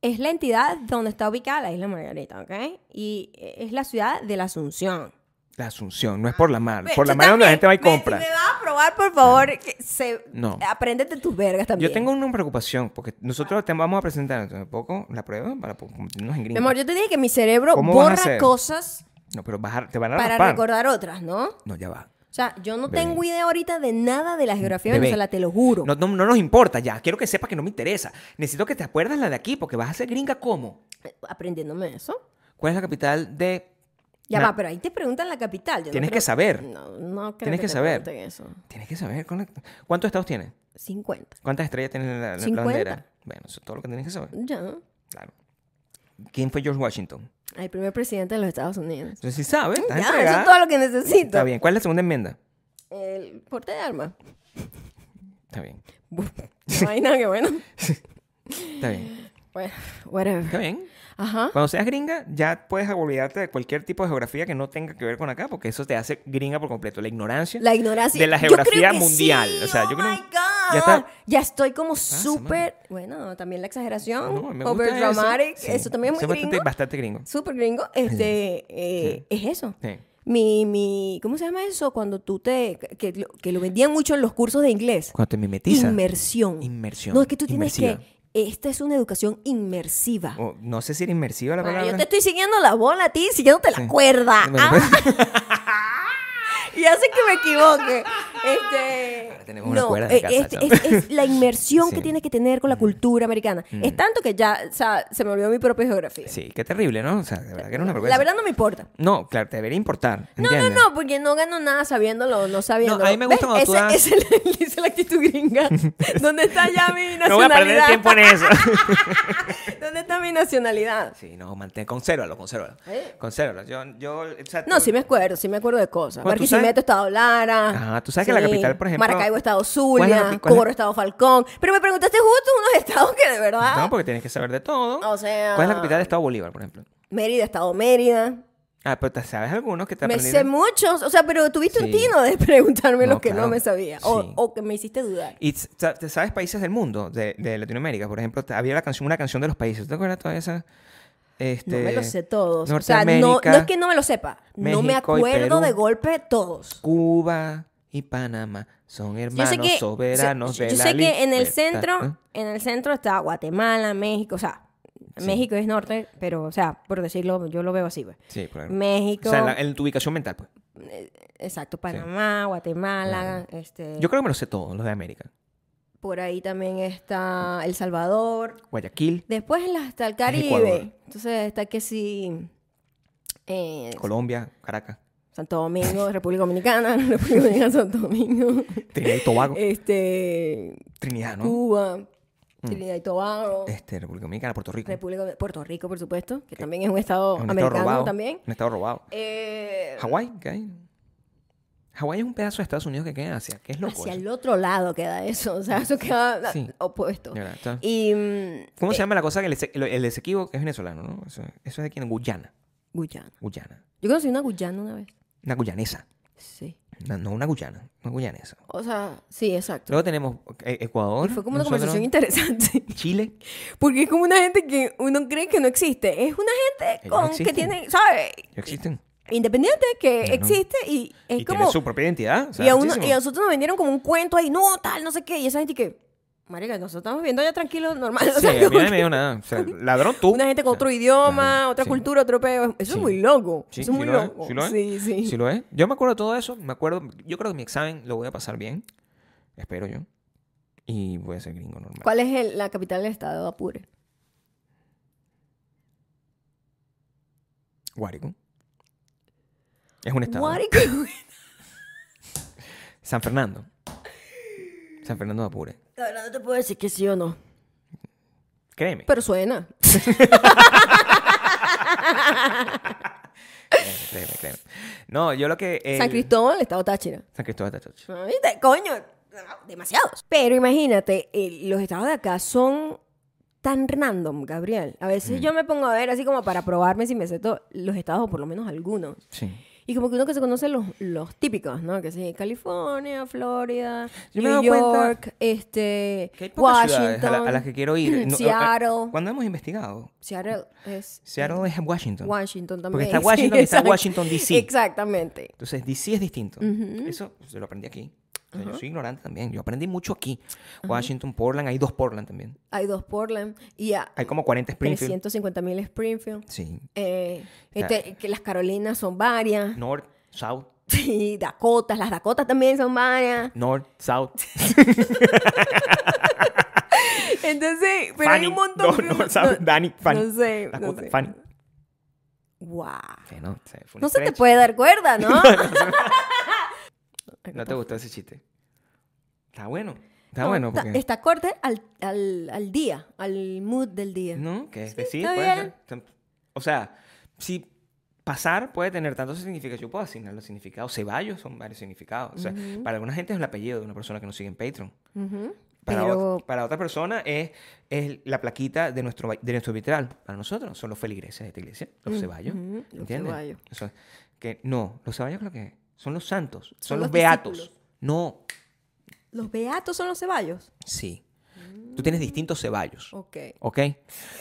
Speaker 1: es la entidad donde está ubicada la isla Margarita, ¿ok? Y es la ciudad de la Asunción.
Speaker 2: La Asunción. No es por la mar.
Speaker 1: Ve,
Speaker 2: Por la
Speaker 1: tú
Speaker 2: mar es donde la
Speaker 1: también.
Speaker 2: gente va y
Speaker 1: Ve,
Speaker 2: compra.
Speaker 1: si me vas a probar, por favor, que se,
Speaker 2: No.
Speaker 1: apréndete tus vergas también.
Speaker 2: Yo tengo una preocupación, porque nosotros te vamos a presentar dentro de poco la prueba para pues, convertirnos en
Speaker 1: Mi
Speaker 2: gringos.
Speaker 1: amor, yo te dije que mi cerebro
Speaker 2: ¿Cómo vas a
Speaker 1: borra
Speaker 2: hacer?
Speaker 1: cosas
Speaker 2: No, pero vas a- te van a
Speaker 1: para
Speaker 2: raspar.
Speaker 1: recordar otras, ¿no? O
Speaker 2: No, ya va.
Speaker 1: sea, yo no
Speaker 2: Bebé.
Speaker 1: tengo idea ahorita de nada de la geografía
Speaker 2: Bebé,
Speaker 1: venezolana, te lo juro.
Speaker 2: No, no, no nos importa ya. Quiero que sepas que no me interesa. Necesito que te acuerdas la de aquí, porque vas a ser gringa ¿cómo?
Speaker 1: Eh, Aprendiéndome eso.
Speaker 2: ¿Cuál es la capital de...?
Speaker 1: Ya
Speaker 2: Na-
Speaker 1: va, pero ahí te preguntan la capital. yo no
Speaker 2: Tienes
Speaker 1: creo-
Speaker 2: que saber.
Speaker 1: No, no creo
Speaker 2: Tienes que
Speaker 1: te
Speaker 2: saber.
Speaker 1: pregunten eso.
Speaker 2: Tienes que saber. con la- ¿Cuántos estados tiene?
Speaker 1: 50.
Speaker 2: ¿Cuántas estrellas tiene la, la- la
Speaker 1: 50.
Speaker 2: bandera? Bueno, eso es todo lo que tienes que saber.
Speaker 1: Ya.
Speaker 2: Claro. ¿Quién fue George Washington?
Speaker 1: El primer presidente de los Estados Unidos.
Speaker 2: Entonces, si sabes,
Speaker 1: Ya,
Speaker 2: estás
Speaker 1: eso
Speaker 2: entregada.
Speaker 1: es todo lo que necesito.
Speaker 2: Está bien. ¿Cuál es la segunda enmienda?
Speaker 1: El porte de armas.
Speaker 2: Está bien.
Speaker 1: No hay nada que bueno.
Speaker 2: Está bien.
Speaker 1: Bueno, whatever.
Speaker 2: Está bien.
Speaker 1: Ajá.
Speaker 2: Cuando seas gringa, ya puedes olvidarte de cualquier tipo de geografía que no tenga que ver con acá, porque eso te hace gringa por completo. La ignorancia.
Speaker 1: La ignorancia.
Speaker 2: De la
Speaker 1: Yo creo
Speaker 2: geografía
Speaker 1: que
Speaker 2: mundial.
Speaker 1: sí,
Speaker 2: O sea,
Speaker 1: oh
Speaker 2: yo creo-
Speaker 1: my God.
Speaker 2: Ya
Speaker 1: Ya,
Speaker 2: está.
Speaker 1: estoy como súper. Bueno, también la exageración.
Speaker 2: No, me gusta
Speaker 1: over dramatic. Eso.
Speaker 2: Sí,
Speaker 1: también es
Speaker 2: eso
Speaker 1: muy gringo.
Speaker 2: Bastante, bastante gringo.
Speaker 1: Súper gringo. Este, eh, Es eso.
Speaker 2: Sí.
Speaker 1: Mi, mi, ¿cómo se llama eso? Cuando tú te, que, lo- que lo vendían mucho en los cursos de inglés.
Speaker 2: Cuando te mimetiza.
Speaker 1: Inmersión.
Speaker 2: Inmersión.
Speaker 1: No, es que tú tienes
Speaker 2: Inmersiva.
Speaker 1: que, esta es una educación inmersiva.
Speaker 2: O, no sé si era inmersiva la
Speaker 1: Bueno, yo
Speaker 2: palabra.
Speaker 1: te estoy siguiendo la bola a ti, siguiéndote la cuerda.
Speaker 2: Bueno, pues,
Speaker 1: Ah, y hace que me equivoque. Este,
Speaker 2: Ahora tenemos una cuerda en
Speaker 1: eh,
Speaker 2: casa,
Speaker 1: este,
Speaker 2: chamo.
Speaker 1: es, es la inmersión
Speaker 2: Sí. Mm.
Speaker 1: que tienes que tener con la cultura americana. Es tanto que ya, o sea, se me olvidó mi propia geografía.
Speaker 2: Sí, qué terrible, ¿no? O sea, de verdad que era una vergüenza.
Speaker 1: la verdad no me importa.
Speaker 2: No, claro, te debería importar.
Speaker 1: No, no, no, porque no gano nada sabiéndolo, no sabiéndolo.
Speaker 2: No, a mí me gusta cuando tú das-
Speaker 1: Esa es la actitud gringa. ¿Dónde está ya mi nacionalidad?
Speaker 2: No voy a perder el tiempo en eso.
Speaker 1: ¿Dónde está mi nacionalidad?
Speaker 2: sí, no, mantén, consérvalo, consérvalo.
Speaker 1: ¿Eh?
Speaker 2: Consérvalo. Yo, yo, o sea,
Speaker 1: No,
Speaker 2: tú-
Speaker 1: sí me acuerdo, sí me acuerdo de cosas.
Speaker 2: Bueno, tú sabes-
Speaker 1: Barquisimeto, Estado Lara.
Speaker 2: Ajá, tú sabes que la capital, por ejemplo-
Speaker 1: Maracaibo, Estado
Speaker 2: ¿Cuál es
Speaker 1: Zulia.
Speaker 2: la capi- cuál es-
Speaker 1: Coro, Estado Falcón. Pero me preguntaste justo unos estados que de verdad.
Speaker 2: No, pues porque tienes que saber de todo.
Speaker 1: ah. O sea-
Speaker 2: ¿Cuál es la capital del Estado Bolívar, por ejemplo?
Speaker 1: Mérida, Estado Mérida.
Speaker 2: Ah, pero te sabes algunos que te
Speaker 1: Me
Speaker 2: aprendiste.
Speaker 1: sé muchos. O sea, pero tuviste un
Speaker 2: Sí.
Speaker 1: tino de preguntarme
Speaker 2: No,
Speaker 1: los que
Speaker 2: claro.
Speaker 1: no me sabía. O,
Speaker 2: Sí.
Speaker 1: o que me hiciste dudar.
Speaker 2: Y s- sa- te sabes países del mundo, de, de Latinoamérica. Por ejemplo, te- había la canción, una canción de los países. ¿Te acuerdas toda esa? Este,
Speaker 1: No me los sé todos. O sea, no,
Speaker 2: Norteamérica,
Speaker 1: no es que no me lo sepa. no me
Speaker 2: México y
Speaker 1: acuerdo
Speaker 2: Perú.
Speaker 1: de golpe todos.
Speaker 2: Cuba y Panamá son
Speaker 1: Yo
Speaker 2: hermanos
Speaker 1: sé que,
Speaker 2: soberanos
Speaker 1: yo
Speaker 2: de
Speaker 1: yo
Speaker 2: la
Speaker 1: sé que en el
Speaker 2: libertad.
Speaker 1: centro,
Speaker 2: ¿Eh?
Speaker 1: en el centro está Guatemala, México, o sea, México es norte, pero, o sea, por decirlo, yo lo veo así, pues.
Speaker 2: Sí, por ejemplo.
Speaker 1: México,
Speaker 2: O sea, en, la- en tu ubicación mental, pues.
Speaker 1: exacto, Panamá, Guatemala, este,
Speaker 2: Yo creo que me lo sé todos los de América.
Speaker 1: por ahí también está El Salvador.
Speaker 2: Guayaquil,
Speaker 1: Después la- está el
Speaker 2: Ecuador.
Speaker 1: Caribe. Entonces está que sí. eh,
Speaker 2: Colombia, Caracas,
Speaker 1: Santo Domingo, República Dominicana, República Dominicana, Santo Domingo.
Speaker 2: Trinidad y Tobago.
Speaker 1: Eh, este
Speaker 2: Trinidad, ¿no? Mm.
Speaker 1: Cuba, Trinidad y Tobago,
Speaker 2: Este, República Dominicana, Puerto Rico.
Speaker 1: República de Puerto Rico, por supuesto, que también es un estado
Speaker 2: Un estado
Speaker 1: americano
Speaker 2: robado.
Speaker 1: también.
Speaker 2: Un estado robado.
Speaker 1: Eh,
Speaker 2: Hawái, ¿qué hay? Hawái es un pedazo de Estados Unidos que queda en Asia, que es loco.
Speaker 1: hacia
Speaker 2: eso.
Speaker 1: el otro lado queda eso, o sea, eso queda ah,
Speaker 2: Sí.
Speaker 1: opuesto.
Speaker 2: De verdad, está-
Speaker 1: Y mm,
Speaker 2: ¿Cómo se llama la cosa que el, Ese- el, el Esequibo es venezolano, no? Eso, eso es de aquí en Guyana.
Speaker 1: Guyana.
Speaker 2: Guyana.
Speaker 1: Yo conocí una Guyana una vez.
Speaker 2: Una guyanesa.
Speaker 1: Sí.
Speaker 2: No, no una guyana, una guyanesa.
Speaker 1: O sea, sí, exacto.
Speaker 2: Luego tenemos eh, Ecuador.
Speaker 1: Fue como una
Speaker 2: nosotros,
Speaker 1: conversación interesante.
Speaker 2: Chile.
Speaker 1: Porque es como una gente que uno cree que no existe. Es una gente
Speaker 2: Ellos
Speaker 1: con, que
Speaker 2: existen.
Speaker 1: tiene, ¿sabes?
Speaker 2: Ya existen.
Speaker 1: Independiente que
Speaker 2: Claro.
Speaker 1: existe y es
Speaker 2: y
Speaker 1: como.
Speaker 2: tienen su propia identidad. o sea,
Speaker 1: Y a, uno-
Speaker 2: muchísimo.
Speaker 1: y a nosotros nos vendieron como un cuento ahí, no, tal, no sé qué. Y esa gente que, marica, nosotros estamos viendo allá tranquilos, normal. o
Speaker 2: Sí,
Speaker 1: sea,
Speaker 2: a mí
Speaker 1: como
Speaker 2: no me
Speaker 1: que
Speaker 2: dio nada. O sea, ladrón tú.
Speaker 1: una gente con
Speaker 2: O sea,
Speaker 1: otro idioma,
Speaker 2: claro,
Speaker 1: otra
Speaker 2: sí.
Speaker 1: cultura, otro peo. Eso
Speaker 2: Sí.
Speaker 1: es muy loco.
Speaker 2: Sí,
Speaker 1: eso es
Speaker 2: sí
Speaker 1: muy
Speaker 2: lo es,
Speaker 1: loco.
Speaker 2: sí lo es.
Speaker 1: sí, sí.
Speaker 2: Sí lo es. Yo me acuerdo de todo eso. Me acuerdo. Yo creo que mi examen lo voy a pasar bien. Espero yo. Y voy a ser gringo normal.
Speaker 1: ¿Cuál es el- la capital del estado Apure?
Speaker 2: Guárico. Es un estado.
Speaker 1: Marico.
Speaker 2: San Fernando. San Fernando de Apure.
Speaker 1: La verdad no te puedo decir que sí o no.
Speaker 2: Créeme.
Speaker 1: Pero suena.
Speaker 2: créeme, créeme, créeme. No, yo lo que. el-
Speaker 1: San Cristóbal, el estado Táchira.
Speaker 2: San Cristóbal de Atocha.
Speaker 1: Ah, ¿Viste? Coño, no, demasiados. Pero imagínate, eh, los estados de acá son tan random, Gabriel. A veces
Speaker 2: Mm.
Speaker 1: yo me pongo a ver así como para probarme si me sé to- los estados o por lo menos algunos.
Speaker 2: Sí.
Speaker 1: Y como que uno que se conoce los, los típicos, ¿no? Que sí, California, Florida,
Speaker 2: Yo me he
Speaker 1: New
Speaker 2: dado cuenta
Speaker 1: York, este,
Speaker 2: Que hay pocas ciudades
Speaker 1: Washington,
Speaker 2: a, la- a las que quiero ir. No, eh,
Speaker 1: Seattle.
Speaker 2: ¿Cuándo hemos investigado?
Speaker 1: Seattle es
Speaker 2: Seattle es Washington.
Speaker 1: Washington también.
Speaker 2: Porque está
Speaker 1: Sí,
Speaker 2: Washington y está
Speaker 1: exacto.
Speaker 2: Washington, D.C..
Speaker 1: Exactamente.
Speaker 2: Entonces, DC es distinto. Eso se lo aprendí aquí. O sea, Yo soy ignorante también. Yo aprendí mucho aquí. Washington, Portland. Hay dos Portland también.
Speaker 1: Hay dos Portland y a
Speaker 2: Hay como 40 Springfield.
Speaker 1: 350 mil Springfield.
Speaker 2: Sí.
Speaker 1: Eh,
Speaker 2: Ya.
Speaker 1: este, que las Carolinas son varias.
Speaker 2: North, South.
Speaker 1: Sí, Dakotas, las Dakotas también son varias.
Speaker 2: North, South.
Speaker 1: Entonces, pero hay
Speaker 2: Fanny.
Speaker 1: un montón
Speaker 2: No,
Speaker 1: que-
Speaker 2: no, South, Danny, Fanny.
Speaker 1: No sé, no
Speaker 2: Dakota,
Speaker 1: sé.
Speaker 2: Fanny.
Speaker 1: Guau.
Speaker 2: Sí, no, o sea, fue un
Speaker 1: No se te
Speaker 2: stretch.
Speaker 1: puede dar cuerda, ¿no?
Speaker 2: No te gustó ese chiste. Está bueno. Está
Speaker 1: No,
Speaker 2: bueno.
Speaker 1: está-
Speaker 2: Porque...
Speaker 1: Está corte al, al, al día, al mood del día.
Speaker 2: No, que es decir,
Speaker 1: está
Speaker 2: puede
Speaker 1: bien.
Speaker 2: ser. Tam- O sea, si pasar puede tener tantos significados, yo puedo asignar los significados. Ceballos son varios significados. O sea, para alguna gente es el apellido de una persona que nos sigue en Patreon.
Speaker 1: Ujú.
Speaker 2: Para,
Speaker 1: Pero-
Speaker 2: ot- para otra persona es, es la plaquita de nuestro, va- de nuestro vitral. Para nosotros son los feligreses de esta iglesia, los ceballos.
Speaker 1: ujú, los
Speaker 2: ¿Entiendes?
Speaker 1: ceballos.
Speaker 2: O sea, que no, los ceballos lo que son los santos, son,
Speaker 1: Son
Speaker 2: los,
Speaker 1: los
Speaker 2: beatos.
Speaker 1: discípulos.
Speaker 2: No,
Speaker 1: Los beatos son los ceballos.
Speaker 2: sí. Tú tienes distintos ceballos,
Speaker 1: Ok.
Speaker 2: ¿ok?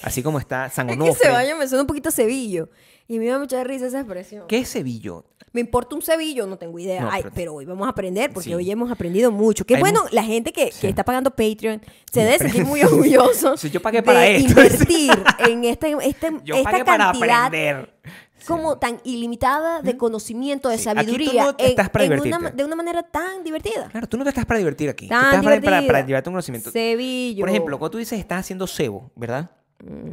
Speaker 2: Así como está San
Speaker 1: Mm. Es
Speaker 2: Onofre.
Speaker 1: que ceballo me suena un poquito a cebillo. Y a mí me da mucha risa esa expresión.
Speaker 2: ¿Qué es cebillo?
Speaker 1: Me importa un cebillo, no tengo idea.
Speaker 2: No,
Speaker 1: Ay,
Speaker 2: pero-
Speaker 1: pero... hoy vamos a aprender porque
Speaker 2: Sí.
Speaker 1: hoy hemos aprendido mucho. Qué
Speaker 2: Hay
Speaker 1: bueno,
Speaker 2: mu-
Speaker 1: la gente que, que
Speaker 2: Sí.
Speaker 1: está pagando Patreon se debe sentir muy orgulloso.
Speaker 2: Si yo pagué para
Speaker 1: de
Speaker 2: esto.
Speaker 1: Invertir en esta, esta,
Speaker 2: Yo
Speaker 1: esta
Speaker 2: pagué para
Speaker 1: cantidad
Speaker 2: aprender.
Speaker 1: como tan ilimitada de conocimiento, de
Speaker 2: Sí, aquí tú
Speaker 1: sabiduría,
Speaker 2: no te estás para
Speaker 1: una
Speaker 2: divertirte.
Speaker 1: ma- de una manera tan divertida.
Speaker 2: Claro, tú no te estás para divertir aquí. Tú
Speaker 1: Tan
Speaker 2: estás para, para,
Speaker 1: divertida.
Speaker 2: para llevarte un conocimiento.
Speaker 1: Cebillo.
Speaker 2: Por ejemplo, cuando tú dices estás haciendo cebo, ¿verdad?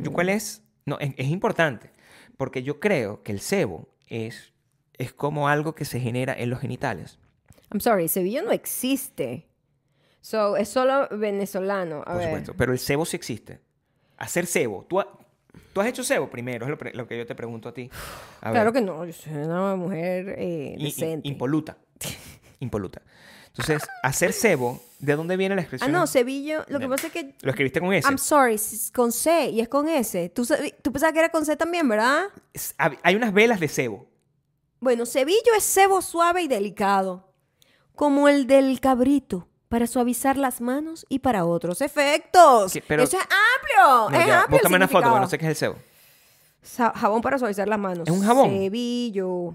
Speaker 2: ¿Yo ¿Cuál es? No, es, es importante. Porque yo creo que el cebo es, es como algo que se genera en los genitales.
Speaker 1: I'm sorry, cebillo no existe. So, es solo venezolano. A
Speaker 2: por
Speaker 1: ver.
Speaker 2: supuesto. Pero el cebo sí existe. Hacer cebo. Tú, ha- tú has hecho cebo primero, es lo, pre- lo que yo te pregunto a ti. A ver.
Speaker 1: Claro que no, yo soy una mujer eh,
Speaker 2: I- i-
Speaker 1: decente.
Speaker 2: Impoluta. Impoluta. Entonces, hacer cebo, ¿de dónde viene la
Speaker 1: ah,
Speaker 2: expresión?
Speaker 1: no, cebillo. Lo que
Speaker 2: No.
Speaker 1: pasa es que
Speaker 2: Lo escribiste con S.
Speaker 1: I'm sorry, s- con C y es con S. ¿Tú, sab- tú pensabas que era con C también, ¿verdad?
Speaker 2: Es- hab- Hay unas velas de cebo.
Speaker 1: Bueno, cebillo es cebo suave y delicado, como el del cabrito, para suavizar las manos y para otros efectos.
Speaker 2: Sí, pero-
Speaker 1: Eso es amplio,
Speaker 2: No,
Speaker 1: Oh, es
Speaker 2: ya,
Speaker 1: amplio el
Speaker 2: búscame una foto, porque no sé
Speaker 1: significado.
Speaker 2: qué es el cebo.
Speaker 1: Sa- Jabón para suavizar las manos.
Speaker 2: ¿Es un jabón?
Speaker 1: Cebillo.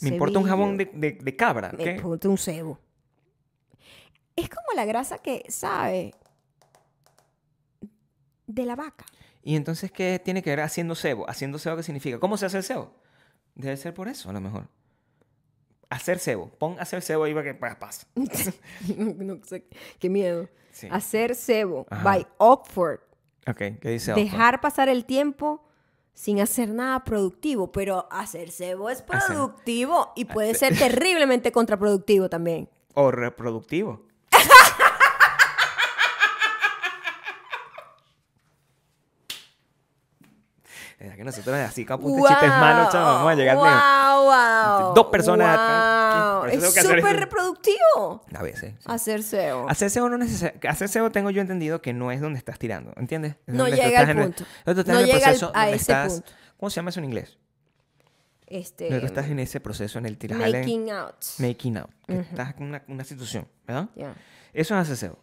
Speaker 2: Me importa un
Speaker 1: Cebillo.
Speaker 2: jabón de, de- de cabra.
Speaker 1: Me
Speaker 2: ¿qué?
Speaker 1: importa un cebo. Es como la grasa que, ¿sabe? De la vaca.
Speaker 2: Y entonces, ¿qué tiene que ver haciendo cebo? ¿Haciendo cebo qué significa? ¿Cómo se hace el cebo? Debe ser por eso, a lo mejor. Hacer cebo. Pon hacer cebo ahí para que pa- pase.
Speaker 1: no sé, qué miedo.
Speaker 2: Sí.
Speaker 1: Hacer cebo
Speaker 2: Ajá.
Speaker 1: by Oxford.
Speaker 2: Ok, ¿qué dice Oxford?
Speaker 1: Dejar pasar el tiempo sin hacer nada productivo, pero hacer cebo es
Speaker 2: Hacer-
Speaker 1: productivo y puede ser terriblemente contraproductivo también.
Speaker 2: O reproductivo. Es que nosotros así con punto de chistes malos, chamo, vamos a llegar lejos.
Speaker 1: wow, wow,
Speaker 2: Dos personas.
Speaker 1: wow.
Speaker 2: Por eso tengo
Speaker 1: Es
Speaker 2: que hacer
Speaker 1: súper
Speaker 2: esto.
Speaker 1: reproductivo
Speaker 2: A veces. sí.
Speaker 1: hacer cebo.
Speaker 2: Hacer SEO no neces- hacer SEO tengo yo entendido que no es donde estás tirando, ¿entiendes? Es
Speaker 1: No
Speaker 2: donde tú
Speaker 1: llega
Speaker 2: estás
Speaker 1: al
Speaker 2: en el-
Speaker 1: punto.
Speaker 2: donde tú estás
Speaker 1: No
Speaker 2: en el
Speaker 1: llega al-
Speaker 2: proceso
Speaker 1: a
Speaker 2: donde
Speaker 1: ese
Speaker 2: estás-
Speaker 1: punto.
Speaker 2: ¿Cómo se llama eso en inglés?
Speaker 1: Este,
Speaker 2: Donde tú estás en ese proceso, en el tirajale.
Speaker 1: making out.
Speaker 2: making out. que Estás en una, una situación, ¿verdad?
Speaker 1: Ya.
Speaker 2: Eso es hacer SEO.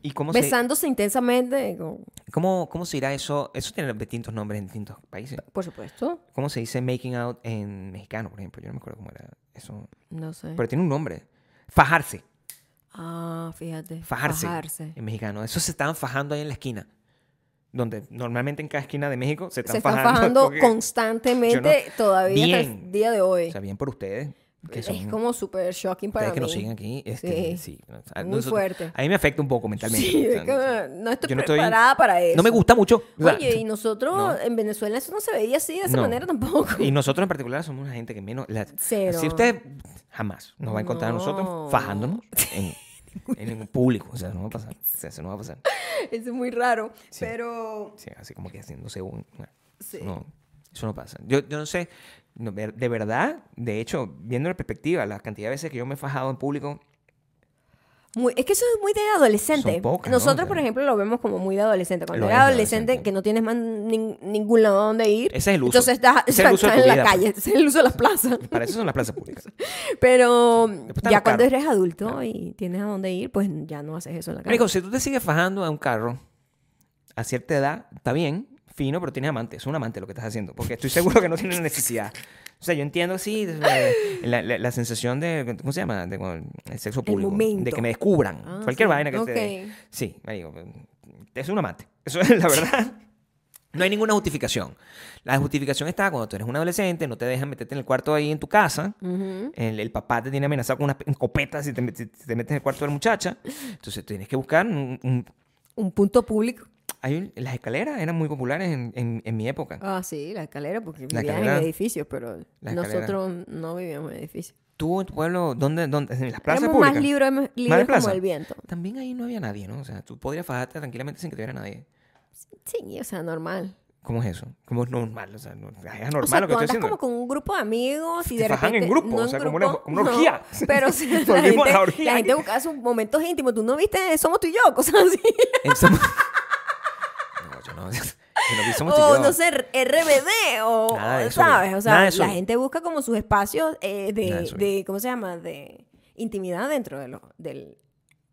Speaker 2: ¿Y cómo se,
Speaker 1: Besándose intensamente, como-
Speaker 2: cómo, cómo se dirá eso? Eso tiene distintos nombres en distintos países.
Speaker 1: por supuesto.
Speaker 2: ¿Cómo se dice making out en mexicano, por ejemplo? Yo no me acuerdo cómo era eso.
Speaker 1: No sé.
Speaker 2: Pero tiene un nombre. Fajarse.
Speaker 1: Ah, fíjate.
Speaker 2: Fajarse.
Speaker 1: Fajarse.
Speaker 2: En mexicano. Eso se estaban fajando ahí en la esquina. Donde normalmente en cada esquina de México se están
Speaker 1: se están
Speaker 2: fajando.
Speaker 1: fajando
Speaker 2: porque-
Speaker 1: constantemente
Speaker 2: yo no-
Speaker 1: todavía hasta
Speaker 2: Bien.
Speaker 1: el día de hoy.
Speaker 2: O sea, bien por ustedes. que
Speaker 1: es
Speaker 2: son-
Speaker 1: como súper shocking para
Speaker 2: Ustedes que
Speaker 1: mí.
Speaker 2: nos siguen aquí, este,
Speaker 1: Sí.
Speaker 2: sí. no, a
Speaker 1: Muy fuerte.
Speaker 2: A mí me afecta un poco mentalmente.
Speaker 1: Sí,
Speaker 2: o sea,
Speaker 1: es que no estoy
Speaker 2: yo no estoy-
Speaker 1: preparada para eso.
Speaker 2: no me gusta mucho. o sea,
Speaker 1: Oye, y nosotros en Venezuela eso no se veía así de esa
Speaker 2: No.
Speaker 1: manera tampoco.
Speaker 2: y nosotros en particular somos una gente que menos... la-
Speaker 1: Cero.
Speaker 2: Si usted jamás nos va a encontrar a
Speaker 1: No.
Speaker 2: nosotros fajándonos en, en ningún público. O sea, no va a pasar. O sea, eso no va a pasar.
Speaker 1: Eso es muy raro.
Speaker 2: Sí.
Speaker 1: Pero
Speaker 2: Sí, así como que haciéndose un... una-
Speaker 1: Sí.
Speaker 2: No, eso no pasa. Yo, yo no sé, no, ver- de verdad, de hecho, viendo la perspectiva, la cantidad de veces que yo me he fajado en público,
Speaker 1: muy- es que eso es muy de adolescente.
Speaker 2: Son pocas, ¿no?
Speaker 1: Nosotros,
Speaker 2: O sea,
Speaker 1: por ejemplo, lo vemos como muy de adolescente. Cuando
Speaker 2: lo
Speaker 1: eres
Speaker 2: es de
Speaker 1: adolescente,
Speaker 2: adolescente.
Speaker 1: que no tienes más nin- ningún lado donde ir.
Speaker 2: Ese es el uso.
Speaker 1: Entonces estás,
Speaker 2: Ese es el uso de
Speaker 1: estás en
Speaker 2: tu
Speaker 1: la
Speaker 2: vida, pues.
Speaker 1: calle, ese es el uso de las plazas.
Speaker 2: para eso son las plazas públicas.
Speaker 1: Pero
Speaker 2: Después están
Speaker 1: ya
Speaker 2: los
Speaker 1: cuando
Speaker 2: carros.
Speaker 1: eres adulto y tienes a dónde ir, pues ya no haces eso en la calle.
Speaker 2: Marico, si tú te sigues fajando a un carro a cierta edad, está bien, fino, pero tienes amante. Es un amante lo que estás haciendo, porque estoy seguro que no tienes necesidad. O sea, yo entiendo, sí, eh, la, la- la sensación de, ¿cómo se llama? De, con el sexo público.
Speaker 1: momento.
Speaker 2: De que me descubran.
Speaker 1: Ah, sí.
Speaker 2: cualquier vaina que
Speaker 1: Ok.
Speaker 2: te... Sí, marico, es un amante. Eso es la verdad. No hay ninguna justificación. La justificación está cuando tú eres un adolescente, no te dejan meterte en el cuarto ahí en tu casa. el, el papá te tiene amenazado con una copeta si te, met- si te metes en el cuarto de la muchacha. Entonces tú tienes que buscar un- un-
Speaker 1: Un punto público.
Speaker 2: hay un- las escaleras eran muy populares en, en- en mi época.
Speaker 1: Ah, sí, la escalera, porque
Speaker 2: La
Speaker 1: vivían
Speaker 2: escalera.
Speaker 1: en edificios, pero
Speaker 2: La escalera.
Speaker 1: nosotros no vivíamos en edificios.
Speaker 2: ¿Tú en tu pueblo, dónde, dónde? En las plazas
Speaker 1: Éramos
Speaker 2: públicas.
Speaker 1: más libres, más
Speaker 2: de
Speaker 1: libres como
Speaker 2: plaza?
Speaker 1: el viento.
Speaker 2: También ahí no había nadie, ¿no? O sea, tú podías fajarte tranquilamente sin que te viera nadie.
Speaker 1: Sí, o sea, normal.
Speaker 2: ¿Cómo es eso? ¿Cómo es normal? O sea, no- es normal
Speaker 1: O sea,
Speaker 2: lo
Speaker 1: tú
Speaker 2: que estoy
Speaker 1: andas
Speaker 2: haciendo.
Speaker 1: como con un grupo de amigos y
Speaker 2: Te
Speaker 1: de
Speaker 2: fajan
Speaker 1: repente...
Speaker 2: en grupo,
Speaker 1: no
Speaker 2: o
Speaker 1: en
Speaker 2: sea, como una-
Speaker 1: grupo,
Speaker 2: como una
Speaker 1: no,
Speaker 2: orgía.
Speaker 1: pero o sea, la, gente,
Speaker 2: Volvimos a la orgía
Speaker 1: la
Speaker 2: aquí.
Speaker 1: gente buscaba sus momentos íntimos. Tú no viste Somos tú y yo, cosas así.
Speaker 2: En Somos- no, yo no. Yo no vi Somos tú y
Speaker 1: o,
Speaker 2: yo.
Speaker 1: Oh, no sé, RBD o...
Speaker 2: Nada de eso,
Speaker 1: ¿Sabes?
Speaker 2: güey.
Speaker 1: O sea,
Speaker 2: Nada de eso,
Speaker 1: la
Speaker 2: güey.
Speaker 1: gente busca como sus espacios eh,
Speaker 2: Nada de
Speaker 1: de,
Speaker 2: eso,
Speaker 1: de... ¿Cómo se llama? De intimidad dentro de los, del,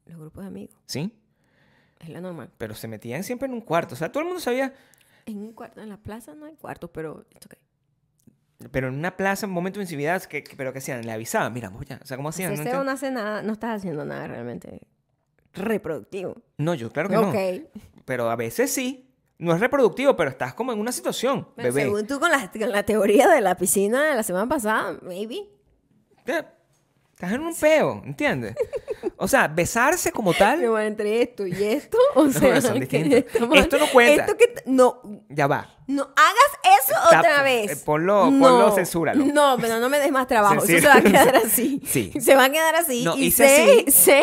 Speaker 1: los grupos de amigos.
Speaker 2: Sí,
Speaker 1: Es la normal.
Speaker 2: pero se metían siempre en un cuarto. O sea, todo el mundo sabía.
Speaker 1: En un cuarto, en la plaza no hay cuartos, pero... it's okay.
Speaker 2: Pero en una plaza, en un momento de intimidad, que, que- pero que hacían, le avisaban, mira, voy ya. O sea, ¿cómo hacían? No,
Speaker 1: Hacerse
Speaker 2: entiendo.
Speaker 1: no hace nada, no estás haciendo nada realmente reproductivo.
Speaker 2: No, yo claro que
Speaker 1: Ok.
Speaker 2: no. Pero a veces sí. No es reproductivo, pero estás como en una situación,
Speaker 1: Pero
Speaker 2: bebé.
Speaker 1: según tú con la, con la teoría de la piscina de la semana pasada, maybe.
Speaker 2: Eh, Estás en un peo, ¿entiendes? O sea, besarse como tal,
Speaker 1: Pero entre esto y esto, o sea,
Speaker 2: son
Speaker 1: que
Speaker 2: distintos.
Speaker 1: estamos-
Speaker 2: Esto no cuenta.
Speaker 1: Esto que t- no,
Speaker 2: ya va.
Speaker 1: no hagas eso
Speaker 2: Tap-
Speaker 1: otra
Speaker 2: eh,
Speaker 1: vez.
Speaker 2: ponlo- ponlo, censúralo.
Speaker 1: No, pero no me des más trabajo. Eso se
Speaker 2: Censura.
Speaker 1: va a quedar así.
Speaker 2: Sí.
Speaker 1: Se va a quedar así.
Speaker 2: No,
Speaker 1: y
Speaker 2: hice
Speaker 1: sé,
Speaker 2: así.
Speaker 1: sé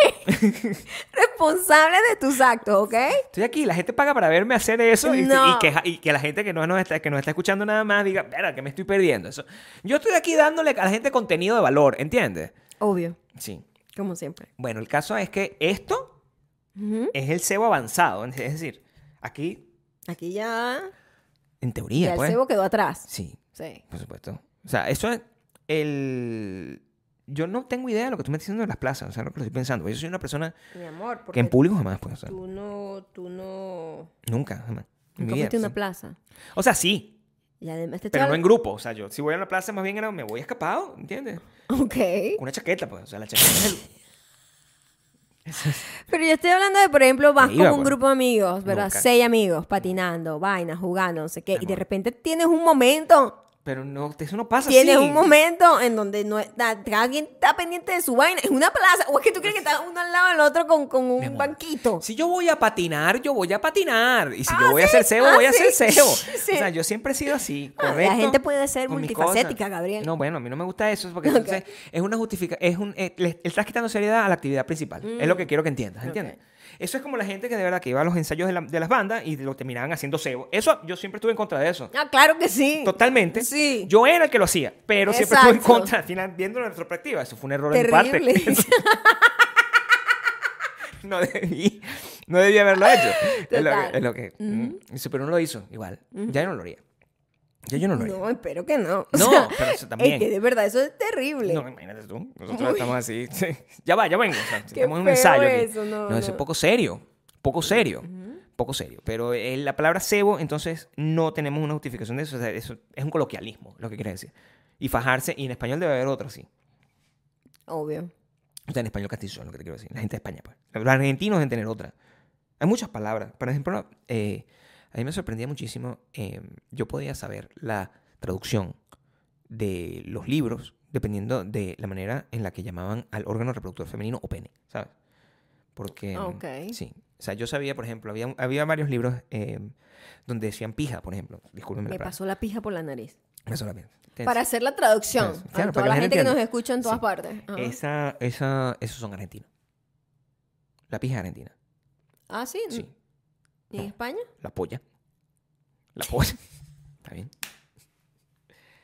Speaker 1: responsable de tus actos, ¿ok?
Speaker 2: Estoy aquí, la gente paga para verme hacer eso y,
Speaker 1: No.
Speaker 2: y que, y que la gente que no nos está, que nos está escuchando nada más diga, verá, que me estoy perdiendo. Eso. Yo estoy aquí dándole a la gente contenido de valor, ¿entiendes?
Speaker 1: Obvio,
Speaker 2: Sí.
Speaker 1: como siempre.
Speaker 2: Bueno, el caso es que esto es el cebo avanzado. Es decir, aquí,
Speaker 1: Aquí ya,
Speaker 2: en
Speaker 1: ya
Speaker 2: teoría,
Speaker 1: el
Speaker 2: pues.
Speaker 1: cebo quedó atrás.
Speaker 2: Sí,
Speaker 1: Sí.
Speaker 2: por supuesto. O sea, eso es el... Yo no tengo idea de lo que tú me estás diciendo de las plazas. O sea, lo que estoy pensando. Yo soy una persona
Speaker 1: Mi amor,
Speaker 2: que
Speaker 1: porque
Speaker 2: en público jamás, pues. o sea,
Speaker 1: tú no, tú no...
Speaker 2: nunca, jamás. En mi
Speaker 1: Nunca
Speaker 2: vida,
Speaker 1: fuiste a una
Speaker 2: sí.
Speaker 1: plaza.
Speaker 2: O sea, sí,
Speaker 1: Y además te
Speaker 2: Pero no
Speaker 1: estoy
Speaker 2: en grupo, o sea, yo si voy a la plaza más bien era, me voy escapado, ¿entiendes?
Speaker 1: habl- Ok.
Speaker 2: Con una chaqueta, pues, o sea, la chaqueta es el-
Speaker 1: Pero yo estoy hablando de, por ejemplo, vas
Speaker 2: Me
Speaker 1: con
Speaker 2: iba,
Speaker 1: un
Speaker 2: pues.
Speaker 1: grupo de amigos, ¿verdad?
Speaker 2: Nunca.
Speaker 1: Seis amigos, patinando, vainas, jugando, no sé qué. Y de
Speaker 2: amor.
Speaker 1: repente tienes un momento,
Speaker 2: Pero no, eso no pasa
Speaker 1: tienes
Speaker 2: así.
Speaker 1: un momento en donde no está- alguien está pendiente de su vaina. Es una plaza. O es que tú crees que está uno al lado del otro con, con
Speaker 2: Mi
Speaker 1: un
Speaker 2: amor.
Speaker 1: banquito.
Speaker 2: Si yo voy a patinar, yo voy a patinar. Y si
Speaker 1: Ah,
Speaker 2: yo voy a
Speaker 1: sí,
Speaker 2: hacer cebo,
Speaker 1: ah,
Speaker 2: voy a
Speaker 1: sí.
Speaker 2: hacer cebo.
Speaker 1: Sí.
Speaker 2: O sea, yo siempre he sido así,
Speaker 1: Ah, la
Speaker 2: correcto.
Speaker 1: gente puede ser
Speaker 2: con mis
Speaker 1: multifacética,
Speaker 2: cosas.
Speaker 1: Gabriel.
Speaker 2: No, bueno, a mí no me gusta eso, porque
Speaker 1: Ok.
Speaker 2: entonces es una justifica, es un, eh, le, le estás quitando seriedad a la actividad principal. Es lo que quiero que entiendas, ¿entiendes?
Speaker 1: Mm. Ok.
Speaker 2: Eso es como la gente que de verdad que iba a los ensayos de, la- de las bandas y lo terminaban haciendo cebo. Eso, yo siempre estuve en contra de eso.
Speaker 1: Ah, claro que sí.
Speaker 2: Totalmente.
Speaker 1: Sí.
Speaker 2: Yo era el que lo hacía, pero siempre estuve en
Speaker 1: Exacto.
Speaker 2: contra. Al final, viendo la retrospectiva, eso fue un error de
Speaker 1: Terrible.
Speaker 2: mi parte. no, debí, no debí haberlo hecho. Es lo
Speaker 1: Total.
Speaker 2: que. es lo que- mm, sí, Pero no lo hizo, igual. Ya yo no lo haría. Ya yo no lo haría.
Speaker 1: no, espero que no.
Speaker 2: No, pero eso también.
Speaker 1: Es que de verdad, eso es terrible.
Speaker 2: No, imagínate tú. Nosotros estamos así. sí. Ya va, ya vengo. o sea,
Speaker 1: Qué
Speaker 2: estamos en un
Speaker 1: feo
Speaker 2: ensayo. aquí.
Speaker 1: eso, no,
Speaker 2: no, eso
Speaker 1: no.
Speaker 2: es poco serio. Poco serio. Poco serio. Pero eh, la palabra cebo, entonces, no tenemos una justificación de eso. o sea, eso es un coloquialismo, lo que quiere decir. Y fajarse, y en español debe haber otro así.
Speaker 1: Obvio.
Speaker 2: O sea, en español castizo es lo que te quiero decir. La gente de España, pues. Los argentinos deben tener otra. Hay muchas palabras. Por ejemplo, eh, a mí me sorprendía muchísimo. eh, yo podía saber la traducción de los libros dependiendo de la manera en la que llamaban al órgano reproductor femenino o pene, ¿sabes? Porque...
Speaker 1: Ah, Ok.
Speaker 2: Sí. O sea, yo sabía, por ejemplo, había, había varios libros eh, donde decían pija, por ejemplo. Discúlpenme la
Speaker 1: Me
Speaker 2: palabra.
Speaker 1: pasó la pija por la nariz.
Speaker 2: Me pasó la pija. Entonces,
Speaker 1: Para hacer la traducción
Speaker 2: Claro,
Speaker 1: a
Speaker 2: para
Speaker 1: toda
Speaker 2: que
Speaker 1: la
Speaker 2: la
Speaker 1: gente
Speaker 2: gente
Speaker 1: que nos
Speaker 2: entienda.
Speaker 1: escucha en todas
Speaker 2: Sí.
Speaker 1: partes. Ajá.
Speaker 2: Esa, esa, esos son argentinos. La pija es argentina.
Speaker 1: Ah, sí.
Speaker 2: Sí.
Speaker 1: ¿Y en España?
Speaker 2: La polla. La polla. Está bien.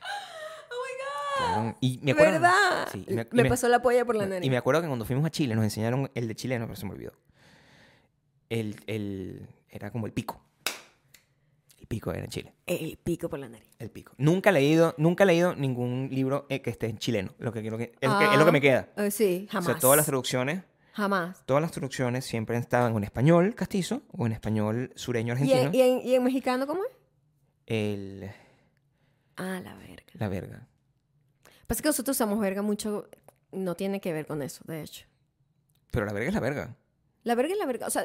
Speaker 1: ¡Oh,
Speaker 2: Claro. Y me acuerdo,
Speaker 1: ¿Verdad?
Speaker 2: Sí, y
Speaker 1: me,
Speaker 2: me- y me-
Speaker 1: pasó la polla por la
Speaker 2: Y
Speaker 1: nariz.
Speaker 2: me acuerdo que cuando fuimos a Chile nos enseñaron el de chileno, pero se me olvidó. El, el, era como el pico. El pico era en Chile.
Speaker 1: Eh, El pico por la nariz.
Speaker 2: El pico. Nunca he leído, nunca he leído ningún libro eh, que esté en chileno. Lo que, quiero que- es, lo que, es lo que me queda.
Speaker 1: Eh, sí,
Speaker 2: O
Speaker 1: jamás.
Speaker 2: sea, todas las traducciones,
Speaker 1: Jamás.
Speaker 2: todas las traducciones siempre estaban en español castizo o en español sureño
Speaker 1: ¿Y e,
Speaker 2: argentino.
Speaker 1: en, y en- y en mexicano cómo es?
Speaker 2: El,
Speaker 1: Ah, la verga.
Speaker 2: la verga.
Speaker 1: Pasa que nosotros usamos verga mucho. No tiene que ver con eso, de hecho.
Speaker 2: Pero la verga es la verga.
Speaker 1: La verga es la verga. O sea,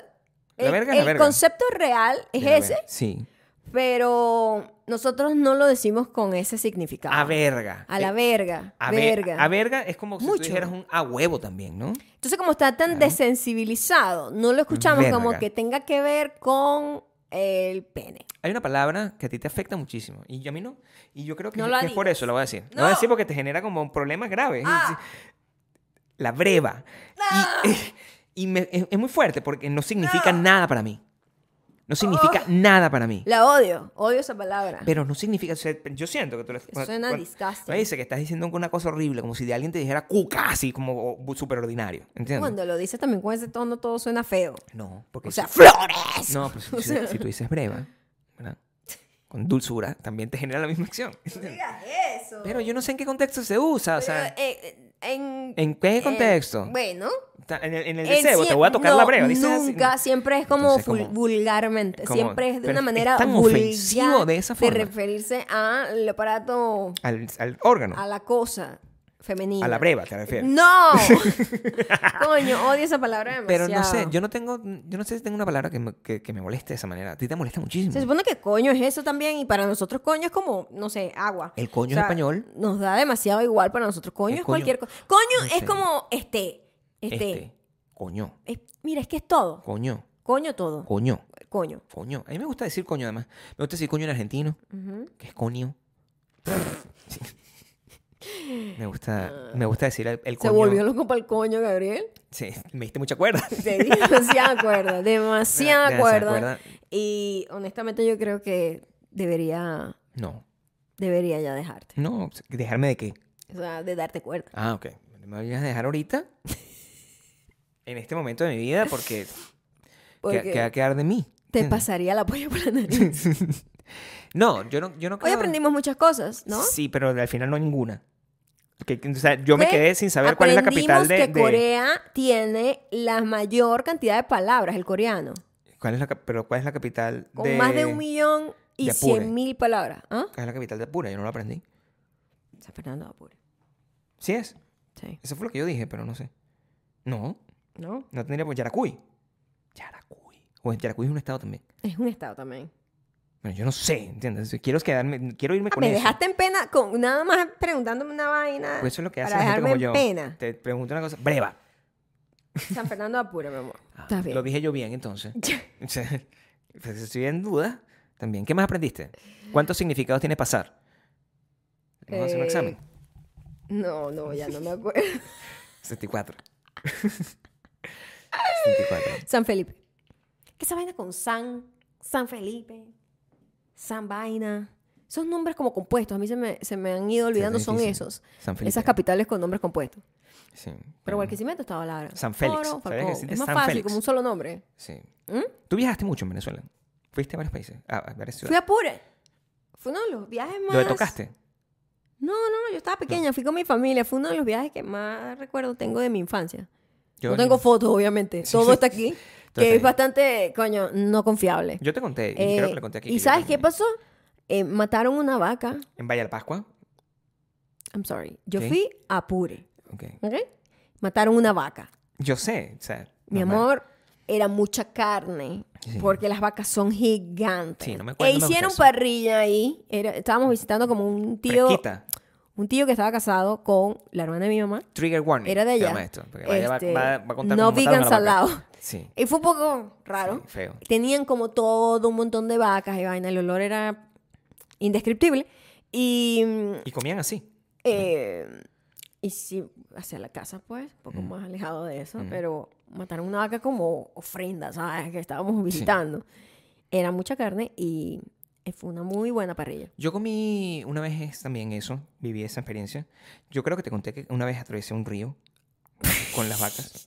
Speaker 2: La
Speaker 1: el,
Speaker 2: verga es la
Speaker 1: el
Speaker 2: verga.
Speaker 1: concepto real es
Speaker 2: De la
Speaker 1: ese,
Speaker 2: verga. Sí.
Speaker 1: pero nosotros no lo decimos con ese significado.
Speaker 2: A verga.
Speaker 1: A la
Speaker 2: Eh,
Speaker 1: verga.
Speaker 2: A ver-
Speaker 1: verga.
Speaker 2: A verga es como si
Speaker 1: Mucho.
Speaker 2: tú dijeras un a huevo también, ¿no?
Speaker 1: Entonces, como está tan desensibilizado, no lo escuchamos como
Speaker 2: Verga.
Speaker 1: que tenga que ver con el pene.
Speaker 2: Hay una palabra que a ti te afecta muchísimo y a mí no. Y yo creo que,
Speaker 1: No
Speaker 2: es-
Speaker 1: la
Speaker 2: que es por
Speaker 1: digas.
Speaker 2: eso, lo voy a decir. Lo
Speaker 1: No.
Speaker 2: voy a decir porque te genera como problemas graves.
Speaker 1: Ah.
Speaker 2: La breva. Y, y me- es, es muy fuerte porque no significa nada para mí. No significa nada para mí.
Speaker 1: Oh. La odio. Odio esa palabra.
Speaker 2: Pero no significa... o sea, yo siento que tú le...
Speaker 1: suena
Speaker 2: cuando-
Speaker 1: disgusting.
Speaker 2: Me dice que estás diciendo una cosa horrible, como si de alguien te dijera cuca, así como o, súper ordinario. ¿Entiendes?
Speaker 1: Cuando lo dices también con ese tono, todo suena feo.
Speaker 2: No, porque...
Speaker 1: O
Speaker 2: si-
Speaker 1: sea, ¡flores!
Speaker 2: No, pero si, si- si tú dices breva, ¿verdad? Con dulzura, también te genera la misma acción.
Speaker 1: digas eso.
Speaker 2: Pero yo no sé en qué contexto se usa, o sea,
Speaker 1: Pero, eh, en,
Speaker 2: ¿en qué
Speaker 1: eh,
Speaker 2: contexto?
Speaker 1: bueno.
Speaker 2: Ta- En el, en el
Speaker 1: en
Speaker 2: deseo, te
Speaker 1: siem-
Speaker 2: voy a tocar
Speaker 1: no,
Speaker 2: la breva, dices así,
Speaker 1: Nunca,
Speaker 2: ¿no?
Speaker 1: siempre es como,
Speaker 2: Entonces,
Speaker 1: vul-
Speaker 2: como-
Speaker 1: vulgarmente.
Speaker 2: como-
Speaker 1: siempre es de
Speaker 2: pero
Speaker 1: una
Speaker 2: es
Speaker 1: manera
Speaker 2: tan ofensivo
Speaker 1: vulgar
Speaker 2: de esa forma.
Speaker 1: referirse al aparato,
Speaker 2: Al, al órgano,
Speaker 1: a la cosa femenina.
Speaker 2: a la breva te refieres.
Speaker 1: ¡No! Coño, odio esa palabra demasiado.
Speaker 2: Pero no sé, yo no tengo, yo no sé si tengo una palabra que me, que, que me moleste de esa manera. A ti te molesta muchísimo.
Speaker 1: Se supone que coño es eso también y para nosotros coño es como, no sé, agua.
Speaker 2: El coño
Speaker 1: es
Speaker 2: es español.
Speaker 1: Nos da demasiado igual para nosotros. Coño
Speaker 2: El
Speaker 1: es
Speaker 2: coño-
Speaker 1: cualquier cosa. Coño
Speaker 2: no
Speaker 1: es
Speaker 2: sé.
Speaker 1: como este, este.
Speaker 2: Coño,
Speaker 1: Es- mira, es que es todo.
Speaker 2: coño,
Speaker 1: Coño todo.
Speaker 2: coño,
Speaker 1: Coño.
Speaker 2: coño. A mí me gusta decir coño además. Me gusta decir coño en argentino,
Speaker 1: Ujú.
Speaker 2: que es coño. Sí. Me gusta, me gusta decir el, el
Speaker 1: Ah. Se
Speaker 2: coño.
Speaker 1: volvió loco para el coño, Gabriel.
Speaker 2: Sí, me diste mucha cuerda.
Speaker 1: Te di demasiada cuerda, demasiada
Speaker 2: Demasiada
Speaker 1: cuerda.
Speaker 2: cuerda.
Speaker 1: Y honestamente yo creo que debería,
Speaker 2: No,
Speaker 1: debería ya dejarte.
Speaker 2: no, dejarme de qué.
Speaker 1: O sea, de darte cuerda.
Speaker 2: Ah, ok. Me voy a dejar ahorita. en este momento de mi vida, porque.
Speaker 1: Porque
Speaker 2: ¿qué- ¿Qué va a quedar de mí?
Speaker 1: te
Speaker 2: ¿Entiendes?
Speaker 1: pasaría la polla por la nariz.
Speaker 2: No, yo no, yo no
Speaker 1: Hoy
Speaker 2: creo-
Speaker 1: aprendimos muchas cosas, ¿no?
Speaker 2: Sí, pero al final no ninguna. Que- que- o sea, yo me
Speaker 1: ¿Qué?
Speaker 2: quedé sin saber cuál es la capital de.
Speaker 1: Aprendimos que
Speaker 2: de-
Speaker 1: Corea tiene la mayor cantidad de palabras, el coreano.
Speaker 2: ¿Cuál es la, cap- pero cuál es la capital
Speaker 1: Con
Speaker 2: de.
Speaker 1: más de un millón y
Speaker 2: de Apure.
Speaker 1: cien mil palabras. ¿Ah?
Speaker 2: ¿Cuál es la capital de Apure? Yo no lo aprendí.
Speaker 1: San Fernando de Apure.
Speaker 2: Sí es.
Speaker 1: Sí.
Speaker 2: Eso fue lo que yo dije, pero no sé. No,
Speaker 1: ¿No?
Speaker 2: no tendría. Pues Yaracuy. Yaracuy. Bueno, Yaracuy es un estado también.
Speaker 1: Es un estado también.
Speaker 2: Bueno, yo no sé, ¿entiendes? Quiero quedarme, quiero irme
Speaker 1: Ah,
Speaker 2: con
Speaker 1: me
Speaker 2: eso.
Speaker 1: dejaste en pena con nada más preguntándome una vaina.
Speaker 2: Pues eso es lo que hace
Speaker 1: para
Speaker 2: la gente como
Speaker 1: dejarme
Speaker 2: yo.
Speaker 1: en pena.
Speaker 2: Te pregunto una cosa. Breva.
Speaker 1: San Fernando de Apure, mi amor.
Speaker 2: Ah,
Speaker 1: Está bien.
Speaker 2: Lo dije yo bien, entonces. O sea, pues, estoy en duda también. ¿Qué más aprendiste? ¿Cuántos significados tiene pasar? Vamos a hacer un
Speaker 1: Eh,
Speaker 2: examen.
Speaker 1: No, no, ya no me acuerdo.
Speaker 2: 74. 74.
Speaker 1: San Felipe. ¿Qué esa vaina con San? San Felipe. San Vaina. Esos nombres como compuestos. A mí se me, se me han ido olvidando. Son
Speaker 2: difícil.
Speaker 1: esos.
Speaker 2: San Felipe.
Speaker 1: Esas capitales con nombres compuestos.
Speaker 2: Sí.
Speaker 1: Pero Barquisimeto estaba la hora.
Speaker 2: San Félix.
Speaker 1: Oro,
Speaker 2: ¿Sabías que
Speaker 1: Falcón.
Speaker 2: existe
Speaker 1: Es más
Speaker 2: San
Speaker 1: fácil,
Speaker 2: Félix?
Speaker 1: como un solo nombre.
Speaker 2: Sí.
Speaker 1: ¿Mm?
Speaker 2: Tú viajaste mucho en Venezuela. Fuiste a varios países. A, a varias
Speaker 1: Fui
Speaker 2: ciudades.
Speaker 1: a Apure. Fue uno de los viajes más...
Speaker 2: ¿Dónde tocaste?
Speaker 1: No, no, yo estaba pequeña. Fui con mi familia. Fue uno de los viajes que más recuerdo tengo de mi infancia.
Speaker 2: Yo,
Speaker 1: no tengo fotos, obviamente. Todo está aquí.
Speaker 2: está
Speaker 1: que
Speaker 2: ahí.
Speaker 1: es bastante, coño, no confiable.
Speaker 2: yo te conté. Y
Speaker 1: Eh,
Speaker 2: creo que lo conté aquí.
Speaker 1: ¿Y
Speaker 2: que yo
Speaker 1: sabes qué
Speaker 2: también-
Speaker 1: pasó? Eh, mataron una vaca.
Speaker 2: En Valle de la Pascua.
Speaker 1: I'm sorry. Yo
Speaker 2: ¿Qué?
Speaker 1: fui a Apure.
Speaker 2: Ok.
Speaker 1: ¿Ok? Mataron una vaca.
Speaker 2: Yo sé. O sea,
Speaker 1: Mi
Speaker 2: normal.
Speaker 1: amor, era mucha carne.
Speaker 2: Sí.
Speaker 1: Porque las vacas son gigantes.
Speaker 2: Sí, no me acuerdo,
Speaker 1: e
Speaker 2: no me gusta
Speaker 1: hicieron
Speaker 2: eso.
Speaker 1: parrilla ahí. Era- estábamos visitando como un tío.
Speaker 2: Fresquita.
Speaker 1: un tío que estaba casado con la hermana de mi mamá.
Speaker 2: Trigger warning.
Speaker 1: Era de
Speaker 2: se
Speaker 1: ella.
Speaker 2: llama esto, porque vaya,
Speaker 1: Este,
Speaker 2: va, va- va a contar
Speaker 1: no
Speaker 2: cómo mataron a
Speaker 1: vegans
Speaker 2: la vaca.
Speaker 1: allowed.
Speaker 2: Sí.
Speaker 1: Y fue un poco raro.
Speaker 2: Sí, feo.
Speaker 1: Tenían como todo un montón de vacas y vaina. El olor era indescriptible. Y, mm,
Speaker 2: Y comían así.
Speaker 1: eh, y sí, hacia la casa, pues, un poco más alejado de eso. Pero mataron una vaca como ofrenda, ¿sabes? Que estábamos visitando. Era mucha carne y eh, fue una muy buena parrilla.
Speaker 2: Yo comí una vez es- también eso, viví esa experiencia. Yo creo que te conté que una vez atravesé un río con las vacas.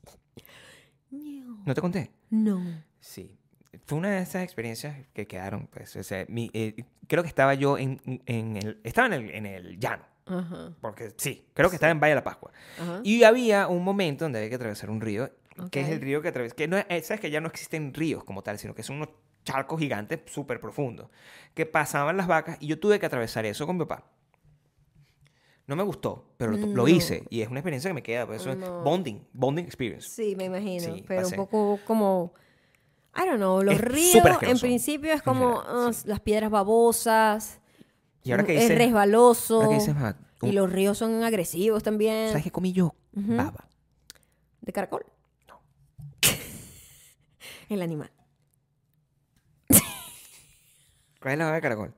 Speaker 2: ¿No te conté?
Speaker 1: No.
Speaker 2: Sí. Fue una de esas experiencias que quedaron, pues. O sea, mi- eh, creo que estaba yo en, en el... Estaba en el, en el llano.
Speaker 1: Ajá.
Speaker 2: Porque sí, creo que estaba en Valle de la Pascua.
Speaker 1: Ajá.
Speaker 2: Y había un momento donde había que atravesar un río, que es
Speaker 1: Ok.
Speaker 2: el río que atravesé. Que no, es- eh, sabes que ya no existen ríos como tal, sino que son unos charcos gigantes súper profundos, que pasaban las vacas y yo tuve que atravesar eso con mi papá. No me gustó, pero lo, lo
Speaker 1: No.
Speaker 2: hice y es una experiencia que me queda. Por eso es
Speaker 1: No.
Speaker 2: bonding, bonding experience.
Speaker 1: Sí, me imagino.
Speaker 2: Sí,
Speaker 1: pero
Speaker 2: pasé.
Speaker 1: un poco como. I don't know. Los
Speaker 2: Es
Speaker 1: ríos,
Speaker 2: súper
Speaker 1: en
Speaker 2: asqueroso,
Speaker 1: principio, es
Speaker 2: en
Speaker 1: como
Speaker 2: general,
Speaker 1: ah, las piedras babosas.
Speaker 2: Y ahora que
Speaker 1: Mm, es
Speaker 2: dices,
Speaker 1: resbaloso.
Speaker 2: ahora que dices, ah,
Speaker 1: y
Speaker 2: un-
Speaker 1: los ríos son agresivos también.
Speaker 2: ¿sabes qué comí yo? Baba.
Speaker 1: ¿De caracol? No. El animal.
Speaker 2: ¿Cuál es la baba de caracol?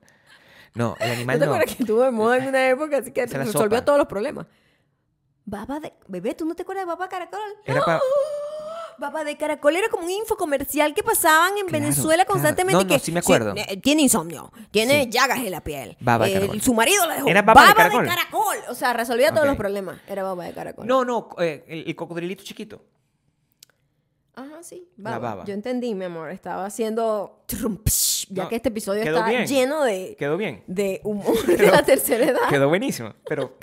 Speaker 2: No, el
Speaker 1: ¿No
Speaker 2: animal
Speaker 1: te
Speaker 2: no.
Speaker 1: acuerdas que estuvo de moda en una época? Así que
Speaker 2: Esa es la
Speaker 1: resolvió
Speaker 2: sopa.
Speaker 1: todos los problemas. Baba de... Bebé, ¿tú no te acuerdas de Baba Caracol?
Speaker 2: Era pa-
Speaker 1: Baba de Caracol era como un infocomercial que pasaban en
Speaker 2: Claro,
Speaker 1: Venezuela
Speaker 2: claro.
Speaker 1: constantemente.
Speaker 2: No,
Speaker 1: y
Speaker 2: no,
Speaker 1: que,
Speaker 2: sí me acuerdo.
Speaker 1: eh, tiene insomnio, tiene
Speaker 2: Sí.
Speaker 1: llagas en la piel.
Speaker 2: Baba de
Speaker 1: eh,
Speaker 2: Caracol.
Speaker 1: Su marido la dejó.
Speaker 2: Era Baba de Caracol.
Speaker 1: Caracol. O sea, resolvía todos
Speaker 2: Ok.
Speaker 1: los problemas. Era Baba de Caracol.
Speaker 2: No, no, eh, el, el cocodrilito chiquito.
Speaker 1: Ajá, sí.
Speaker 2: La
Speaker 1: Baba.
Speaker 2: baba.
Speaker 1: Yo entendí, mi amor. Estaba haciendo. trum, psh, Ya
Speaker 2: No,
Speaker 1: que este episodio
Speaker 2: quedó
Speaker 1: está
Speaker 2: bien.
Speaker 1: lleno de,
Speaker 2: Quedó bien.
Speaker 1: de humor de la tercera edad.
Speaker 2: Quedó buenísimo. Pero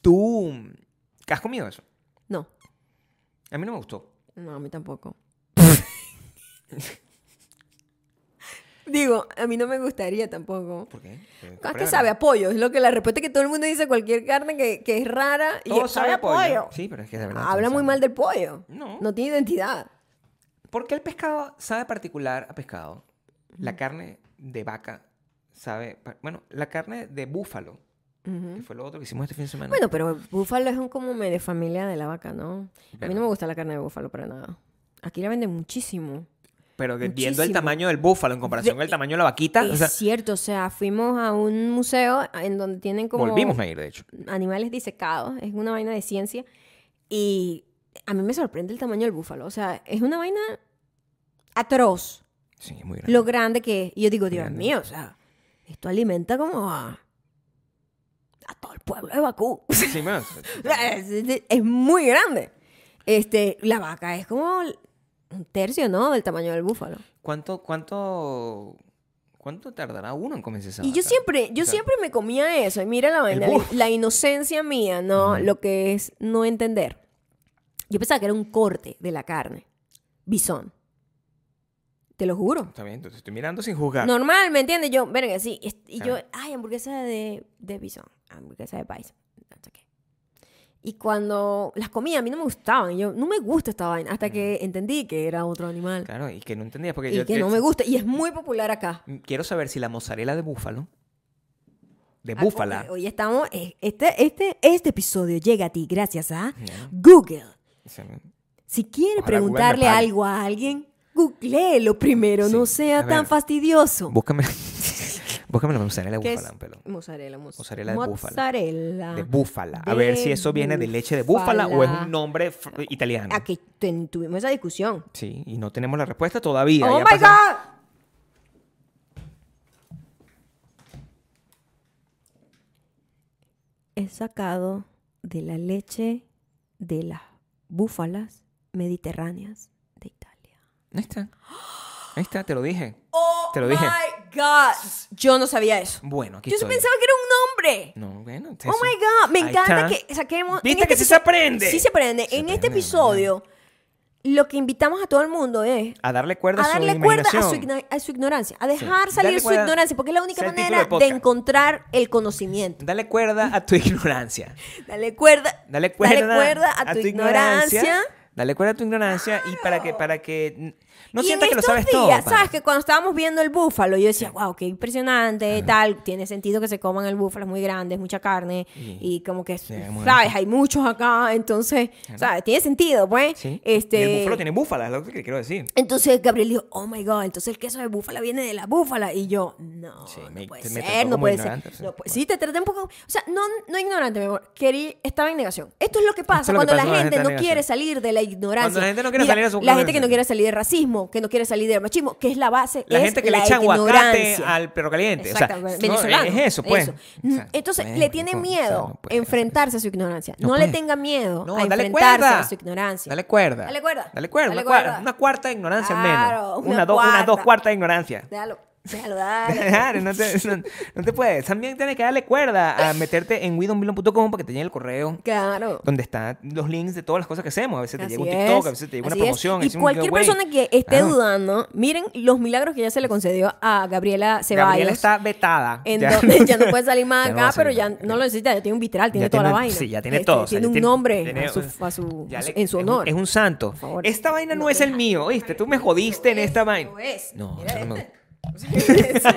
Speaker 2: tú, ¿qué has comido eso?
Speaker 1: No,
Speaker 2: A mí no me gustó.
Speaker 1: no, a mí tampoco. Digo, a mí no me gustaría tampoco.
Speaker 2: ¿Por qué? Porque-
Speaker 1: Es que
Speaker 2: pruébalo.
Speaker 1: sabe a pollo, es lo que la respuesta que todo el mundo dice cualquier carne que, que es rara y
Speaker 2: Todo sabe a pollo.
Speaker 1: pollo.
Speaker 2: Sí, pero es que de verdad.
Speaker 1: Habla
Speaker 2: todo
Speaker 1: muy
Speaker 2: sabe.
Speaker 1: mal del pollo.
Speaker 2: No.
Speaker 1: No tiene identidad.
Speaker 2: ¿Por qué el pescado sabe particular a pescado? La carne de vaca sabe. pa- Bueno, la carne de búfalo, que fue lo otro que hicimos este fin de semana.
Speaker 1: Bueno, pero búfalo es un como medio de familia de la vaca, ¿no? A mí no
Speaker 2: Bueno.
Speaker 1: me gusta la carne de búfalo para nada. Aquí la venden muchísimo.
Speaker 2: pero que viendo el
Speaker 1: muchísimo.
Speaker 2: tamaño del búfalo en comparación
Speaker 1: De-
Speaker 2: con el tamaño de la vaquita, o
Speaker 1: es
Speaker 2: sea,
Speaker 1: cierto, o sea, fuimos a un museo en donde tienen como
Speaker 2: volvimos a ir, de hecho.
Speaker 1: animales disecados, es una vaina de ciencia y a mí me sorprende el tamaño del búfalo, o sea, es una vaina atroz.
Speaker 2: Sí, es muy grande.
Speaker 1: lo grande que es. Y yo digo, Dios
Speaker 2: Grande.
Speaker 1: mío, o sea, esto alimenta como a, a todo el pueblo de Bakú. O
Speaker 2: Sí, bueno,
Speaker 1: sea, es, es- es muy grande. Este, la vaca es como un tercio, ¿no? Del tamaño del búfalo.
Speaker 2: ¿Cuánto, cuánto, cuánto tardará uno en comerse esa
Speaker 1: Y yo
Speaker 2: vaca?
Speaker 1: siempre, yo
Speaker 2: O sea,
Speaker 1: siempre me comía eso. Y mira la vaina,
Speaker 2: El
Speaker 1: la,
Speaker 2: búfalo.
Speaker 1: la inocencia mía, ¿no? Lo que es no entender. Yo pensaba que era un corte de la carne. Bisón. Te lo juro.
Speaker 2: Está bien, entonces estoy mirando sin juzgar.
Speaker 1: Normal, ¿me entiendes? Yo, verga, sí. es- Y yo,
Speaker 2: Claro.
Speaker 1: ay, hamburguesa de, de bison, hamburguesa de bison. That's okay. Y cuando las comía, a mí no me gustaban. y Yo, no me gusta esta vaina. Hasta que entendí que era otro animal.
Speaker 2: Claro, y que no entendía porque
Speaker 1: y
Speaker 2: yo
Speaker 1: que
Speaker 2: yo-
Speaker 1: no me gusta. Y es muy popular acá.
Speaker 2: quiero saber si la mozzarella de búfalo de
Speaker 1: Ah,
Speaker 2: búfala
Speaker 1: ok, Hoy estamos. eh, Este, este, este episodio llega a ti gracias a
Speaker 2: Ya.
Speaker 1: Google.
Speaker 2: o sea,
Speaker 1: Si quieres
Speaker 2: Ojalá Google me
Speaker 1: preguntarle
Speaker 2: pague.
Speaker 1: algo a alguien, googleelo primero.
Speaker 2: Sí,
Speaker 1: No
Speaker 2: a
Speaker 1: sea
Speaker 2: ver.
Speaker 1: tan fastidioso.
Speaker 2: búscame búscame la mozzarella de
Speaker 1: ¿Qué
Speaker 2: búfala
Speaker 1: es?
Speaker 2: un pelo.
Speaker 1: Mozzarella, mozzarella.
Speaker 2: Mozzarella de búfala.
Speaker 1: Mozzarella.
Speaker 2: de búfala a
Speaker 1: De
Speaker 2: ver si eso viene de leche de búfala o es
Speaker 1: búfala.
Speaker 2: un nombre fr- italiano
Speaker 1: a que ten- tuvimos esa discusión.
Speaker 2: sí y no tenemos la respuesta todavía
Speaker 1: ¡Oh,
Speaker 2: ya
Speaker 1: my
Speaker 2: pasaron-
Speaker 1: God! He sacado de la leche de las búfalas mediterráneas de Italia.
Speaker 2: ahí está ahí está te lo dije
Speaker 1: ¡Oh,
Speaker 2: Te lo dije.
Speaker 1: my God! Yo no sabía eso.
Speaker 2: bueno aquí
Speaker 1: Yo
Speaker 2: estoy.
Speaker 1: pensaba que era un nombre.
Speaker 2: no bueno es
Speaker 1: ¡Oh,
Speaker 2: eso.
Speaker 1: my God! Me
Speaker 2: Ahí
Speaker 1: encanta
Speaker 2: está.
Speaker 1: que saquemos... en
Speaker 2: viste
Speaker 1: este
Speaker 2: que sí se
Speaker 1: episodio-
Speaker 2: aprende
Speaker 1: Sí se aprende.
Speaker 2: Se
Speaker 1: en este
Speaker 2: aprende,
Speaker 1: episodio, lo que invitamos a todo el mundo es
Speaker 2: a darle cuerda a,
Speaker 1: a
Speaker 2: su
Speaker 1: darle cuerda a su,
Speaker 2: imaginación.
Speaker 1: igno- a su ignorancia, a dejar salir
Speaker 2: Darle
Speaker 1: su
Speaker 2: cuerda-
Speaker 1: ignorancia, porque es la única
Speaker 2: sea el título
Speaker 1: manera
Speaker 2: del
Speaker 1: de
Speaker 2: podcast.
Speaker 1: encontrar el conocimiento.
Speaker 2: Dale cuerda a tu ignorancia.
Speaker 1: Dale cuerda,
Speaker 2: Dale cuerda,
Speaker 1: dale cuerda a, tu, ignorancia, Ah.
Speaker 2: Dale cuerda a tu ignorancia y para que, para que no
Speaker 1: Y en
Speaker 2: sientas que lo
Speaker 1: estos
Speaker 2: sabes todo.
Speaker 1: días,
Speaker 2: pana.
Speaker 1: ¿Sabes? Que cuando estábamos viendo el búfalo, yo decía, wow, qué impresionante, tal. Tiene sentido que se coman el búfalo, es muy grande, es mucha carne.
Speaker 2: Sí.
Speaker 1: Y como que,
Speaker 2: hay mucho.
Speaker 1: ¿sabes? Hay muchos acá, entonces, ¿sabes? Tiene sentido, pues.
Speaker 2: Sí.
Speaker 1: Este,
Speaker 2: Y el búfalo tiene búfalas, es lo que quiero decir.
Speaker 1: Entonces Gabriel dijo, oh my god, entonces el queso de búfala viene de la búfala. Y yo, no,
Speaker 2: Sí,
Speaker 1: no
Speaker 2: me-
Speaker 1: puede
Speaker 2: te- me
Speaker 1: ser,
Speaker 2: trató
Speaker 1: no
Speaker 2: como
Speaker 1: puede
Speaker 2: ignorante,
Speaker 1: ser.
Speaker 2: sí.
Speaker 1: No puede- sí, te traté un poco, o sea, no, no ignorante, mi amor. Querí, estaba en negación. Esto es lo que pasa
Speaker 2: lo que
Speaker 1: cuando
Speaker 2: pasa
Speaker 1: la gente no
Speaker 2: está en
Speaker 1: quiere
Speaker 2: negación.
Speaker 1: salir de la ignorancia.
Speaker 2: Cuando la gente no quiere salir de su
Speaker 1: La gente que no
Speaker 2: ignorancia.
Speaker 1: quiere salir del racismo, que no quiere salir del machismo, que es la base,
Speaker 2: La
Speaker 1: es
Speaker 2: gente que
Speaker 1: la
Speaker 2: le echa aguacate
Speaker 1: ignorancia.
Speaker 2: al perro caliente. O sea,
Speaker 1: Exacto,
Speaker 2: no,
Speaker 1: venezolano.
Speaker 2: es eso, pues.
Speaker 1: Mm,
Speaker 2: O sea,
Speaker 1: Entonces,
Speaker 2: bueno,
Speaker 1: le tiene
Speaker 2: coño, o sea,
Speaker 1: miedo
Speaker 2: no puede hacer eso.
Speaker 1: enfrentarse a su ignorancia. No,
Speaker 2: No
Speaker 1: le
Speaker 2: puede.
Speaker 1: tenga miedo
Speaker 2: No,
Speaker 1: a
Speaker 2: dale
Speaker 1: enfrentarse
Speaker 2: cuerda.
Speaker 1: a su ignorancia.
Speaker 2: Dale cuerda.
Speaker 1: Dale cuerda.
Speaker 2: Dale cuerda.
Speaker 1: Dale
Speaker 2: una, cuarta-
Speaker 1: cuerda.
Speaker 2: una cuarta de ignorancia
Speaker 1: Claro,
Speaker 2: menos.
Speaker 1: una
Speaker 2: Una, do- una
Speaker 1: cuarta.
Speaker 2: dos cuartas de ignorancia.
Speaker 1: Dalo, déjalo, dale.
Speaker 2: Claro, no te, no, no te puedes. También tienes que darle cuerda a meterte en widombilon.com para que te llegue el correo
Speaker 1: Claro.
Speaker 2: donde están los links de todas las cosas que hacemos. A veces te
Speaker 1: Así
Speaker 2: llega un TikTok,
Speaker 1: es,
Speaker 2: a veces te llega una
Speaker 1: así es.
Speaker 2: promoción. a
Speaker 1: Y
Speaker 2: veces un
Speaker 1: cualquier
Speaker 2: giveaway.
Speaker 1: persona que esté
Speaker 2: Claro.
Speaker 1: dudando, miren los milagros que ya se le concedió a Gabriela Ceballos.
Speaker 2: Gabriela está vetada.
Speaker 1: En
Speaker 2: Ya.
Speaker 1: donde ya, no puede salir más
Speaker 2: Ya no va
Speaker 1: acá,
Speaker 2: a
Speaker 1: pero
Speaker 2: salir
Speaker 1: ya
Speaker 2: más.
Speaker 1: no lo necesita, ya tiene un vitral, tiene
Speaker 2: Ya
Speaker 1: toda la
Speaker 2: tiene-
Speaker 1: vaina.
Speaker 2: sí, ya tiene
Speaker 1: Este,
Speaker 2: todo, o sea,
Speaker 1: Tiene
Speaker 2: ya
Speaker 1: un
Speaker 2: tiene-
Speaker 1: nombre
Speaker 2: tiene
Speaker 1: a su,
Speaker 2: un-
Speaker 1: a su-
Speaker 2: Ya
Speaker 1: a su-
Speaker 2: le-
Speaker 1: en su
Speaker 2: es un-
Speaker 1: honor.
Speaker 2: Es un, santo.
Speaker 1: favor.
Speaker 2: Esta vaina no, es el mío, ¿viste? Tú me jodiste en esta vaina.
Speaker 1: Lo es.
Speaker 2: No,
Speaker 1: Mira
Speaker 2: eso no me-
Speaker 1: este. O sea, es eso.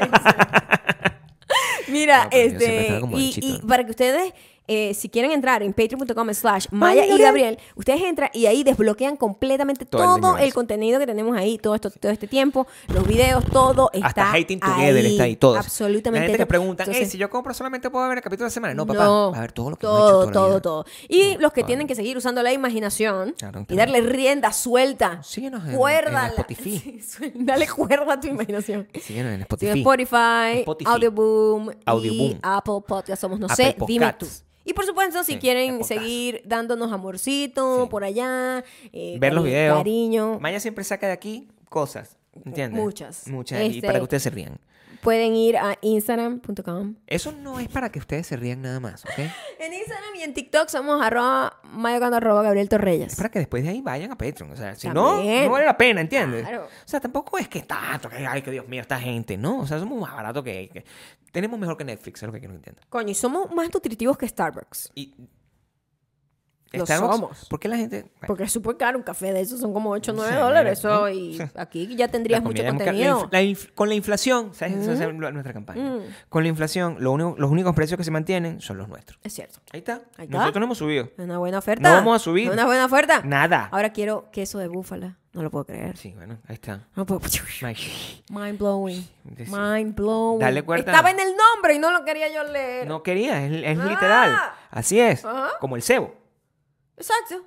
Speaker 1: Mira,
Speaker 2: No, pero yo siempre
Speaker 1: este,
Speaker 2: estaba como
Speaker 1: y,
Speaker 2: bichito.
Speaker 1: y para que ustedes, eh, si quieren entrar en patreon.com slash Maya y Gabriel, ustedes entran y ahí desbloquean completamente
Speaker 2: Todo el
Speaker 1: todo, el,
Speaker 2: ignorancia.
Speaker 1: contenido que tenemos ahí, todo esto, todo este tiempo, los videos, todo está
Speaker 2: Hasta Hating Together está ahí, todo.
Speaker 1: Absolutamente.
Speaker 2: La gente que
Speaker 1: todo.
Speaker 2: pregunta, "Ey,
Speaker 1: Entonces-
Speaker 2: si yo compro solamente puedo ver el capítulo de la semana. No, papá, va a ver todo lo que hemos
Speaker 1: todo,
Speaker 2: hecho toda la
Speaker 1: todo,
Speaker 2: vida.
Speaker 1: todo. Y los que
Speaker 2: toda la
Speaker 1: tienen
Speaker 2: vida.
Speaker 1: que seguir usando la imaginación
Speaker 2: Claro,
Speaker 1: y
Speaker 2: claro.
Speaker 1: darle rienda suelta.
Speaker 2: Síguenos en- en
Speaker 1: Cuérdala.
Speaker 2: Spotify.
Speaker 1: Sí, suel- dale cuerda a tu imaginación.
Speaker 2: Síguenos
Speaker 1: Sí,
Speaker 2: en
Speaker 1: en
Speaker 2: Spotify.
Speaker 1: Spotify,
Speaker 2: Spotify.
Speaker 1: Audioboom, y
Speaker 2: Audioboom.
Speaker 1: Apple Podcast somos no
Speaker 2: Apple
Speaker 1: sé, dime tú.
Speaker 2: Podcasts.
Speaker 1: Y por supuesto, si
Speaker 2: Sí,
Speaker 1: quieren
Speaker 2: Apple Podcasts.
Speaker 1: seguir dándonos amorcito
Speaker 2: Sí.
Speaker 1: por allá, eh,
Speaker 2: ver los
Speaker 1: cari-
Speaker 2: videos.
Speaker 1: Cariño,
Speaker 2: Maya siempre saca de aquí cosas, ¿entiendes?
Speaker 1: Muchas.
Speaker 2: Muchas. Y
Speaker 1: Este-
Speaker 2: para que ustedes se rían.
Speaker 1: pueden ir a instagram.com.
Speaker 2: Eso no es para que ustedes se rían nada más, ¿ok? Es
Speaker 1: En Instagram y en TikTok somos arroba mayocando arroba Gabriel Torreyes.
Speaker 2: para que después de ahí vayan a Patreon. O sea, si
Speaker 1: También.
Speaker 2: no, no vale la pena, ¿entiendes?
Speaker 1: Claro.
Speaker 2: O sea, tampoco es que tanto, que ay, que Dios mío, esta gente, ¿no? O sea, somos más baratos que, que- Tenemos mejor que Netflix, es lo que quiero que entiendan.
Speaker 1: Coño, y somos más nutritivos que Starbucks.
Speaker 2: Y...
Speaker 1: Lo
Speaker 2: Starbucks,
Speaker 1: somos.
Speaker 2: ¿Por qué la gente...? Bueno,
Speaker 1: Porque es súper caro un café de esos, son como 8 o 9
Speaker 2: Sí,
Speaker 1: dólares.
Speaker 2: mira,
Speaker 1: Eso,
Speaker 2: ¿no?
Speaker 1: y
Speaker 2: Sí.
Speaker 1: aquí ya tendrías
Speaker 2: la
Speaker 1: mucho
Speaker 2: comida es muy cara. La
Speaker 1: contenido.
Speaker 2: inf- la inf- con la inflación, ¿sabes? Esa es la- nuestra campaña.
Speaker 1: Mm.
Speaker 2: Con la inflación, lo único- los únicos precios que se mantienen son los nuestros.
Speaker 1: Es cierto.
Speaker 2: Ahí está.
Speaker 1: Ahí está. Ah.
Speaker 2: Nosotros no hemos subido.
Speaker 1: Es una buena oferta.
Speaker 2: No vamos a subir.
Speaker 1: Es una buena oferta.
Speaker 2: Nada.
Speaker 1: Ahora quiero queso de búfala. No lo puedo creer.
Speaker 2: Sí, bueno, ahí está.
Speaker 1: No puedo.
Speaker 2: Mike.
Speaker 1: Mind blowing.
Speaker 2: Sí.
Speaker 1: Mind blowing.
Speaker 2: Dale cuerda.
Speaker 1: Estaba en el nombre y no lo quería yo leer.
Speaker 2: No quería, es, es
Speaker 1: Ah.
Speaker 2: literal. Así es.
Speaker 1: Ajá.
Speaker 2: Como el cebo.
Speaker 1: Exacto.